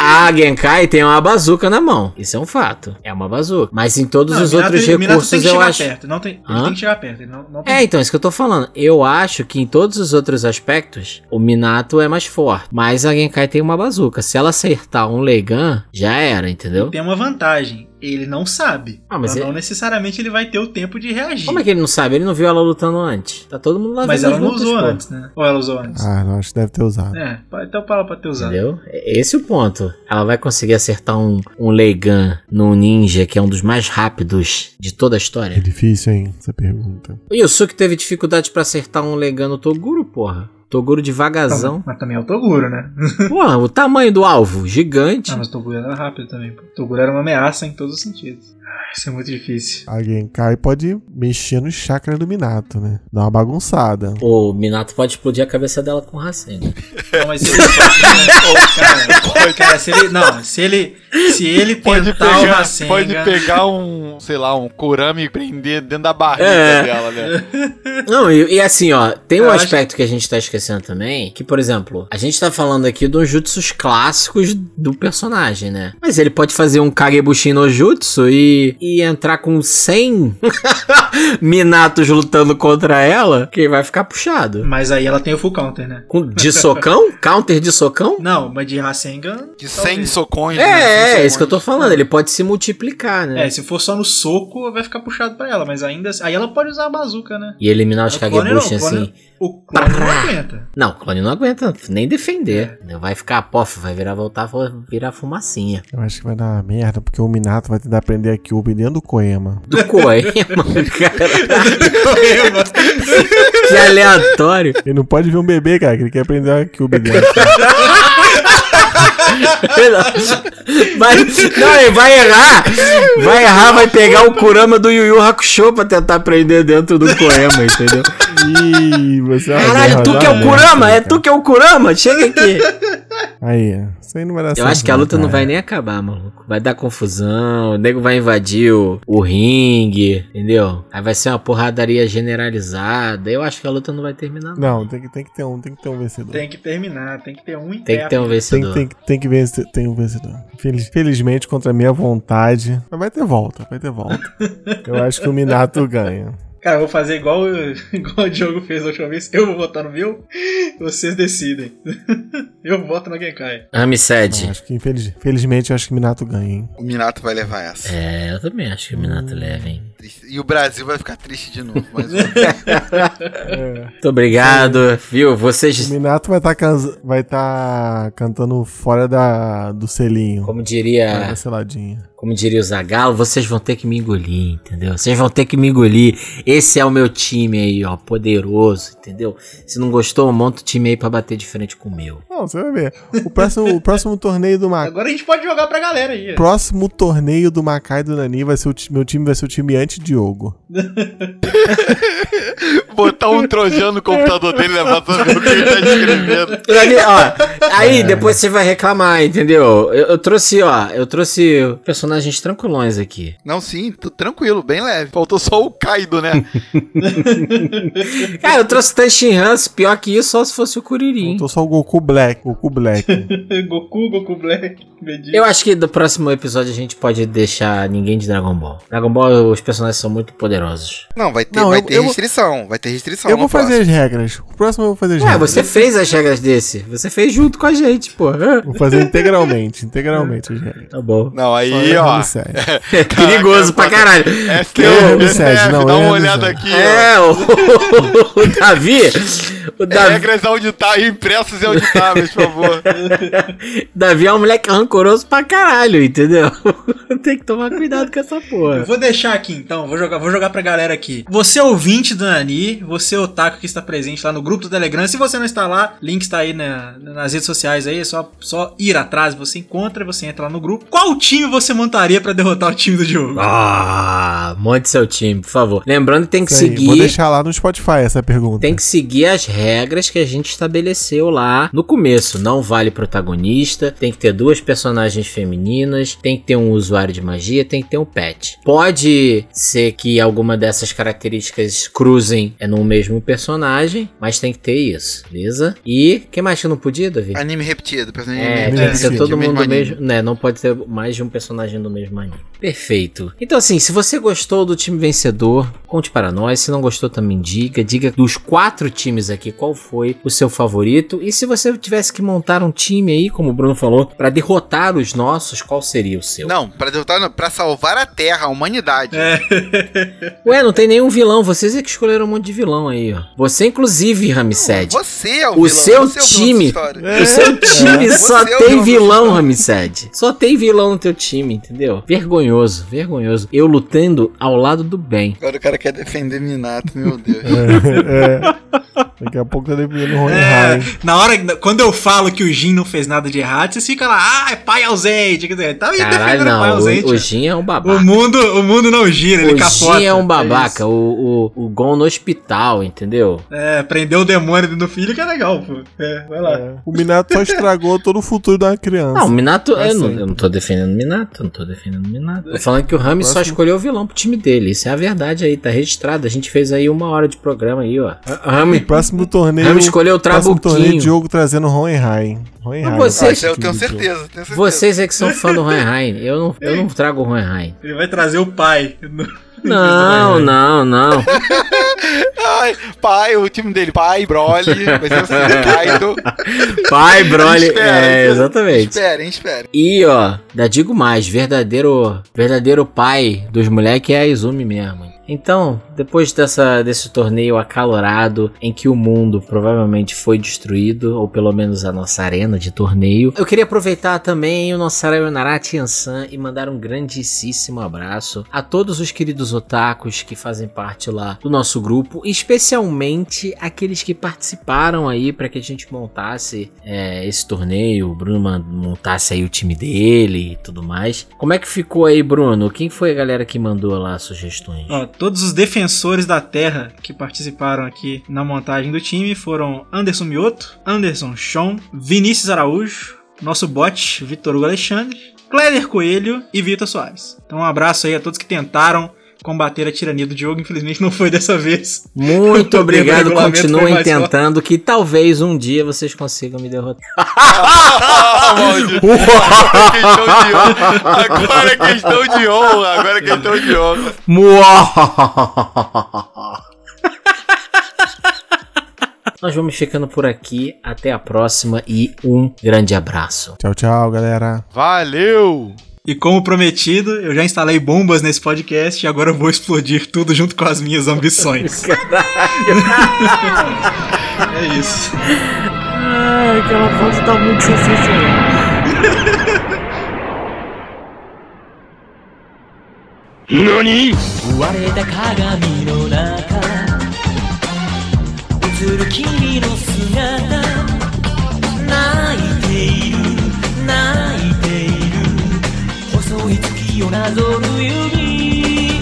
Speaker 2: a Genkai tem uma bazuca na mão. Isso é um fato. É uma bazuca. Mas em todos
Speaker 3: Não,
Speaker 2: os
Speaker 3: Minato
Speaker 2: outros
Speaker 3: tem- Minato tem
Speaker 2: recursos
Speaker 3: que
Speaker 2: eu
Speaker 3: chegar
Speaker 2: acho.
Speaker 3: Perto, não tem, ele
Speaker 2: Hã?
Speaker 3: tem que chegar perto. Ele não, não tem
Speaker 2: É, então, isso que eu tô falando. Eu acho que em todos os outros aspectos, o Minato é mais forte. Mas a Genkai tem uma bazuca. Se ela acertar um Leigan, já era, entendeu?
Speaker 3: Tem uma vantagem. Ele não sabe.
Speaker 2: Ah, mas
Speaker 3: Então,
Speaker 2: ele-
Speaker 3: não necessariamente ele vai ter o tempo de reagir.
Speaker 2: Como é que ele não sabe? Ele não viu ela lutando antes. Tá todo mundo lá
Speaker 3: mas
Speaker 2: vendo
Speaker 3: ela
Speaker 2: as
Speaker 3: não
Speaker 2: lutas,
Speaker 3: usou
Speaker 2: pô.
Speaker 3: antes, né? Ou ela usou antes?
Speaker 4: Ah, não, acho que deve ter usado.
Speaker 3: É, então fala pra ter usado.
Speaker 2: Entendeu? Esse é o ponto. Ela vai conseguir acertar um, um Leigan num ninja, que é um dos mais rápidos de toda a
Speaker 4: É
Speaker 2: história.
Speaker 4: difícil, hein, essa pergunta.
Speaker 2: O Yusuke teve dificuldade pra acertar um Leigan no Toguro, porra. Toguro devagarzão.
Speaker 3: Mas também é o Toguro, né?
Speaker 2: Porra, o tamanho do alvo, gigante.
Speaker 3: Ah, mas o Toguro era rápido também. pô. O Toguro era uma ameaça em todos os sentidos. Ah, Isso é muito difícil.
Speaker 4: Alguém cai pode mexer no chakra do Minato, né? Dá uma bagunçada.
Speaker 2: O Minato pode explodir a cabeça dela com racinho.
Speaker 3: Não, mas se ele. um cara, cara, se ele. Não, se ele. Se ele
Speaker 5: Pode
Speaker 3: tentar o
Speaker 5: pegar,
Speaker 3: Rasengan.
Speaker 5: pode pegar um, sei lá, um Kurami e prender dentro da barriga
Speaker 2: É.
Speaker 5: dela, né?
Speaker 2: Não, e, e assim, ó, tem um
Speaker 3: Eu acho-
Speaker 2: aspecto que a gente tá esquecendo também, que, por exemplo, a gente tá falando aqui dos jutsus clássicos do personagem, né? Mas ele pode fazer um Kagebushin no jutsu e, e entrar com 100 Minatos lutando contra ela, que vai ficar puxado.
Speaker 3: Mas aí ela tem o full counter, né?
Speaker 2: Com, de socão? Counter de socão?
Speaker 3: Não, mas de Rasengan.
Speaker 9: De 100
Speaker 3: talvez.
Speaker 9: socões.
Speaker 5: né?
Speaker 2: É,
Speaker 3: um
Speaker 2: é, é isso que eu tô falando, ele pode se multiplicar, né?
Speaker 3: É, se for só no soco, vai ficar puxado pra ela, mas ainda. assim, Aí ela pode usar a bazuca, né?
Speaker 2: E eliminar os
Speaker 3: O clone não,
Speaker 2: Kagebushin
Speaker 3: o clone-
Speaker 2: assim.
Speaker 3: O clone não aguenta.
Speaker 2: Não, o clone não aguenta nem
Speaker 3: É.
Speaker 2: defender. né? Vai ficar pof, vai virar voltar, vai virar fumacinha.
Speaker 4: Eu acho que vai dar uma merda, porque o Minato vai tentar prender a Kyuubi dentro do Koema.
Speaker 2: Do Koema, cara. que aleatório.
Speaker 4: Ele não pode ver um bebê, cara, que ele quer prender a Kyuubi dentro.
Speaker 2: Vai, não, ele vai errar. Vai errar, vai pegar o Kurama do Yu Yu Hakusho pra tentar prender dentro do Koema, entendeu?
Speaker 4: Ih, você é uma
Speaker 2: Caralho,
Speaker 4: merda,
Speaker 2: tu que é
Speaker 4: uma
Speaker 2: o
Speaker 4: merda,
Speaker 2: Kurama? É
Speaker 4: cara.
Speaker 2: tu que é o Kurama? Chega aqui.
Speaker 4: Aí, isso aí não vai dar
Speaker 2: Eu
Speaker 4: certo, né,
Speaker 2: acho que a luta não
Speaker 4: cara.
Speaker 2: vai nem acabar, maluco. Vai dar confusão, o nego vai invadir o, o ringue, entendeu? Aí vai ser uma porradaria generalizada. Eu acho que a luta não vai terminar, não.
Speaker 4: Não, tem que, tem que ter um, tem que ter um vencedor.
Speaker 3: Tem que terminar, tem que ter um
Speaker 2: Tem que ter um
Speaker 4: Tem,
Speaker 2: vencedor.
Speaker 4: tem, tem que vencer, tem um vencedor. Feliz- felizmente, contra a minha vontade. Mas vai ter volta, vai ter volta. Eu acho que o Minato ganha.
Speaker 3: Cara, eu vou fazer igual, igual o Diogo fez a última vez. Eu vou votar no meu, vocês decidem. Eu voto no Genkai.
Speaker 4: Eu
Speaker 2: Amised.
Speaker 4: acho que, infeliz- felizmente, eu acho que o Minato ganha, hein?
Speaker 9: O Minato vai levar essa.
Speaker 2: É, eu também acho que o Minato leva, hein?
Speaker 9: Triste. E o Brasil vai ficar triste de novo. Mas
Speaker 2: Muito obrigado, viu?
Speaker 4: O
Speaker 2: Vocês,
Speaker 4: Minato vai estar vai tá cantando fora da, do selinho.
Speaker 2: como
Speaker 4: Fora
Speaker 2: diria,
Speaker 4: da seladinha.
Speaker 2: como diria o Zagalo, vocês vão ter que me engolir, entendeu? Vocês vão ter que me engolir. Esse é o meu time aí, ó, poderoso, entendeu? Se não gostou, monta o time aí pra bater de frente com o meu.
Speaker 4: Não, você vai ver. O próximo, o próximo torneio do Macai.
Speaker 3: Agora a gente pode jogar pra galera aí. ó.
Speaker 4: Próximo torneio do Macai e do Nani vai ser o ti- meu time vai ser o time anti-Diogo.
Speaker 5: Botar um trojano no computador dele e levar pra ver o que ele tá escrevendo.
Speaker 2: Ali, ó, aí depois você vai reclamar, entendeu? Eu, eu trouxe, ó, eu trouxe personagens tranquilões aqui.
Speaker 9: não, sim, tu- tranquilo, bem leve.
Speaker 5: Faltou só o Kaido, né?
Speaker 2: Cara, eu trouxe Tanshin Hans, pior que isso, só se fosse o Kuririn.
Speaker 4: Tô só o Goku Black. Goku Black.
Speaker 3: Goku, Goku Black, Vegeta.
Speaker 2: Eu acho que do próximo episódio a gente pode deixar ninguém de Dragon Ball. Dragon Ball, os personagens são muito poderosos.
Speaker 9: Não, vai ter,
Speaker 4: Não,
Speaker 9: vai
Speaker 4: eu-
Speaker 9: ter
Speaker 4: eu vou-
Speaker 9: restrição. Vai ter restrição.
Speaker 4: Eu
Speaker 9: no
Speaker 4: vou fazer
Speaker 9: próximo.
Speaker 4: as regras. O próximo eu vou fazer as
Speaker 2: Ué,
Speaker 4: regras.
Speaker 2: Ah, você fez as regras desse. Você fez junto com a gente, pô. Ah,
Speaker 4: Vou fazer integralmente, integralmente as regras.
Speaker 2: Tá bom.
Speaker 5: Não, aí,
Speaker 4: Só
Speaker 5: ó.
Speaker 4: errando sério.
Speaker 2: É perigoso pra
Speaker 5: Caraca,
Speaker 2: caralho.
Speaker 5: SF,
Speaker 4: Que erro, Sérgio, não,
Speaker 5: dá
Speaker 4: erro,
Speaker 5: uma olhada
Speaker 4: Sérgio.
Speaker 5: aqui. ó.
Speaker 2: É, o, o Davi.
Speaker 4: É
Speaker 2: O Davi.
Speaker 5: Regras auditáveis, impressos é e auditáveis, por favor.
Speaker 2: Davi é um moleque rancoroso pra caralho, entendeu? Tem que tomar cuidado com essa
Speaker 3: Eu
Speaker 2: porra.
Speaker 3: vou deixar aqui então, vou jogar, vou jogar pra galera aqui. Você ouvinte do Nani, você otaku que está presente lá no grupo do Telegram. Se você não está lá, link está aí na- nas redes sociais aí, é só, só ir atrás, você encontra, você entra lá no grupo. Qual time você montaria pra derrotar o time do jogo?
Speaker 2: Ah, monte seu time, por favor. Lembrando que tem que
Speaker 4: Isso aí, Vou
Speaker 2: seguir.
Speaker 4: deixar lá no Spotify essa pergunta.
Speaker 2: Tem que seguir as regras que a gente estabeleceu lá no começo. Não vale protagonista, tem que ter duas personagens femininas, tem que ter um usuário de magia, tem que ter um pet. Pode ser que alguma dessas características cruzem é no mesmo personagem, mas tem que ter isso, beleza? E que mais que não podia, Davi?
Speaker 9: Anime repetido, personagem
Speaker 2: É,
Speaker 9: anime
Speaker 2: tem que
Speaker 9: repetido,
Speaker 2: ser todo
Speaker 9: mesmo
Speaker 2: mundo do
Speaker 9: anime.
Speaker 2: mesmo. Né, não pode ter mais de um personagem do mesmo anime. Perfeito. Então, assim, se você gostou do time vencedor, conte para nós. Se não gostou, também diga. Diga dos quatro times aqui qual foi o seu favorito. E se você tivesse que montar um time aí, como o Bruno falou, para derrotar os nossos, qual seria o seu?
Speaker 9: Não, pra derrotar, não, pra salvar a Terra, a humanidade.
Speaker 2: Ué, não tem nenhum vilão. Vocês é que escolheram um monte de vilão aí, ó. Você, inclusive, Ramsed.
Speaker 9: Você é o,
Speaker 2: O seu
Speaker 9: vilão, você é o vilão
Speaker 2: time.
Speaker 9: dessa história.
Speaker 2: O seu time
Speaker 9: É.
Speaker 2: só
Speaker 9: Você é o
Speaker 2: tem
Speaker 9: vilão.
Speaker 2: vilão, Ramsed. Só tem vilão no teu time, entendeu? Vergonhoso, vergonhoso. Eu lutando ao lado do bem.
Speaker 9: Agora o cara quer defender Minato, meu Deus.
Speaker 4: É, é. Daqui a pouco tá definindo o Rony Rai.
Speaker 3: Na hora, quando eu falo que o Jin não fez nada de errado, vocês ficam lá, ah, é pai ausente. Quer dizer, tá me
Speaker 2: Caralho,
Speaker 3: defendendo pai
Speaker 2: não.
Speaker 3: ausente.
Speaker 2: O, o Jin é um
Speaker 3: O,
Speaker 2: babaca.
Speaker 3: mundo, o mundo não gira, ele
Speaker 2: O
Speaker 3: capota.
Speaker 2: Jin é um babaca.
Speaker 3: isso.
Speaker 2: o, o, o Gon no hospital, entendeu?
Speaker 3: É, prender o demônio do filho que é legal, pô. É, vai lá.
Speaker 4: É. O Minato só estragou todo o futuro da criança.
Speaker 2: Não, o Minato.
Speaker 4: Pra
Speaker 3: é
Speaker 2: Eu não,
Speaker 3: assim.
Speaker 4: sempre.
Speaker 2: eu não tô defendendo o Minato, eu não tô defendendo o Minato. Tô falando que o Rami só
Speaker 4: Próximo.
Speaker 2: escolheu o vilão pro time dele. Isso é a verdade aí, tá registrado. A gente fez aí uma hora de programa aí, ó.
Speaker 3: Ah,
Speaker 2: Rami,
Speaker 4: Próximo torneio.
Speaker 2: Rami escolheu o
Speaker 4: próximo torneio,
Speaker 2: Trabuquinho.
Speaker 4: Diogo trazendo o Hohenheim. Hohenheim.
Speaker 2: Mas você-
Speaker 9: Ah,
Speaker 4: é o
Speaker 9: isso eu
Speaker 4: time
Speaker 9: tenho
Speaker 4: do Diogo.
Speaker 9: certeza, tenho certeza.
Speaker 2: Vocês é que são fã do Hohenheim. Eu não, eu não trago o Hohenheim.
Speaker 3: Ele vai trazer o pai.
Speaker 2: Não, não, não.
Speaker 9: Ai, pai, o time dele, pai, Broly, vai ser o Kaido.
Speaker 2: Pai, Broly.
Speaker 9: Espera,
Speaker 2: É,
Speaker 9: espera.
Speaker 2: exatamente.
Speaker 9: Esperem, esperem.
Speaker 2: E, ó, ainda digo mais, verdadeiro verdadeiro pai dos moleques é a Izumi mesmo. Então, depois dessa, desse torneio acalorado, em que o mundo provavelmente foi destruído, ou pelo menos a nossa arena de torneio, eu queria aproveitar também o nosso Sayonara Tiansan e mandar um grandíssimo abraço a todos os queridos otakus que fazem parte lá do nosso grupo, especialmente aqueles que participaram aí para que a gente montasse é, esse torneio, o Bruno man- montasse aí o time dele e tudo mais. Como é que ficou aí, Bruno? Quem foi a galera que mandou lá sugestões?
Speaker 3: Ó, todos os defensores da terra que participaram aqui na montagem do time foram Anderson Mioto, Anderson Sean, Vinícius Araújo, nosso bot Vitor Hugo Alexandre, Kleber Coelho e Vitor Soares. Então um abraço aí a todos que tentaram combater a tirania do Diogo, infelizmente não foi dessa vez.
Speaker 2: Muito
Speaker 3: O
Speaker 2: obrigado,
Speaker 3: regulamento foi
Speaker 2: continuem
Speaker 3: mais forte.
Speaker 2: tentando que talvez um dia vocês consigam me derrotar.
Speaker 9: Ah, maldito. Agora é questão de honra. Agora é questão de honra. Agora é questão de honra.
Speaker 2: Nós vamos ficando por aqui, até a próxima e um grande abraço.
Speaker 4: Tchau, tchau, galera.
Speaker 5: Valeu!
Speaker 3: E como prometido, eu já instalei bombas nesse podcast e agora eu vou explodir tudo junto com as minhas ambições. é isso.
Speaker 2: Ai, aquela foto tá muito sensacional.
Speaker 1: NANI?
Speaker 6: 割れた鏡の中映る君の姿泣いている泣いている細い月をなぞる指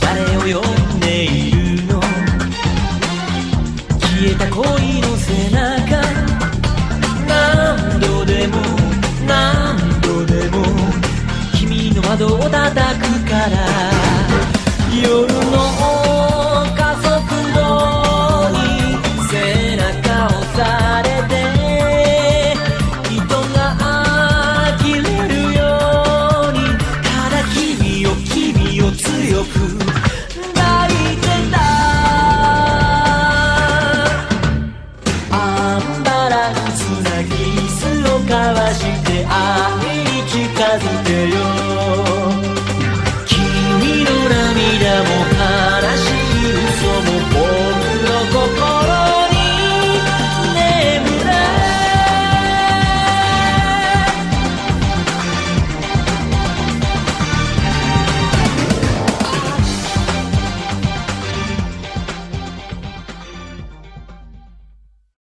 Speaker 6: 誰を呼んでいるの消えた恋の背中何度でも何度でも君の窓を叩くから夜の